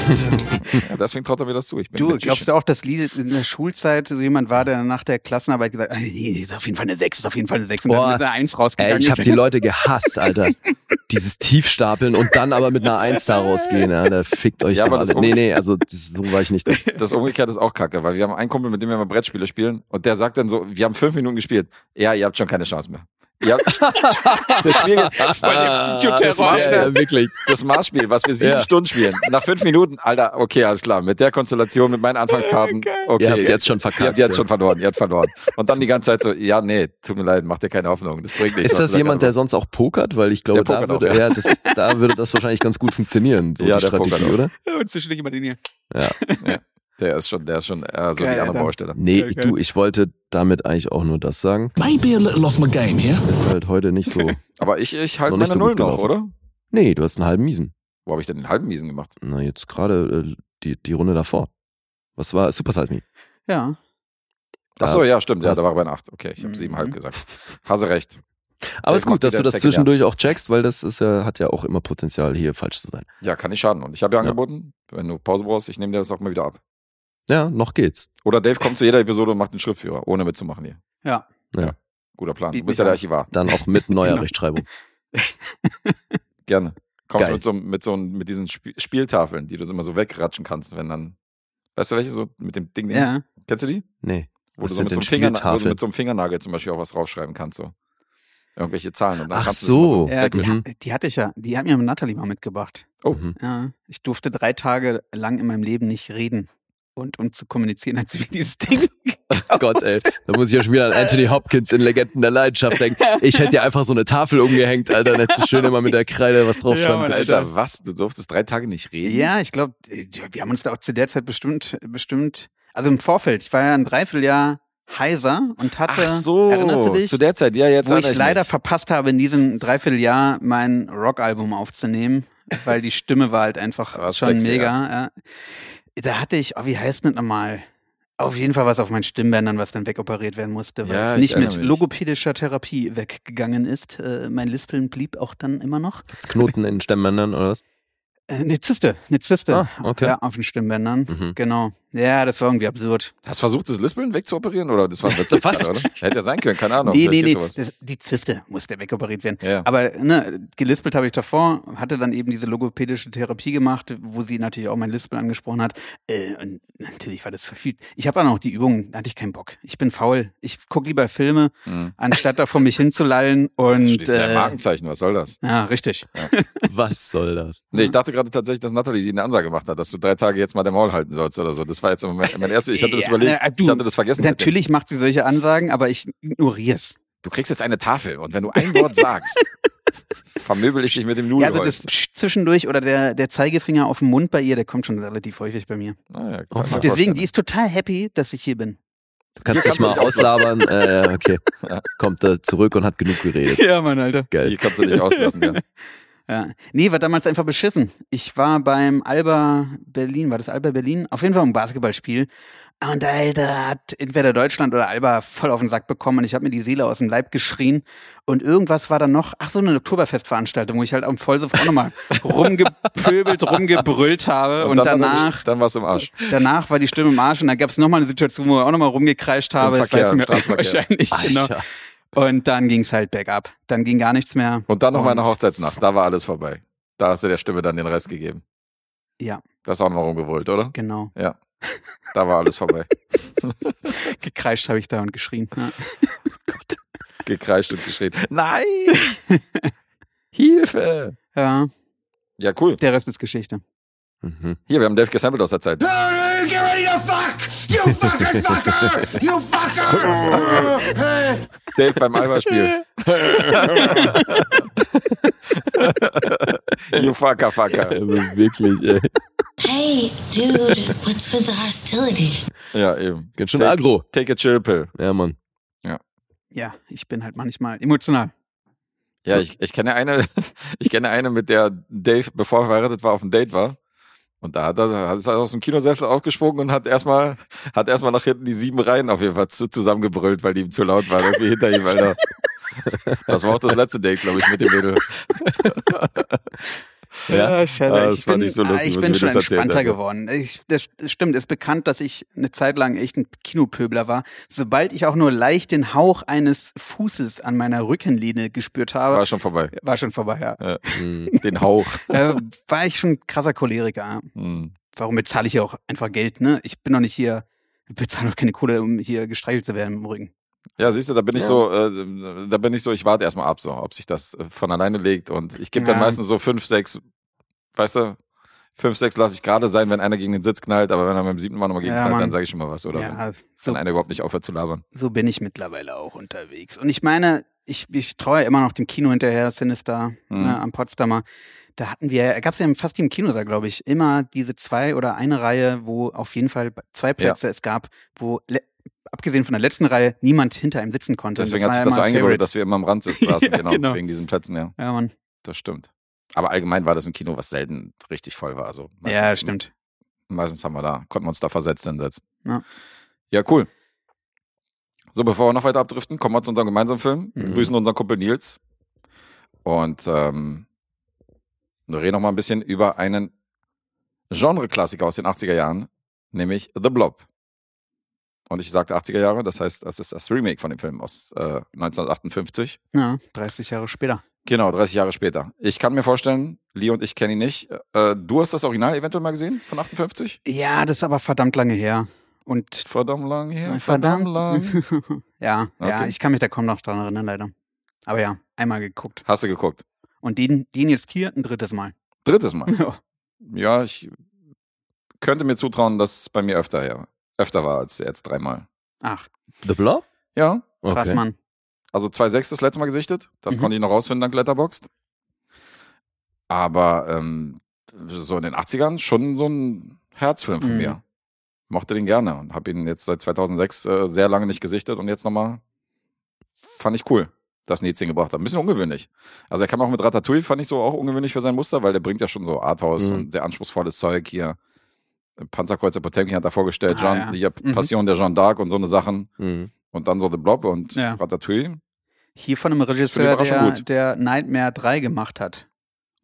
Ja, deswegen traut er mir das zu. Ich bin
Du,
Magician.
glaubst du auch, dass Lied in der Schulzeit so jemand war, der nach der Klassenarbeit gesagt hat, "Ah, nee, ist auf jeden Fall eine 6, ist auf jeden Fall eine 6 und
Boah,
dann ist eine 1
Ey,
rausgegangen.
ich habe die Leute gehasst, Alter. Dieses Tiefstapeln und dann aber mit einer Eins da rausgehen, Alter. Fickt euch
Ja,
ja,
aber
doch
das
alle. Nee, nee, also das, so war ich nicht.
Das umgekehrt ist auch kacke, weil wir haben einen Kumpel, mit dem wir immer Brettspiele spielen und der sagt dann so, wir haben fünf Minuten gespielt. Ja, ihr habt schon keine Chance mehr. Ihr habt, das, Spiel, das,
ja, Ah, ja,
Maßspiel,
wirklich.
das Maßspiel, was wir sieben
Ja.
Stunden spielen. Nach fünf Minuten, Alter, okay, alles klar. Mit der Konstellation, mit meinen Anfangskarten, okay.
Ihr habt jetzt schon
Ihr
verkackt.
habt jetzt schon verloren, ihr habt verloren. Und dann die ganze Zeit so, ja, nee, tut mir leid, macht dir keine Hoffnung. Das bringt
ist
nichts.
das
hast du da
jemand, der
keine
sonst auch pokert? Weil ich glaube,
Der
da
pokert
würde,
auch, ja.
ja. das, da würde das wahrscheinlich ganz gut funktionieren, so
Ja,
die
der pokert
Strategie,
auch.
oder?
und zwischendurch immer den hier.
Hoffnung. Der ist schon, der ist schon, äh, so
Geil,
die andere
Alter.
Baustelle.
Nee,
Ja,
ich-
geil.
du, ich wollte damit eigentlich auch nur das sagen.
Maybe a little off my game here.
Ist halt heute nicht so.
Aber ich, ich halte
Noch
meine
nicht so
Null
gut
noch,
gelaufen.
oder?
Nee, du hast einen halben Miesen.
Wo habe ich denn den halben Miesen gemacht?
Na, jetzt gerade äh, die, die Runde davor. Was war Super Size Me?
Ja.
Ach so, ja, stimmt. Ja,
das-
da war er bei 8. Okay, ich habe
Mhm.
siebenhalb gesagt. Hase recht.
Aber es ist
Ich mach
gut, dass
wieder
du das
Second, ja.
zwischendurch auch checkst, weil das ist ja, hat ja auch immer Potenzial, hier falsch zu sein.
Ja, kann nicht schaden. Und ich habe ja
Ja.
angeboten, wenn du Pause brauchst, ich nehme dir das auch mal wieder ab.
Ja, noch geht's.
Oder Dave kommt zu jeder Episode und macht einen Schriftführer, ohne mitzumachen hier.
Ja.
Ja.
Guter Plan. Du
Biet
bist
mich
ja der
an.
Archivar.
Dann auch mit neuer
Genau.
Rechtschreibung.
Gerne. Kommst
Geil.
mit so, mit so mit diesen Sp Spieltafeln, die du immer so wegratschen kannst, wenn dann. Weißt du welche? So mit dem Ding.
Ja.
Kennst du die?
Nee.
Wo
Was
du, so
sind
mit
denn
so einem Fingernagel, wo du
Spieltafeln?
mit so einem Fingernagel zum Beispiel auch was draufschreiben kannst. So. Irgendwelche Zahlen. Und dann
Ach
kannst du das mal
so.
ja die,
Mhm.
die hatte ich ja. Die hat mir Nathalie mal mitgebracht.
Oh.
Mhm.
Ja. Ich durfte drei Tage lang in meinem Leben nicht reden. Und um zu kommunizieren, hat sie mir dieses Ding.
Gott, ey. Da muss ich ja schon wieder an Anthony Hopkins in Legenden der Leidenschaft denken. Ich hätte ja einfach so eine Tafel umgehängt, Alter. Dann hättest du schön immer mit der Kreide was
Ja,
draufschreiben
Mann,
können.
Alter, was? Du durftest drei Tage nicht reden?
Ja, ich glaube, wir haben uns da auch zu der Zeit bestimmt, bestimmt, also im Vorfeld, ich war ja ein Dreivierteljahr heiser und hatte,
Ach so.
erinnerst du dich?
Zu der Zeit, ja, jetzt.
wo
erinnere
ich leider
mich.
verpasst habe, in diesem Dreivierteljahr mein Rockalbum aufzunehmen, weil die Stimme war halt einfach
Aber
schon
Oh, sexy,
mega. Ja. Da hatte ich, oh, wie heißt denn das nochmal? Auf jeden Fall was auf meinen Stimmbändern, was dann wegoperiert werden musste, weil
Ja,
es
ich
nicht mit
erinnere mich.
logopädischer Therapie weggegangen ist. Äh, mein Lispeln blieb auch dann immer noch.
Hat's Knoten in den Stemmbändern oder was?
Äh, eine Zyste, eine Zyste.
Ah, okay.
Ja, auf den Stimmbändern.
Mhm.
Genau. Ja, das war irgendwie absurd.
Hast du versucht, das Lispeln wegzuoperieren oder das war ein Witz? Was? Oder? Hätte ja sein können, keine Ahnung.
nee, nee,
Genau, vielleicht
nee.
geht's sowas.
Das, die Zyste musste wegoperiert werden.
Ja.
Aber ne, gelispelt habe ich davor, hatte dann eben diese logopädische Therapie gemacht, wo sie natürlich auch mein Lispeln angesprochen hat. Äh, und natürlich war das verfügt. Ich habe dann auch die Übungen, da hatte ich keinen Bock. Ich bin faul. Ich gucke lieber Filme,
Mhm.
anstatt da vor mich hinzulallen. Und
Schließlich ein
äh,
Markenzeichen, was soll das?
ja, richtig.
Was soll das?
Nee, ich
Mhm.
dachte gerade tatsächlich, dass Nathalie dir eine Ansage gemacht hat, dass du drei Tage jetzt mal den Maul halten sollst oder so. Das war jetzt im Moment mein erstes, ich hatte das
Ja,
überlegt,
na, du,
ich hatte das vergessen. mit dem.
Natürlich macht sie solche Ansagen, aber ich ignoriere es.
Du kriegst jetzt eine Tafel und wenn du ein Wort sagst, vermöbel ich dich mit dem
Ja,
Nudelholz.
also das Psch zwischendurch oder der, der Zeigefinger auf dem Mund bei ihr, der kommt schon relativ häufig bei mir.
Ah, ja, kann ich mir
Oh, Deswegen,
vorstellen.
die ist total happy, dass ich hier bin.
Du kannst
Du
dich
kannst
mal
dich auslassen.
auslabern. Äh, ja, okay.
Ja.
Kommt da zurück und hat genug geredet.
Ja, mein Alter.
Hier
Geil.
kannst du dich auslassen, ja.
Ja. Nee, war damals einfach beschissen. Ich war beim Alba Berlin, war das Alba Berlin? Auf jeden Fall ein Basketballspiel. Und Alter hat entweder Deutschland oder Alba voll auf den Sack bekommen und ich habe mir die Seele aus dem Leib geschrien. Und irgendwas war dann noch, ach so, eine Oktoberfestveranstaltung, wo ich halt am Vollsuff auch nochmal rumgepöbelt, rumgebrüllt habe. Und,
dann-
danach,
Dann warst du im Arsch.
danach war die Stimme im Arsch und dann gab es nochmal eine Situation, wo ich auch nochmal rumgekreischt habe.
Im Verkehr,
ich
im
weiß nicht mehr,
Straßenverkehr.
wahrscheinlich, genau.
Alter.
Und dann ging es halt bergab. Dann ging gar nichts mehr.
Und dann nochmal eine
Und-
Hochzeitsnacht, da war alles vorbei. Da hast du der Stimme dann den Rest gegeben.
Ja,
Das ist auch nochmal rumgewollt, oder?
genau.
Da war alles vorbei.
Gekreischt habe ich da und geschrien. Ja.
gekreischt und geschrien. Nein! Hilfe!
ja,
Ja, cool.
der Rest ist Geschichte.
Mhm.
Hier, wir haben Dave gesampelt aus der Zeit.
Get ready to fuck! You fucking fucker! You fucker!
Dave beim Alba-Spiel. you fucker, fucker.
Wirklich, ey.
Hey, dude, what's with the hostility?
Ja, eben.
Ganz schön
Take-
agro.
Take a chill pill.
Ja, Mann.
Ja, ich bin halt manchmal emotional.
Ja, ich, ich kenne eine, ich kenne eine, mit der Dave, bevor er verheiratet war, auf dem Date war. Und da hat er, hat er aus dem Kinosessel aufgesprungen und hat erstmal, hat erstmal nach hinten die sieben Reihen auf jeden Fall zu, zusammengebrüllt, weil die ihm zu laut waren, irgendwie hinter ihm, Alter. Das war auch das letzte Date, glaube ich, mit dem Mädel.
Ja, scheiße.
Ah, das
ich
war
bin,
nicht so lustig,
ich
was
bin
mir
schon
das erzählt
entspannter
hat.
geworden. Ich, das stimmt, ist bekannt, dass ich eine Zeit lang echt ein Kinopöbler war. Sobald ich auch nur leicht den Hauch eines Fußes an meiner Rückenlehne gespürt habe,
War
war,
schon vorbei.
schon vorbei, ja.
Ja.
Mhm.
Den Hauch.
äh, war ich schon ein krasser Choleriker. ja.
Hm.
Warum bezahle ich ja auch einfach Geld, ne? Ich bin doch nicht hier, ich bezahle doch keine Kohle, um hier gestreichelt zu werden im Rücken.
Ja, siehst du, da bin ich
Ja.
so, äh, da bin ich so, ich warte erstmal ab, so, ob sich das äh, von alleine legt und ich gebe dann
Ja.
meistens so fünf, sechs, weißt du, fünf, sechs lasse ich gerade sein, wenn einer gegen den Sitz knallt, aber wenn er beim siebten Mal nochmal gegen
Ja,
knallt, dann
Mann.
sage ich schon mal was, oder? wenn,
ja, also
wenn
so,
einer überhaupt nicht aufhört zu labern.
so bin ich mittlerweile auch unterwegs. Und ich meine, ich, ich traue ja immer noch dem Kino hinterher, Sinister,
Mhm.
ne, am Potsdamer. Da hatten wir, gab es ja fast im Kino da, glaube ich, immer diese zwei oder eine Reihe, wo auf jeden Fall zwei Plätze es gab, wo le- abgesehen von der letzten Reihe niemand hinter einem sitzen konnte. Und
Deswegen
war
hat sich
ja
das so
immer ein
eingebürgert, dass
Favorite.
wir immer am Rand saßen,
Ja,
genau,
genau.
wegen diesen Plätzen, ja.
Ja, Mann.
Das stimmt. Aber allgemein war das ein Kino, was selten richtig voll war. Also meistens,
Ja, stimmt.
Meistens haben wir da, konnten wir uns da versetzt hinsetzen.
Ja.
ja, cool. So, bevor wir noch weiter abdriften, kommen wir zu unserem gemeinsamen Film. Wir
Mhm.
grüßen unseren Kumpel Nils. Und ähm, wir reden noch mal ein bisschen über einen Genre-Klassiker aus den 80er Jahren, nämlich The Blob. Und ich sagte 80er Jahre, das heißt, das ist das Remake von dem Film aus äh, 1958.
Ja, 30 Jahre später.
Genau, 30 Jahre später. Ich kann mir vorstellen, Lee und ich kennen ihn nicht. Äh, du hast das Original eventuell mal gesehen von 58?
Ja, das ist aber verdammt lange her. Und
Verdammt lang her.
verdammt,
lang.
ja, ja,
Okay.
ich kann mich da kaum noch dran erinnern, leider. Aber ja, einmal geguckt.
Hast du geguckt?
Und den, den jetzt hier ein drittes Mal.
Drittes Mal.
Ja.
Ja, ich könnte mir zutrauen, dass es bei mir öfter, ja, öfter war als jetzt dreimal.
Ach,
The Blob?
Ja,
Okay.
krass, Mann.
also 2,6 das letzte Mal gesichtet. Das
Mhm.
konnte ich noch rausfinden dank Letterboxd. Aber ähm, so in den 80ern schon so ein Herzfilm von
Mhm.
mir. Mochte den gerne und habe ihn jetzt seit 2006 äh, sehr lange nicht gesichtet und jetzt nochmal fand ich cool, dass Nils den gebracht hat. Ein bisschen ungewöhnlich. Also er kam auch mit Ratatouille, fand ich so auch ungewöhnlich für sein Muster, weil der bringt ja schon so Arthouse
Mhm.
und sehr anspruchsvolles Zeug hier. Panzerkreuzer Potemkin hat er vorgestellt,
Ah,
Jean,
ja.
hier
Mhm.
Passion der Jeanne d'Arc und so eine Sachen.
Mhm.
Und dann so The Blob und
Ja.
Ratatouille.
Hier von einem
die
Regisseur,
Überraschung
der,
gut.
der Nightmare 3 gemacht hat.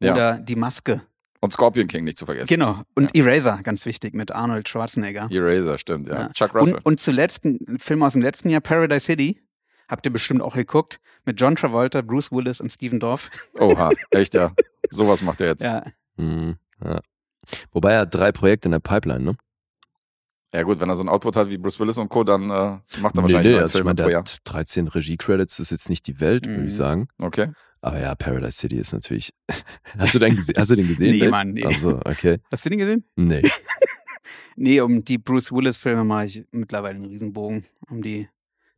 Ja.
Oder Die Maske.
Und Scorpion King nicht zu vergessen.
Genau. Und Eraser, ganz wichtig, mit Arnold Schwarzenegger.
Eraser, stimmt, ja.
Ja.
Chuck
Und,
Russell.
und zuletzt ein Film aus dem letzten Jahr, Paradise City. Habt ihr bestimmt auch geguckt. Mit John Travolta, Bruce Willis und Steven Dorff.
Oha, echt, ja. Sowas macht er jetzt. Ja.
Ja,
Mhm. Ja. Wobei er hat drei Projekte in der Pipeline, ne?
gut, wenn er so ein Output hat wie Bruce Willis und Co., dann äh, macht er
Nee,
wahrscheinlich
nee,
einen
also ich
Film
meine,
pro
der
Jahr.
hat 13 Regie-Credits, ist jetzt nicht die Welt, würde
Mhm.
ich sagen.
Okay.
Aber ja, Paradise City ist natürlich. Hast du, den gese- hast du den gesehen?
Nee,
Dave?
Mann, nee.
Ach so, okay.
Hast du den gesehen?
Nee.
Nee, um die Bruce Willis-Filme mache ich mittlerweile einen Riesenbogen um die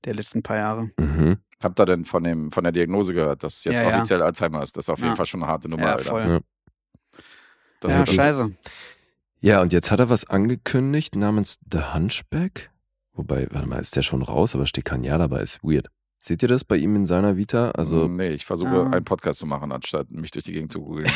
der letzten paar Jahre.
Mhm.
Habt ihr denn von, dem, von der Diagnose gehört, dass jetzt
Ja, ja.
offiziell Alzheimer ist? Das ist auf jeden
Ja.
Fall schon eine harte Nummer,
ja,
Alter.
voll.
Ja.
Das
ja,
ist-
scheiße.
Ja, und jetzt hat er was angekündigt namens The Hunchback. Wobei, warte mal, ist der schon raus, aber steht kein Jahr dabei, ist weird. Seht ihr das bei ihm in seiner Vita? Also,
Mm, nee, ich versuche
Ah.
einen Podcast zu machen, anstatt mich durch die Gegend zu googeln.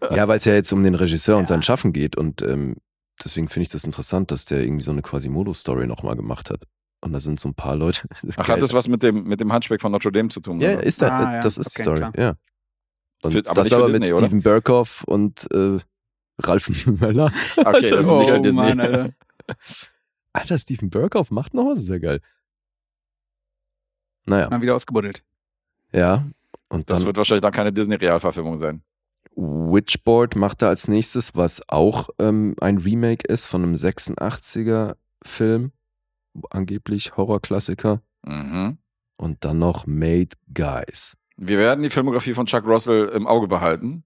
äh,
ja, weil es ja jetzt um den Regisseur und
Ja.
sein Schaffen geht und ähm, deswegen finde ich das interessant, dass der irgendwie so eine Quasimodo-Story nochmal gemacht hat. Und da sind so ein paar Leute.
Ach, hat das was mit dem, mit dem Hunchback von Notre Dame zu tun?
Ja,
oder?
ist da,
Ah,
äh,
ja,
das ist die
okay,
Story,
klar.
ja. Und
Für- aber
das
nicht für
aber mit
Disney, oder?
Steven Berkoff und äh, Ralf Möller.
Okay, das ist nicht für
Oh,
Disney.
Mann, Alter.
Alter, Steven Berkoff macht noch was, ist ja geil. Naja,
Mal wieder ausgebuddelt.
ja. Und
Das
dann
wird wahrscheinlich dann keine Disney-Realverfilmung sein.
Witchboard macht er als nächstes, was auch ähm, ein Remake ist von einem 86er Film, angeblich Horrorklassiker.
Mhm.
Und dann noch Made Guys.
Wir werden die Filmografie von Chuck Russell im Auge behalten.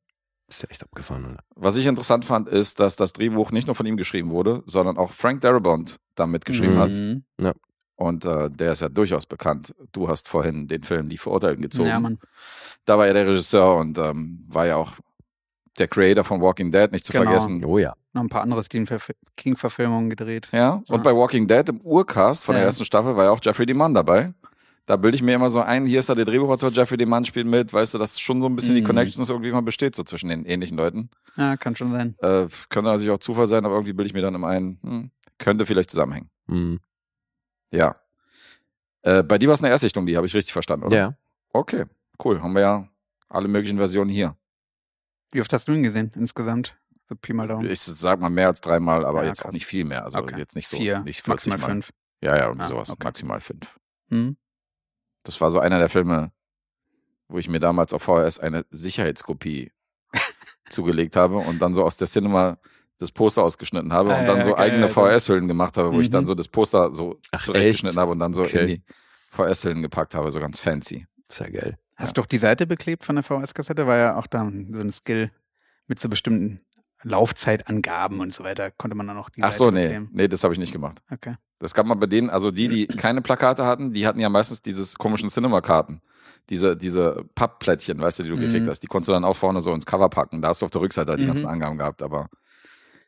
Ist ja echt abgefahren, oder?
Was ich interessant fand, ist, dass das Drehbuch nicht nur von ihm geschrieben wurde, sondern auch Frank Darabont da mitgeschrieben
Mhm.
hat.
Mhm.
Und äh, der ist ja durchaus bekannt. Du hast vorhin den Film Die Verurteilten gezogen.
Ja, Mann.
Da war ja der Regisseur und ähm, war ja auch der Creator von Walking Dead, nicht zu
Genau.
vergessen.
Oh ja.
Noch ein paar andere Stephen King-Verfilmungen gedreht.
Ja, und
Ja.
bei Walking Dead im Urcast von der
Ja.
ersten Staffel war ja auch Jeffrey DeMann dabei. Da bilde ich mir immer so ein, hier ist ja der Drehbuchautor, Jeffrey DeMann spielt mit, weißt du, dass schon so ein bisschen die
Mhm.
Connections irgendwie mal besteht, so zwischen den ähnlichen Leuten.
Ja, kann schon sein.
Äh, könnte natürlich auch Zufall sein, aber irgendwie bilde ich mir dann immer ein, hm, könnte vielleicht zusammenhängen.
Mhm.
Ja. Äh, bei dir war es eine Erstsichtung, die habe ich richtig verstanden, oder?
Ja.
Okay, cool. Haben wir ja alle möglichen Versionen hier.
Wie oft hast du ihn gesehen insgesamt? So Pi mal Daumen.
Ich sag mal mehr als dreimal, aber
Ja,
jetzt auch
krass.
nicht viel mehr. Also
Okay.
jetzt Äh, nicht so.
Vier,
nicht 40
maximal
Mal.
fünf.
Ja, ja, irgendwie
Ah,
sowas.
okay.
Maximal fünf.
Hm?
Das war so einer der Filme, wo ich mir damals auf VHS eine Sicherheitskopie zugelegt habe und dann so aus der Cinema das Poster ausgeschnitten habe
Ah,
und dann
ja,
so
geil,
eigene
Alter.
VHS-Hüllen gemacht habe, wo ich
Mhm.
dann so das Poster so
Ach,
zurechtgeschnitten
echt?
habe und dann so
Okay.
in die VHS-Hüllen gepackt habe, so ganz fancy.
Sehr geil.
Hast du auch die Seite beklebt von der VHS-Kassette? War ja auch da so ein Skill mit so bestimmten Laufzeitangaben und so weiter. Konnte man dann auch die
Ach
Seite
so, nee,
bekleben.
nee, das habe ich nicht gemacht.
Okay.
Das gab man bei denen, also die, die keine Plakate hatten, die hatten ja meistens dieses komischen Cinema-Karten. Diese, diese Pappplättchen, weißt du, die du
Mhm.
gekriegt hast, die konntest du dann auch vorne so ins Cover packen. Da hast du auf der Rückseite halt die
Mhm.
ganzen Angaben gehabt, aber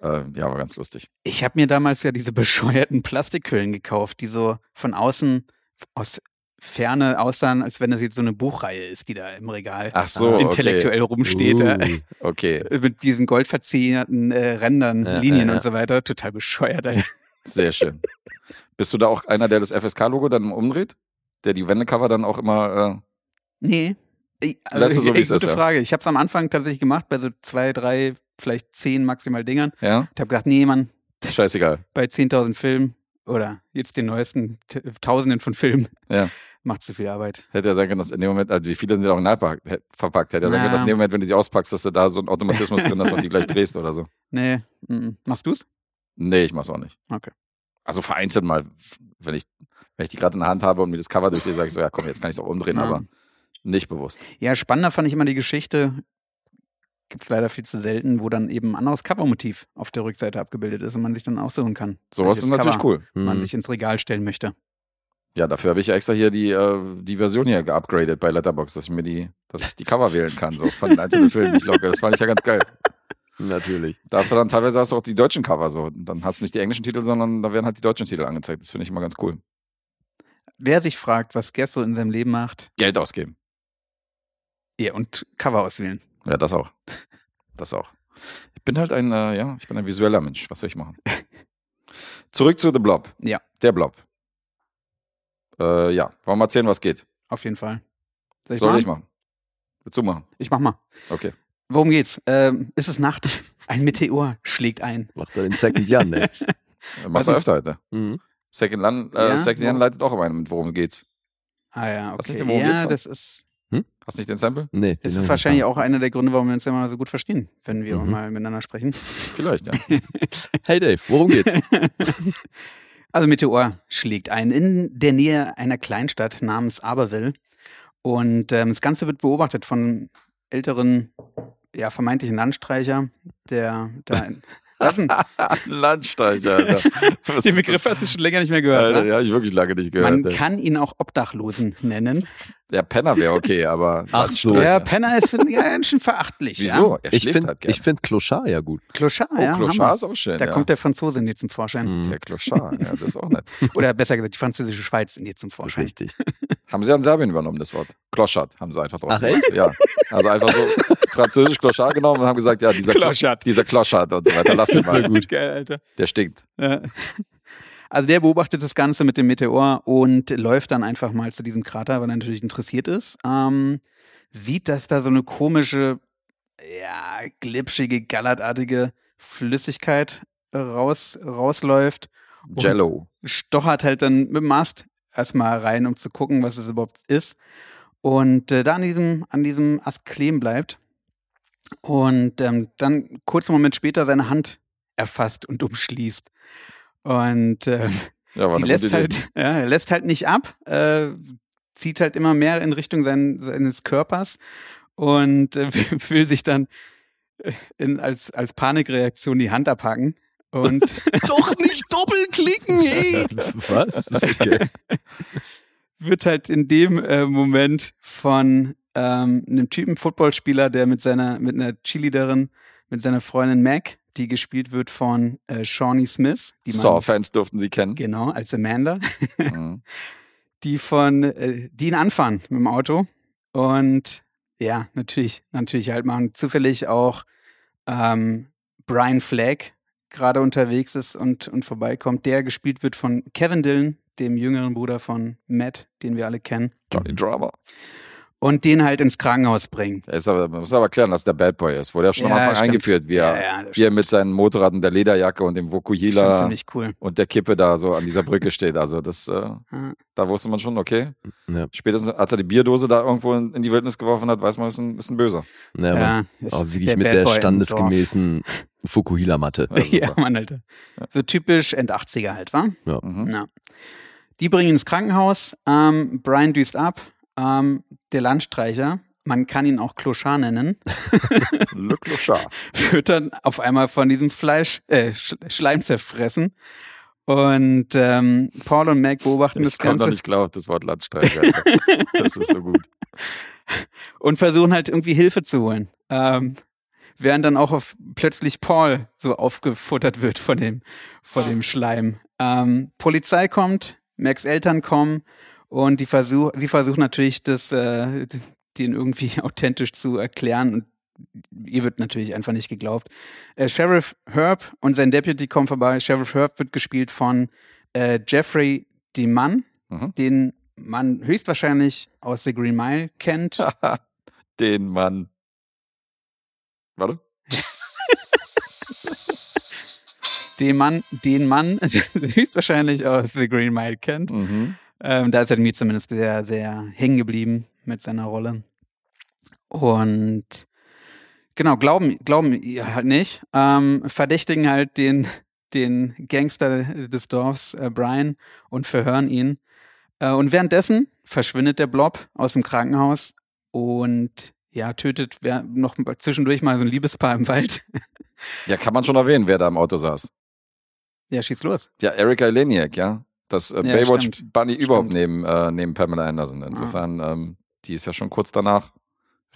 äh, ja, war ganz lustig.
Ich habe mir damals ja diese bescheuerten Plastikhüllen gekauft, die so von außen aus Ferne aussahen, als wenn das jetzt so eine Buchreihe ist, die da im Regal
Ach so, okay.
intellektuell rumsteht. ja.
Uh,
Okay,
Mit diesen goldverzinerten äh, Rändern,
Ja, ja,
Linien
ja.
und so weiter. Total bescheuert. Alter.
sehr schön. Bist du da auch einer, der das FSK-Logo dann umdreht? Der die Wendecover dann auch immer.
Nee. Ich-
Lass es so,
ich-
wie es
gute
ist, ja.
Frage. Ich habe es am Anfang tatsächlich gemacht, bei so zwei, drei, vielleicht zehn maximal Dingern.
Äh, ja?
Ich habe gedacht, nee, Mann,
Scheißegal.
bei 10.000 Filmen oder jetzt den neuesten t- Tausenden von Filmen
Ja.
macht zu viel Arbeit.
Hätte ja sein können, dass in dem Moment, also wie viele sind ja auch nachverpackt, hä- verpackt. Hätte ja sein
Ja.
können, dass in dem Moment, wenn du sie auspackst, dass du da so einen Automatismus drin hast und die gleich drehst oder so.
Nee, mhm. machst du's?
Nee, ich mach's auch nicht.
Okay.
Also vereinzelt mal, wenn ich, wenn ich die gerade in der Hand habe und mir das Cover durchlese, sage ich so, ja komm, jetzt kann ich es auch umdrehen,
Ja.
aber nicht bewusst.
Ja, spannender fand ich immer die Geschichte, gibt's leider viel zu selten, wo dann eben ein anderes Covermotiv auf der Rückseite abgebildet ist und man sich dann aussuchen kann.
Sowas ist
welches
natürlich Mhm.
Cover
cool.
Mhm.
Man sich ins Regal stellen möchte.
Ja, dafür habe ich ja extra hier die, äh, die Version hier geupgradet bei Letterboxd, dass ich mir die, dass ich die Cover wählen kann, so von den einzelnen Filmen, die ich locke. Das fand ich ja ganz geil.
natürlich.
Da hast du dann teilweise hast du auch die deutschen Cover so. Und Dann hast du nicht die englischen Titel, sondern da werden halt die deutschen Titel angezeigt. Das finde ich immer ganz cool.
Wer sich fragt, was Guess so in seinem Leben macht,
Geld ausgeben.
ja, und Cover auswählen.
Ja, das auch. Das auch. Ich bin halt ein, äh, ja, ich bin ein visueller Mensch. Was soll ich machen? Zurück zu The Blob.
Ja.
Der Blob. Äh, ja, wollen wir mal erzählen, was geht?
Auf jeden Fall. Soll ich,
Soll
machen?
ich machen? Willst du machen?
Ich mach mal.
Okay. Äh,
Worum geht's? Ähm, ist es Nacht? Ein Meteor schlägt ein.
Macht er den Second Jan, ey.
Machst du
ich-
öfter heute.
Mhm.
Second Land, äh,
Ja?
Second Land leitet auch immer ein, mit worum geht's.
Ah ja,
Hast du
okay.
nicht den Worum geht's Genau,
ja,
noch?
das ist,
Hast nicht den Sample?
Nee,
das
den
ist
hab
wahrscheinlich
ich
auch einer der Gründe, warum wir uns immer so gut verstehen, wenn wir
Mhm.
mal miteinander sprechen.
Vielleicht, ja.
nicht. Hey Dave, worum geht's?
Also Meteor schlägt ein in der Nähe einer Kleinstadt namens Aberville. Und ähm, das Ganze wird beobachtet von älteren, ja, vermeintlichen Landstreicher, der da in, Was denn?
Landstreicher, Alter. Was-
Den Begriff hast du schon länger nicht mehr gehört.
Alter,
ne?
ja, hab ich wirklich lange nicht gehört.
Man
ey.
kann ihn auch Obdachlosen nennen.
Der Penner wäre okay, aber.
Ach so.
Landstreicher.
Ja, Penner ist ganz schön verachtlich. Ja?
Wieso? Er
Ich
schläft
finde
halt gern.
ich find Clochard ja gut.
Clochard,
oh,
ja.
Clochard
Hammer.
ist auch schön.
Da
ja.
kommt der Franzose in dir zum Vorschein.
Mhm.
Der Clochard, ja, das ist auch nett.
Oder besser gesagt, die französische Schweiz in dir zum Vorschein.
Richtig.
Haben sie an Serbien übernommen, das Wort. Clochard haben sie einfach draus
Ach, echt?
gemacht. Ja. Also einfach so französisch Clochard genommen und haben gesagt, ja, dieser Clochard, dieser Clochard und so weiter, lass ihn mal.
gut. Geil, Alter.
Der stinkt.
Ja. Also der beobachtet das Ganze mit dem Meteor und läuft dann einfach mal zu diesem Krater, weil er natürlich interessiert ist. Ähm, sieht, dass da so eine komische, ja, glitschige, gallertartige Flüssigkeit äh, raus, rausläuft. Und
Jello.
stochert halt dann mit dem Mast erstmal rein, um zu gucken, was es überhaupt ist. Und äh, da an diesem, an diesem Ast kleben bleibt und ähm, dann kurz einen Moment später seine Hand erfasst und umschließt. Und äh,
Ja, war
die
eine
lässt
gute Idee.
halt, ja, er lässt halt nicht ab, äh, zieht halt immer mehr in Richtung sein, seines Körpers und äh, will sich dann äh, in, als, als Panikreaktion die Hand abhacken. Und
Doch nicht doppelklicken, ey! Was? Ist okay.
wird halt in dem äh, Moment von ähm, einem Typen Footballspieler, der mit seiner mit einer Cheerleaderin, mit seiner Freundin Mac, die gespielt wird von äh, Shawnee Smith, die man
Saw-Fans durften sie kennen.
genau als Amanda,
Mhm.
die von äh, die ihn anfahren mit dem Auto und ja natürlich natürlich halt machen zufällig auch ähm, Brian Flagg gerade unterwegs ist und und vorbeikommt, der gespielt wird von Kevin Dillon, dem jüngeren Bruder von Matt, den wir alle kennen.
Johnny Drama.
und den halt ins Krankenhaus bringen.
Er Ist aber, man muss aber klären, dass der Bad Boy ist. Wurde ja schon
Ja,
am Anfang
stimmt.
eingeführt, wie er,
Ja, ja, das
wie er mit seinen Motorraden, der Lederjacke und dem
Schon
Vokuhila
ziemlich cool.
und der Kippe da so an dieser Brücke steht. Also das, äh,
Ja.
da wusste man schon, okay.
Ja.
Spätestens als er die Bierdose da irgendwo in, in die Wildnis geworfen hat, weiß man, ist ein, ist ein Böser.
Ja, aber
ist
Oh,
auch wirklich Oh, mit
Bad
der
Boy im
standesgemäßen Fukuhila-Matte.
Dorf.
Also
Ja, Mann, Alter. So typisch End-80er halt, wa?
Ja.
Mhm.
Na. Die bringen ihn ins Krankenhaus. Ähm, Brian düst ab. Ähm, der Landstreicher, man kann ihn auch Kloschar nennen,
Le Clochard.
wird dann auf einmal von diesem Fleisch, äh, Sch Schleim zerfressen. Und ähm, Paul und Mac beobachten das
Ich kann doch
Ganze
nicht glauben, das Wort Landstreicher. das ist so gut.
und versuchen halt irgendwie Hilfe zu holen. Ähm, während dann auch auf plötzlich Paul so aufgefuttert wird von dem, von dem Schleim. Ähm, Polizei kommt, Max Eltern kommen und die versuch, sie versuchen natürlich, das, äh, den irgendwie authentisch zu erklären und ihr wird natürlich einfach nicht geglaubt. Äh, Sheriff Herb und sein Deputy kommen vorbei. Sheriff Herb wird gespielt von äh, Jeffrey DeMann,
Mhm.
den man höchstwahrscheinlich aus The Green Mile kennt.
Den Mann. Warte.
den Mann, den Mann höchstwahrscheinlich aus The Green Mile kennt.
Mhm.
Ähm, da ist er mir zumindest sehr, sehr hängen geblieben mit seiner Rolle. Und genau, glauben, glauben ihr halt nicht. Ähm, verdächtigen halt den, den Gangster des Dorfs, äh, Brian, und verhören ihn. Äh, und währenddessen verschwindet der Blob aus dem Krankenhaus und ja, tötet wer- noch zwischendurch mal so ein Liebespaar im Wald.
Ja, kann man schon erwähnen, wer da im Auto saß.
ja, schieß los.
Ja, Erika Eleniak, ja. Das äh,
Ja,
Baywatch
stimmt.
Bunny überhaupt
Stimmt. Ah.
neben, äh, neben Pamela Anderson. Insofern, ähm, die ist ja schon kurz danach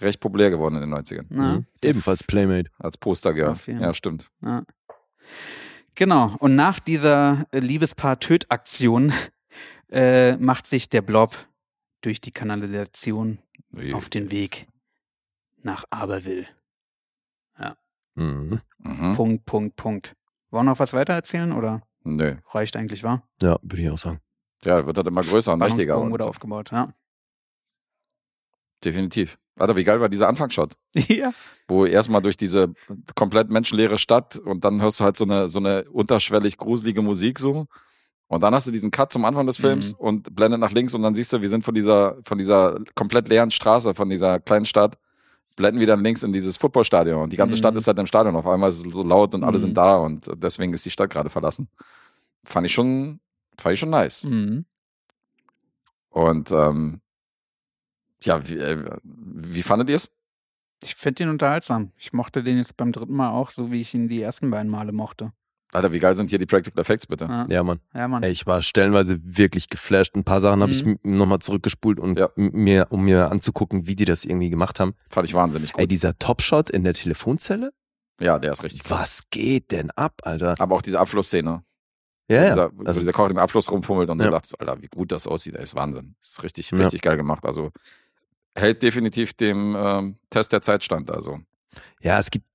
recht populär geworden in den 90ern.
Na,
Mhm. Ebenfalls Playmate.
Als Postergirl.
Auf jeden
Ja, stimmt.
Ja. Genau, und nach dieser äh, Liebespaar-Tötaktion äh, macht sich der Blob durch die Kanalisation
Ui.
auf den Weg nach Aberville.
Mhm.
Mhm.
Punkt, Punkt, Punkt. Wollen wir noch was weiter erzählen oder
Nö.
reicht eigentlich, wa?
Ja, würde ich auch sagen.
Ja, wird halt immer größer und mächtiger.
Spannungsbogen
Und
wurde aufgebaut, ja.
Definitiv. Warte, wie geil war dieser Anfangsshot?
ja.
wo erstmal durch diese komplett menschenleere Stadt und dann hörst du halt so eine, so eine unterschwellig gruselige Musik so. Und dann hast du diesen Cut zum Anfang des Films
Mhm.
und blendet nach links und dann siehst du, wir sind von dieser, von dieser komplett leeren Straße, von dieser kleinen Stadt, blenden wieder links in dieses Footballstadion. Und die ganze
Mhm.
Stadt ist halt im Stadion. Auf einmal ist es so laut und alle
Mhm.
sind da und deswegen ist die Stadt gerade verlassen. Fand ich schon, fand ich schon nice.
Mhm.
Und ähm, ja, wie, äh, wie fandet ihr es?
Ich finde ihn unterhaltsam. Ich mochte den jetzt beim dritten Mal auch, so wie ich ihn die ersten beiden Male mochte.
Alter, wie geil sind hier die Practical Effects bitte?
Ja, ja.
Ja, Mann.
Mann.
Ey, Ich war stellenweise wirklich geflasht. Ein paar Sachen habe ich
Mhm.
nochmal zurückgespult und
Ja.
m- mir, um mir anzugucken, wie die das irgendwie gemacht haben.
Fand ich wahnsinnig gut.
Ey, dieser Topshot in der Telefonzelle?
Ja, der ist richtig krass. Ah,
Was geht denn ab, Alter?
Aber auch diese Abflussszene.
Ja, ja.
Dieser, wo
Also,
dieser Koch im Abfluss rumfummelt und
Ja.
du dachtest, Alter, wie gut das aussieht, ey, ist Wahnsinn. Ist richtig,
Ja.
richtig geil gemacht. Also hält definitiv dem ähm, Test der Zeit stand. Also.
ja, es gibt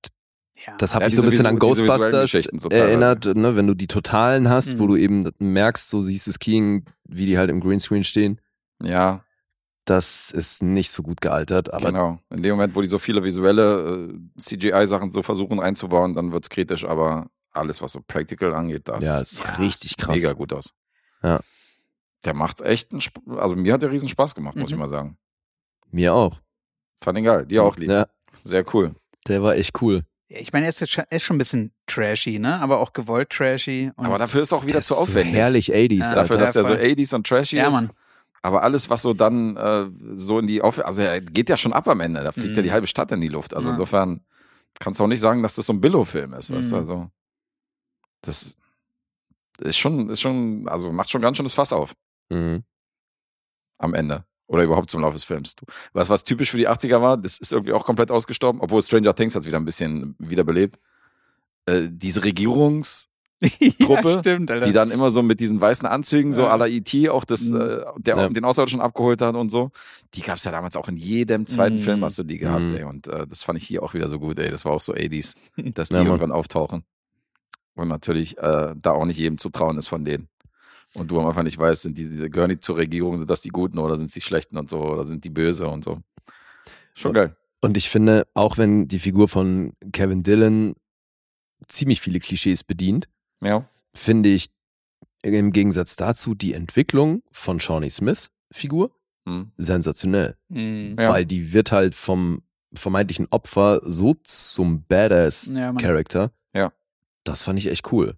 ja.
Das hat
Ja,
mich so ein
diese
bisschen an
visu- diese visuellen
Ghostbusters
Geschichten so teilweise.
erinnert, ne, wenn du die Totalen hast, wo
Mhm.
du eben merkst, so siehst es King, wie die halt im Greenscreen stehen.
Ja,
Das ist nicht so gut gealtert, aber
genau. In dem Moment, wo die so viele visuelle äh, CGI-Sachen so versuchen einzubauen, dann wird's kritisch, aber alles, was so Practical angeht, das
ja, ist
Ja,
richtig krass.
mega gut aus.
Ja.
Der macht echt einen Sp Also mir hat der riesen Spaß gemacht, muss
Mhm.
ich mal sagen.
Mir auch.
Fand ihn geil. Dir auch, lieb.
Ja,
Sehr cool.
der war echt cool.
Ja, Ich meine, er ist, jetzt schon- er ist schon ein bisschen trashy, ne? Aber auch gewollt trashy. Und
aber dafür ist auch wieder
Der
zu
ist so
aufwendig.
herrlich 80s,
Ja.
Alter.
Dafür, dass der so
voll.
80s und trashy
ja,
ist.
Mann.
Aber alles, was so dann äh, so in die Auf also er geht ja schon ab am Ende, da fliegt
Mhm.
ja die halbe Stadt in die Luft. Also
Ja.
insofern kannst du auch nicht sagen, dass das so ein Billo-Film ist, weißt du?
Mhm.
Also das ist schon, ist schon, also macht schon ganz schönes Fass auf
Mhm.
am Ende. Oder überhaupt zum Laufe des Films. Du, was, was typisch für die 80er war, das ist irgendwie auch komplett ausgestorben, obwohl Stranger Things hat wieder ein bisschen wiederbelebt. Äh, diese Regierungs- Truppe,
ja, stimmt, Alter.
die dann immer so mit diesen weißen Anzügen, so
Ja.
à la IT, auch das,
Mhm.
äh, der
Ja.
den Außerirdischen abgeholt hat und so. Die gab es ja damals auch in jedem zweiten
Mhm.
Film, hast du die gehabt,
Mhm.
ey. Und äh, das fand ich hier auch wieder so gut, ey. Das war auch so 80s, dass die
Ja, Mann.
irgendwann auftauchen. Und natürlich äh, da auch nicht jedem zu trauen ist von denen. Und du am Anfang nicht weißt, sind die, die gehören die zur Regierung, sind das die Guten oder sind es die Schlechten und so, oder sind die böse und so. Schon geil.
Und ich finde, auch wenn die Figur von Kevin Dillon ziemlich viele Klischees bedient,
Ja.
finde ich im Gegensatz dazu die Entwicklung von Shawnee Smiths Figur
Hm.
sensationell.
Mhm.
Ja.
Weil die wird halt vom vermeintlichen Opfer so zum Badass
Ja, man,
Character.
Ja.
Das fand ich echt cool.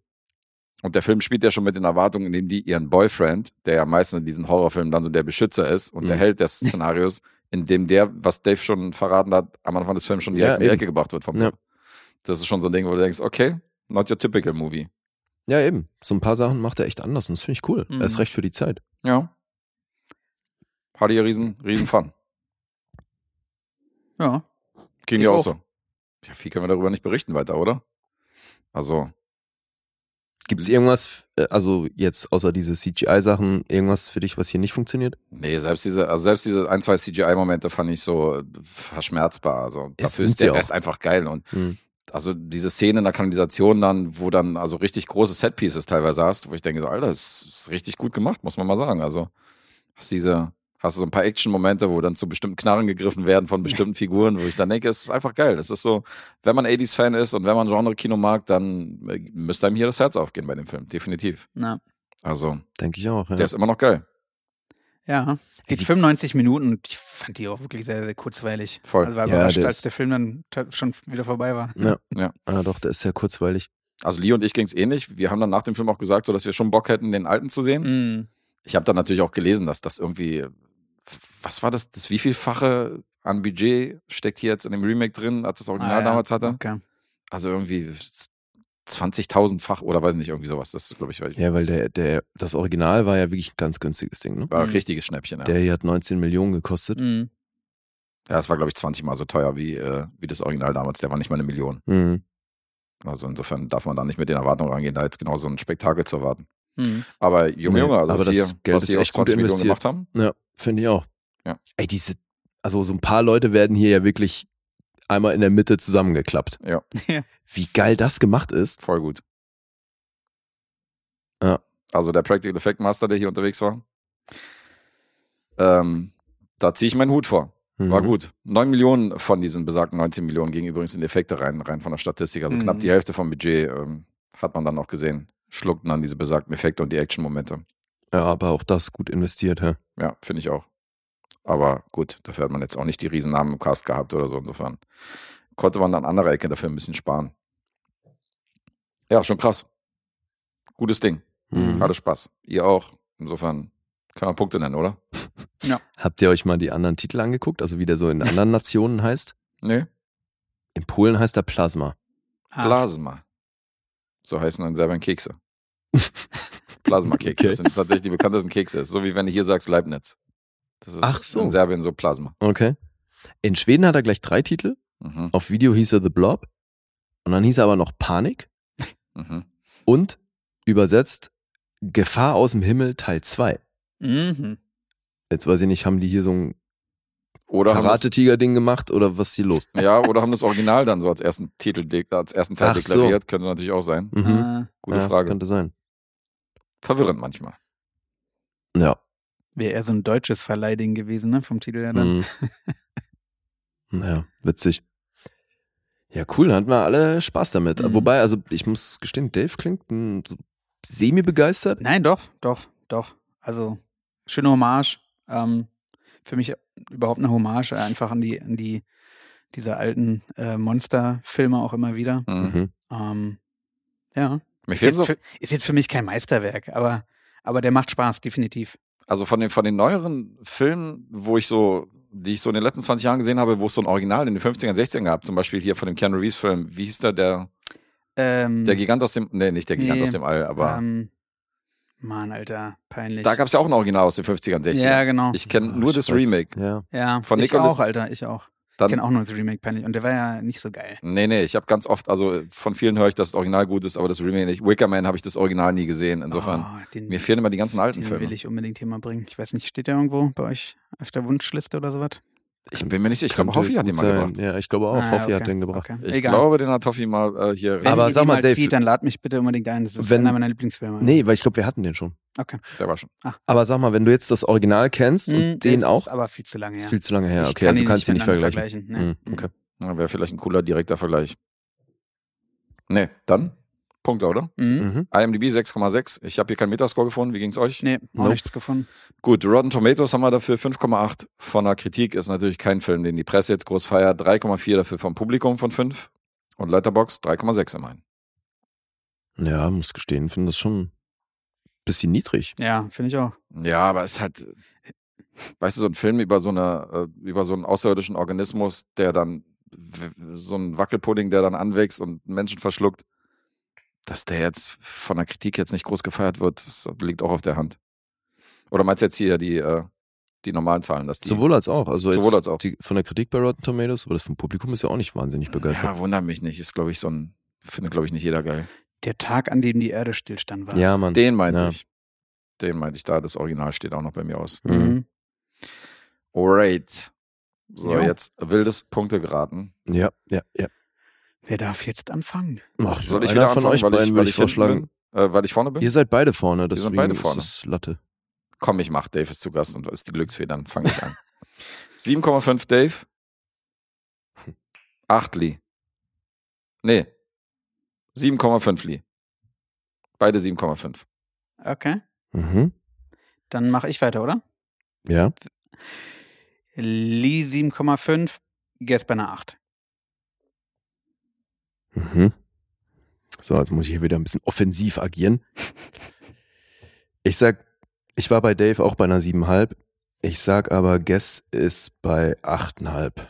Und der Film spielt ja schon mit den Erwartungen, indem die ihren Boyfriend, der ja meistens in diesen Horrorfilmen dann so der Beschützer ist und der
Mhm.
Held des Szenarios, in dem der, was Dave schon verraten hat, am Anfang des Films schon direkt
Ja,
in die
eben.
Ecke gebracht wird vom
Ja.
Typ. Das ist schon so ein Ding, wo du denkst, okay, not your typical movie.
Ja, eben. So ein paar Sachen macht er echt anders und das finde ich cool.
Mhm.
Er ist recht für die Zeit.
Ja. Hatte ihr riesen, riesen Fun.
ja.
Ging
Ich
ja auch
auch.
so. Ja, viel können wir darüber nicht berichten weiter, oder? Also,
Gibt es irgendwas, äh, also jetzt außer diese CGI-Sachen, irgendwas für dich, was hier nicht funktioniert?
nee, selbst diese, also selbst diese ein, zwei CGI-Momente fand ich so äh, verschmerzbar. Also,
Es
dafür
sind
ist der
sie auch.
Rest einfach geil. Und
Hm.
also diese Szene in der Kanalisation dann, wo dann also richtig große Setpieces teilweise hast, wo ich denke, so, Alter, das ist richtig gut gemacht, muss man mal sagen. Also hast diese, hast du so ein paar Action-Momente, wo dann zu bestimmten Knarren gegriffen werden von bestimmten Figuren, wo ich dann denke, es ist einfach geil. Das ist so, wenn man 80s-Fan ist und wenn man Genre-Kino mag, dann äh, müsste einem hier das Herz aufgehen bei dem Film, definitiv.
Na,
Also,
Denke ich auch,
der
ja.
ist immer noch geil.
ja. Geht 95 Minuten und ich fand die auch wirklich sehr, sehr kurzweilig.
Voll.
Also war
Ja,
überrascht,
der
als
ist-
der Film dann ta- schon wieder vorbei war.
Ja.
Ja.
Ah, doch, der ist sehr kurzweilig.
Also Lee und ich ging es ähnlich. Wir haben dann nach dem Film auch gesagt, so dass wir schon Bock hätten, den alten zu sehen.
Mhm.
ich habe dann natürlich auch gelesen, dass das irgendwie, was war das, das wie vielfache an Budget steckt hier jetzt in dem Remake drin, als das Original
Ah, ja.
damals hatte?
Okay.
Also irgendwie 20.000-fach oder weiß nicht, irgendwie sowas. Das glaube ich, war,
Ja, weil der, der, das Original war ja wirklich ein ganz günstiges Ding, ne?
war ein
Mhm.
richtiges Schnäppchen. Ja,
Der hier hat 19 Millionen gekostet.
Mhm.
ja das war, glaube ich, 20 Mal so teuer wie, äh, wie das Original damals. Der war nicht mal eine Million.
Mhm.
Also insofern darf man da nicht mit den Erwartungen rangehen, da jetzt genau so ein Spektakel zu erwarten.
Mhm.
Aber Junge,
Nee,
Junge, also
aber
was
das
hier,
Geld
was
ist
hier aus
echt gut
20 Millionen
investiert.
gemacht haben.
Ja, finde ich auch.
Ja.
Ey, diese, also so ein paar Leute werden hier ja wirklich einmal in der Mitte zusammengeklappt.
Ja.
Ja.
Wie geil das gemacht ist.
Voll gut.
Ja.
Also der Practical Effect Master, der hier unterwegs war. Ähm, da ziehe ich meinen Hut vor. War
Mhm.
gut. 9 Millionen von diesen besagten 19 Millionen gingen übrigens in die Effekte rein, rein von der Statistik. Also
Mhm.
knapp die Hälfte vom Budget ähm, hat man dann auch gesehen. Schluckten dann diese besagten Effekte und die Action-Momente.
Ja, aber auch das gut investiert, hä?
Ja, finde ich auch. Aber gut, dafür hat man jetzt auch nicht die Riesennamen im Cast gehabt oder so. Insofern konnte man an anderer Ecke dafür ein bisschen sparen. Ja, schon krass. Gutes Ding.
Mhm.
Hatte Spaß. Ihr auch. Insofern kann man Punkte nennen, oder?
Habt ihr euch mal die anderen Titel angeguckt? Also wie der so in anderen Nationen heißt?
Nee.
In Polen heißt er Plasma.
Ah.
Plasma. So heißen dann selber Kekse. Plasma-Kekse.
Okay.
Das sind tatsächlich die bekanntesten Kekse. So wie wenn du hier sagst Leibniz. Das ist
Ach so.
in Serbien so Plasma.
Okay. In Schweden hat er gleich drei Titel.
Mhm.
Auf Video hieß er The Blob. Und dann hieß er aber noch Panik
Mhm.
und übersetzt Gefahr aus dem Himmel Teil 2.
Mhm.
Jetzt weiß ich nicht, haben die hier so ein
Oder haben das,
Karate-Tiger-Ding gemacht oder was ist hier los?
ja, oder haben das Original dann so als ersten Titel, de- als ersten Teil
Ach so.
deklariert. Könnte natürlich auch sein.
Mhm.
Ah.
Gute
ja, Das
Frage.
könnte sein.
Verwirrend manchmal.
Ja.
Wäre eher so ein deutsches Verleiding gewesen, ne? Vom Titel her dann.
Mhm. naja, witzig. Ja, cool, dann hatten wir alle Spaß damit.
Mhm.
Wobei, also ich muss gestehen, Dave klingt mm, so semi-begeistert.
Nein, doch, doch, doch. Also, schöne Hommage. Ähm, für mich überhaupt eine Hommage äh, einfach an die, an die, diese alten äh, Monsterfilme auch immer wieder.
Mhm.
Mhm.
Ähm, ja.
Mir
Ist
fehlen
jetzt,
so
für, ist jetzt für mich kein Meisterwerk, aber, aber der macht Spaß, definitiv.
Also von den, von den neueren Filmen, wo ich so, die ich so in den letzten 20 Jahren gesehen habe, wo es so ein Original in den 15ern, 16ern gab, zum Beispiel hier von dem Keanu Reeves Film, wie hieß der,
Hm.
der,
Ähm,
der Gigant aus dem, nee, nicht der Gigant
Nee.
aus dem All, aber
ähm, Mann, Alter, peinlich.
da gab es ja auch ein Original aus den 50ern, 60ern.
ja, genau.
Ich kenne
Ah,
nur
ich
das
weiß.
Remake.
Ja.
ja,
von
ich
Nicolas-
auch, Alter, ich auch. Ich
Dann,
kenne auch nur das Remake, peinlich. Und der war ja nicht so geil.
nee, nee, ich habe ganz oft, also von vielen höre ich, dass das Original gut ist, aber das Remake nicht. Wicker Man habe ich das Original nie gesehen,
Ah,
insofern.
Oh, den,
Mir fehlen immer die ganzen alten
den
Filme.
will ich unbedingt hier mal bringen. Ich weiß nicht, steht der irgendwo bei euch auf der Wunschliste oder sowas?
Ich bin mir nicht sicher. Ich glaube, Hoffi hat den mal gebracht.
Ja, ich glaube auch.
Ah,
Hoffi hat
okay,
den gebracht.
okay.
Ich
Egal.
glaube, den hat Hoffi mal äh, hier.
Wenn
Aber
ihr die
sag mal,
mal
Dave-
zieht, dann lad mich bitte unbedingt ein. Das ist
Wenn-
einer meiner Lieblingsfilme.
Nee, weil ich glaube, wir hatten den schon.
der war schon.
Aber sag mal, wenn du jetzt das Original kennst
Hm,
und den
das
auch,
Ist aber viel zu lange her.
ist viel zu lange her.
Ich
Okay,
kann
also
die
du kannst
nicht
ihn nicht
miteinander
vergleichen.
vergleichen,
ne?
nee.
Hm, okay.
Ja, äh, Wäre vielleicht ein cooler direkter Vergleich. Nee, dann Punkte, oder?
Mhm.
Mhm.
IMDb 6,6. Ich habe hier keinen Metascore gefunden. Wie ging's euch?
Nee, auch
Nope.
nichts gefunden.
Gut, Rotten Tomatoes haben wir dafür 5,8 von der Kritik. Ist natürlich kein Film, den die Presse jetzt groß feiert. 3,4 dafür vom Publikum von 5. Und Letterboxd 3,6 immerhin.
Mhm. Ja, muss gestehen, finde das schon ein bisschen niedrig.
Ja, finde ich auch.
Ja, aber es hat, weißt du, so ein Film über so eine, äh, über so einen außerirdischen Organismus, der dann w- so ein Wackelpudding, der dann anwächst und Menschen verschluckt, dass der jetzt von der Kritik jetzt nicht groß gefeiert wird, das liegt auch auf der Hand. Oder meinst du jetzt hier die, äh, die normalen Zahlen, dass die
Sowohl als auch. Also
Sowohl
jetzt
als auch.
Die, von der Kritik bei Rotten Tomatoes, aber das vom Publikum ist ja auch nicht wahnsinnig begeistert.
Ja, wundert mich nicht. Ist, glaube ich, so ein, findet, glaube ich, nicht jeder geil.
Der Tag, an dem die Erde stillstand, war
Ja, Mann.
Den meinte
Ja.
ich. Den meinte ich da. Das Original steht auch noch bei mir aus.
es. Mhm.
Alright. So,
Jo.
jetzt wildes Punkte geraten.
Ja, ja, ja.
Wer darf jetzt anfangen?
Ach,
Soll ich
einer
wieder
von
anfangen,
euch
weil
beiden
ich, weil
würde
ich,
ich
hinten
vorschlagen.
Bin, äh, weil ich vorne bin?
Ihr seid beide vorne, deswegen
sind beide vorne.
ist es Latte.
Komm, ich mach. Dave ist zu Gast und ist die Glücksfee, dann fange ich an. 7,5 Dave.
Hm.
8 Lee. Nee. 7,5 Lee. Beide 7,5.
Okay,
Mhm.
dann mache ich weiter, oder?
Ja.
Lee 7,5, Guess bei einer 8.
Mhm. So, jetzt muss ich hier wieder ein bisschen offensiv agieren. Ich sag, ich war bei Dave auch bei einer 7,5. Ich sag aber, Guess ist bei 8,5.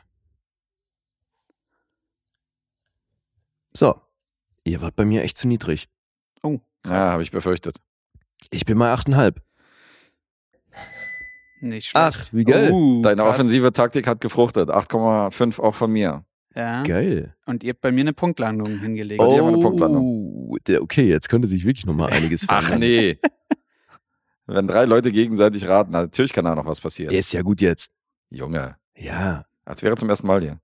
So, ihr wart bei mir echt zu niedrig.
Oh,
Ja,
krass.
habe ich befürchtet.
Ich bin bei 8,5.
Nicht schlecht.
Ach, wie geil.
Oh,
Deine
krass.
offensive Taktik hat gefruchtet. 8,5 auch von mir.
Mhm.
Ja.
Geil.
Und ihr habt bei mir eine Punktlandung hingelegt. Also
dir haben wir eine Punktlandung.
Oh, der- okay, jetzt könnte sich wirklich nochmal einiges
Ach
verändern.
nee. Wenn drei Leute gegenseitig raten, natürlich kann da noch was passieren.
Ist ja gut jetzt.
Junge,
Ja.
als wäre zum ersten Mal hier.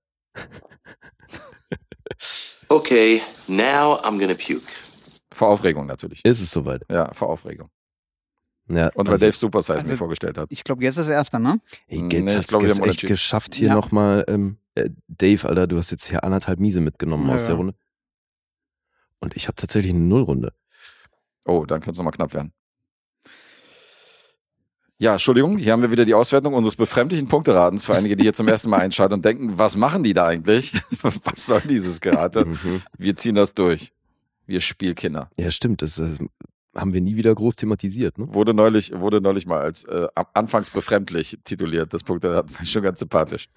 Okay, now I'm gonna puke.
Vor Aufregung natürlich.
Ist es soweit.
Ja, vor Aufregung.
Ja,
Und weil
also-
Dave Super Size
also-
mir vorgestellt hat.
Ich glaube, jetzt ist erster, ne?
Hey,
Nee,
jetzt
ich
hat's
glaube, wir
Getz
haben
echt
Unterschied.
geschafft, hier
Ja.
nochmal. Ähm, äh, Dave, Alter, du hast jetzt hier anderthalb Miese mitgenommen
Ja,
aus der
ja.
Runde. Und ich habe tatsächlich eine Nullrunde.
Oh, dann könnte es nochmal knapp werden. Ja, Entschuldigung, hier haben wir wieder die Auswertung unseres befremdlichen Punkteratens für einige, die hier zum ersten Mal einschalten und denken, was machen die da eigentlich? Was soll dieses Gerate?
Mhm.
Wir ziehen das durch. Wir Spielkinder.
Ja, stimmt. Das äh, haben wir nie wieder groß thematisiert, ne?
Wurde neulich, wurde neulich mal als äh, ab- anfangs befremdlich tituliert. Das Punkt hat mich schon ganz sympathisch.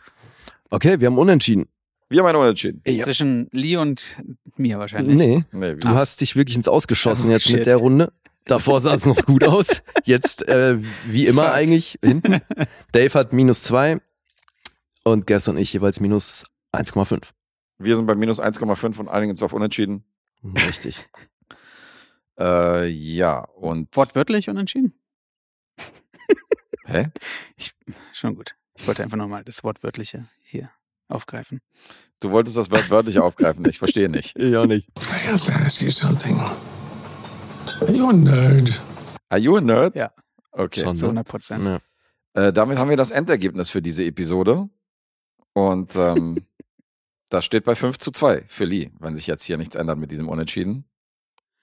Okay, wir haben unentschieden.
Wir haben einen Unentschieden.
Ja.
Zwischen Lee und mir wahrscheinlich.
Nee,
Nee,
du
wir-
hast dich wirklich ins Ausgeschossen
Oh,
jetzt
shit.
mit der Runde. Davor sah es noch gut aus. Jetzt, äh, wie immer eigentlich, hinten. Dave hat minus zwei und gestern ich jeweils minus 1,5.
wir sind bei minus 1,5 und einigen uns auf Unentschieden.
Richtig.
Äh, ja, und.
Wortwörtlich unentschieden?
Hä?
Schon gut. Ich wollte einfach nochmal das Wortwörtliche hier aufgreifen.
Du wolltest das Wort wörtlich aufgreifen. Ich verstehe nicht.
ich auch nicht.
I have to ask you something. Are you a nerd?
Are you a nerd?
Ja.
Okay.
Schon,
Zu
ne?
100 Prozent.
Ja.
Äh, damit haben wir das Endergebnis für diese Episode. Und ähm, das steht bei 5 zu 2 für Lee, wenn sich jetzt hier nichts ändert mit diesem Unentschieden.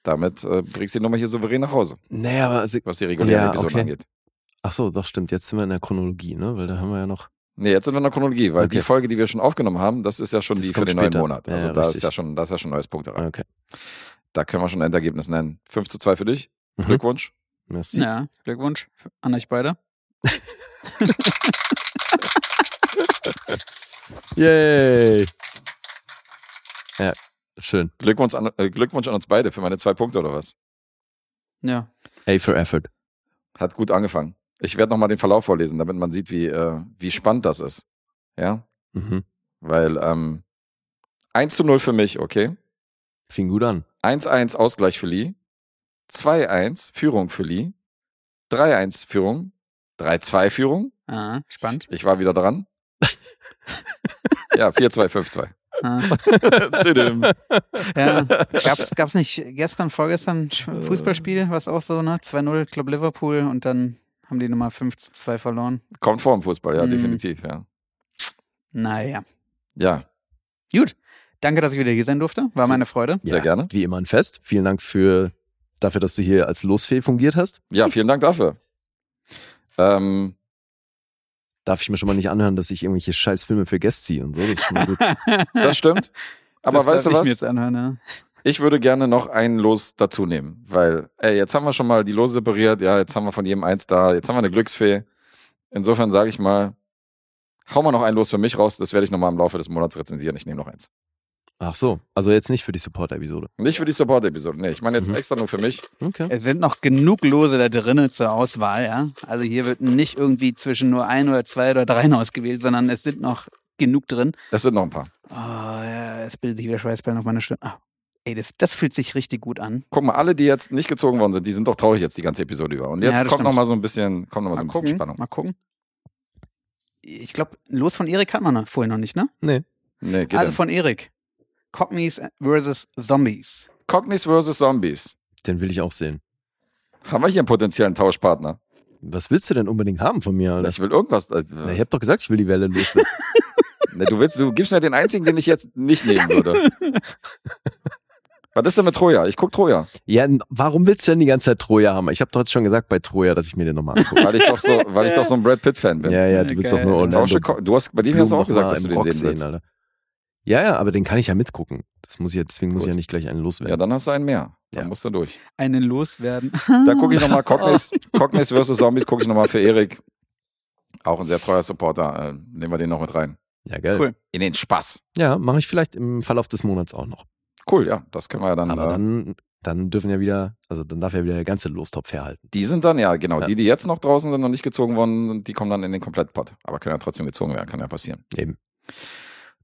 Damit äh, bringst du die Nummer hier souverän nach Hause,
Nee, aber also,
was die reguläre
Ja,
Episode
okay.
angeht.
Ach so, doch stimmt. Jetzt sind wir in der Chronologie, ne? Weil da haben wir ja noch.
Nee, jetzt sind wir in der Chronologie, weil
Okay.
die Folge, die wir schon aufgenommen haben, das ist ja schon
Das
die für
kommt
den neuen
später.
Monat.
Ja,
Also
ja,
da, ist
richtig.
ja schon, da ist ja schon ein neues Punkt daran.
ah, Okay.
Da können wir schon ein Endergebnis nennen. 5 zu 2 für dich.
Mhm.
Glückwunsch.
Merci.
Ja, Glückwunsch an euch beide.
Yay! Ja, schön.
Glückwunsch an, äh, Glückwunsch an uns beide für meine zwei Punkte oder was?
Ja.
A for effort.
Hat gut angefangen. Ich werde nochmal den Verlauf vorlesen, damit man sieht, wie, äh, wie spannend das ist. Ja,
Mhm.
weil ähm, 1 zu 0 für mich, okay.
Fing gut an.
1-1 Ausgleich für Lee. 2-1 Führung für Lee. 3-1 Führung. 3-2 Führung.
Ah, spannend.
Ich war wieder dran. Ja, 4252.
Ah. ja, gab's, gab's nicht gestern, vorgestern
Äh.
ein Fußballspiel, was auch so, ne? 2-0 Club Liverpool und dann haben die Nummer 5 zu 2 verloren.
Kommt vor dem Fußball,
Mhm.
ja, definitiv, ja.
Naja.
Ja.
Gut. Danke, dass ich wieder hier sein durfte. War meine Freude.
Sehr gerne.
Wie immer ein Fest. Vielen Dank für, dafür, dass du hier als Losfee fungiert hast.
Ja, vielen Dank dafür. Ähm,
Darf ich mir schon mal nicht anhören, dass ich irgendwelche Scheißfilme für Guests ziehe und so. Das ist schon mal gut.
das stimmt. Aber
das
weißt
darf
du
ich
was?
mir jetzt anhören, ja.
Ich würde gerne noch ein Los dazu nehmen, weil, ey, jetzt haben wir schon mal die Lose separiert, ja, jetzt haben wir von jedem eins da, jetzt haben wir eine Glücksfee. Insofern sage ich mal, hau mal noch ein Los für mich raus, das werde ich nochmal im Laufe des Monats rezensieren, ich nehme noch eins.
Ach so. Also jetzt nicht für die Support-Episode.
Nicht für die Support-Episode, nee, ich meine jetzt
Mhm.
extra nur für mich.
Okay.
Es sind noch genug Lose da drinnen zur Auswahl, ja. Also hier wird nicht irgendwie zwischen nur ein oder zwei oder dreien ausgewählt, sondern es sind noch genug drin.
Das sind noch ein paar.
Oh, ja, es bildet sich wieder Schweißperlen auf meine Stirn. Ah, ey, das, das fühlt sich richtig gut an.
Guck mal, alle, die jetzt nicht gezogen worden sind, die sind doch traurig jetzt die ganze Episode über. Und
Ja,
jetzt
das
kommt
stimmt.
nochmal so ein bisschen, kommt noch mal so
Mal
ein bisschen
gucken,
Also Spannung.
mal gucken. Ich glaube, los von Erik hat man noch- vorher noch nicht, ne?
Nee.
Nee, geht
also
also
von Erik. Cockneys versus Zombies.
Cognis vs. Zombies.
Den will ich auch sehen.
Haben wir hier einen potenziellen Tauschpartner?
Was willst du denn unbedingt haben von mir, Alter?
Ich will irgendwas. Also,
Na, ich hab doch gesagt, ich will die Welle loswerden.
Ne, du, willst, du gibst mir den einzigen, den ich jetzt nicht nehmen würde. Was ist denn mit Troja? Ich guck Troja.
ja, n- warum willst du denn die ganze Zeit Troja haben? Ich habe doch jetzt schon gesagt bei Troja, dass ich mir den nochmal angucke.
Weil ich doch so, weil ich doch so ein Brad Pitt-Fan bin.
ja, ja, du willst
Geil.
doch nur
Ich
Orlando.
tausche, Ko- du hast bei dem
Bloom
hast du auch
noch mal
gesagt, dass du
im
den
Rock
sehen willst.
Alter. Ja, ja, aber den kann ich ja mitgucken. Das muss ich ja, deswegen muss
Gut.
ich ja nicht gleich einen
Ja,
loswerden.
dann hast du einen mehr. Dann
Ja.
musst du durch.
Einen loswerden.
Da gucke ich nochmal Cognis, Cognis vs. Zombies, gucke ich nochmal für Erik. Auch ein sehr treuer Supporter. Äh, nehmen wir den noch mit rein.
Ja, geil.
Cool.
In den Spaß.
Ja, mache ich vielleicht im Verlauf des Monats auch noch.
Cool, ja. Das können wir ja dann.
Aber
äh,
dann, dann dürfen ja wieder, also dann darf ja wieder der ganze Lostopf herhalten.
die sind dann, ja, genau.
Ja.
Die, die jetzt noch draußen sind und nicht gezogen worden, die kommen dann in den Komplettpot. Aber können ja trotzdem gezogen werden, kann ja passieren.
Eben.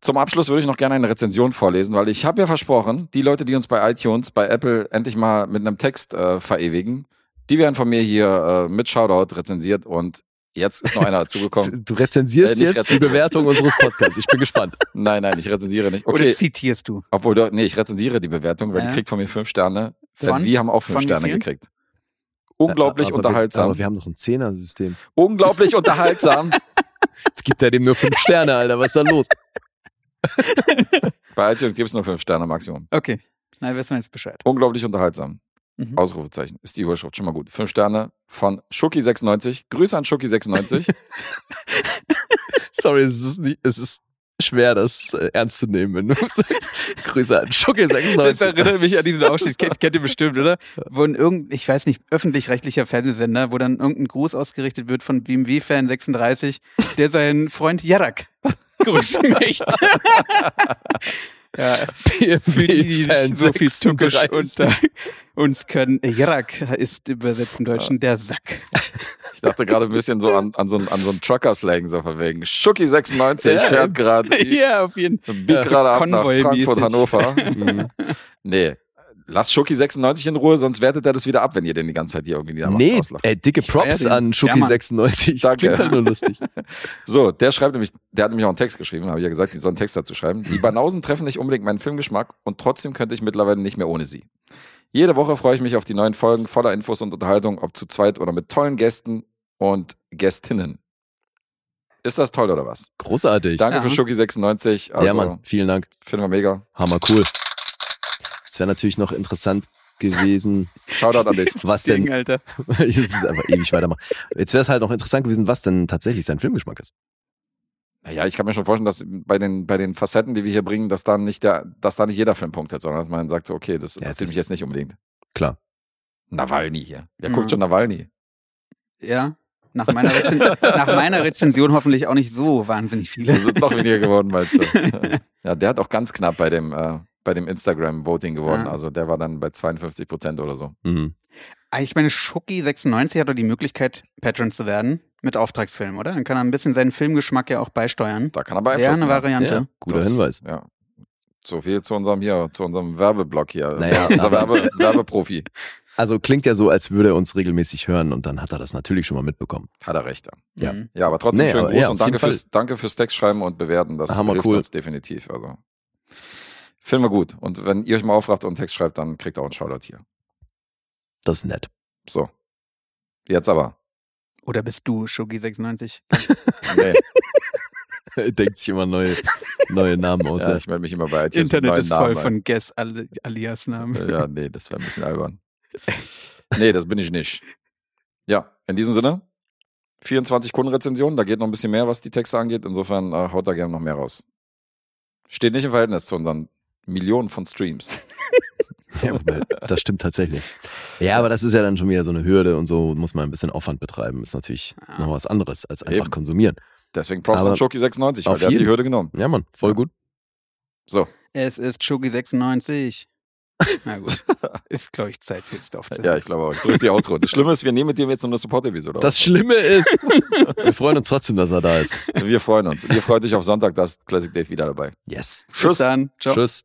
Zum Abschluss würde ich noch gerne eine Rezension vorlesen, weil ich habe ja versprochen, die Leute, die uns bei iTunes, bei Apple endlich mal mit einem Text äh, verewigen, die werden von mir hier äh, mit Shoutout rezensiert und jetzt ist noch einer dazugekommen.
Du rezensierst
Äh, nicht
jetzt
rezensiert.
die Bewertung unseres Podcasts. Ich bin gespannt.
Nein, nein, ich rezensiere nicht.
Oder
Okay,
zitierst du?
obwohl, du- nee, ich rezensiere die Bewertung, weil
Ja.
die kriegt von mir fünf Sterne. Denn
Von-
wir haben auch fünf
von wie
Sterne
vielen?
gekriegt. Unglaublich
Äh, aber Wir,
unterhaltsam.
aber wir haben noch ein Zehner-System.
Unglaublich unterhaltsam.
Jetzt gibt er dem nur fünf Sterne, Alter. Was ist da los?
Bei iTunes gibt es nur fünf Sterne Maximum.
Okay. Na, wissen wir jetzt Bescheid.
Unglaublich unterhaltsam.
Mhm.
Ausrufezeichen ist die Überschrift schon mal gut. Fünf Sterne von Schuki96. Grüße an Schuki96.
Sorry, es ist, nicht, es ist schwer, das äh, ernst zu nehmen, wenn du sagst, Grüße an
Das
Schuckel96.
erinnert mich an diesen Ausschnitt, kennt, kennt ihr bestimmt, oder? Wo in irgendein, ich weiß nicht, öffentlich-rechtlicher Fernsehsender, wo dann irgendein Gruß ausgerichtet wird von BMW-Fan 36, der seinen Freund Jarak grüßen möchte. ja, für die, die sich so viel Türkisch unter uns können. Jarak ist übersetzt im Deutschen der Sack.
Ich dachte gerade ein bisschen so an, an so einen, an so einen Trucker-Slang, so von wegen. Schucki96
Ja,
fährt gerade,
ja, auf jeden Fall.
biegt gerade ab nach
Konvoi-mäßig.
Frankfurt, Hannover. Mhm. nee, lasst Schucki96 in Ruhe, sonst wertet er das wieder ab, wenn ihr den die ganze Zeit hier irgendwie niedermacht.
Nee,
auslacht.
ey, dicke Props
feier den.
an
Ja, Mann.
Schucki96. Das
Danke.
klingt halt nur lustig.
So, der schreibt nämlich, der hat nämlich auch einen Text geschrieben, habe ich ja gesagt, die sollen einen Text dazu schreiben. Die Banausen treffen nicht unbedingt meinen Filmgeschmack und trotzdem könnte ich mittlerweile nicht mehr ohne sie. Jede Woche freue ich mich auf die neuen Folgen voller Infos und Unterhaltung, ob zu zweit oder mit tollen Gästen und Gästinnen. Ist das toll oder was?
Großartig.
Danke
Ja.
für Schucki96. Also,
ja, Mann, vielen Dank.
Finden wir mega.
Hammer cool. Es wäre natürlich noch interessant gewesen,
Shoutout an dich.
was
Ding,
denn.
Alter.
ich muss einfach ewig weitermachen. Jetzt wäre es halt noch interessant gewesen, was denn tatsächlich sein Filmgeschmack ist.
Naja, ich kann mir schon vorstellen, dass bei den, bei den Facetten, die wir hier bringen, dass da nicht, der, dass da nicht jeder Film Punkt hat, sondern dass man sagt so, okay, das
Ja,
interessiert
das-
mich jetzt nicht unbedingt.
Klar.
Nawalny hier. Wer
Mhm.
guckt schon Nawalny?
Ja. Nach meiner, Rezen nach meiner Rezension hoffentlich auch nicht so wahnsinnig viele.
Das sind noch weniger geworden, meinst du? ja, der hat auch ganz knapp bei dem, äh, bei dem Instagram-Voting geworden.
Ja.
Also der war dann bei 52 Prozent oder so.
Mhm.
Ah, Ich meine, Schucki96 hat doch die Möglichkeit, Patron zu werden mit Auftragsfilmen, oder? Dann kann er ein bisschen seinen Filmgeschmack ja auch beisteuern.
Da kann er beeinflussen.
Wäre eine
ja.
Variante.
Ja, guter
Das-
Hinweis.
Ja. So viel zu unserem hier, zu unserem Werbeblock hier.
Naja,
unser
aber-
Werbe, Werbeprofi.
Also klingt ja so, als würde er uns regelmäßig hören und dann hat er das natürlich schon mal mitbekommen.
Hat er recht. Ja,
Mhm.
ja, ja aber trotzdem nee, schönen aber, Gruß ja, und danke fürs, danke fürs Text schreiben und bewerten. Das Hammer, hilft cool. uns definitiv. Also finden wir gut. Und wenn ihr euch mal aufrafft und einen Text schreibt, dann kriegt ihr auch ein Shoutout hier.
Das ist nett.
So. Jetzt aber.
Oder bist du Shogi96?
nee. Denkt sich immer neue, neue Namen aus.
Ja, ja. Ich melde mich immer bei
iTunes Internet ist voll Namen, von Guess Al alias Namen.
Äh, Ja, nee, das wäre ein bisschen albern. nee, das bin ich nicht. Ja, in diesem Sinne, 24 Kundenrezensionen, da geht noch ein bisschen mehr, was die Texte angeht. Insofern äh, haut da gerne noch mehr raus. Steht nicht im Verhältnis zu unseren Millionen von Streams.
ja, das stimmt tatsächlich. Ja, aber das ist ja dann schon wieder so eine Hürde und so muss man ein bisschen Aufwand betreiben. Ist natürlich ja. noch was anderes als einfach Eben. konsumieren.
Deswegen Props aber an Schoki96, weil der hat die Hürde genommen.
Ja, Mann, voll ja. gut.
So.
Es ist Schoki96. Na gut. ist, glaube ich, Zeit jetzt auf
Ja, ich glaube auch. Ich drücke die Outro. Das Schlimme ist, wir nehmen mit dir jetzt nur eine Support-Episode
Das Schlimme ist, wir freuen uns trotzdem, dass er da ist.
Wir freuen uns. Ihr freut euch auf Sonntag, da ist Classic Dave wieder dabei.
Yes.
Tschüss. Bis
dann. Ciao.
Tschüss.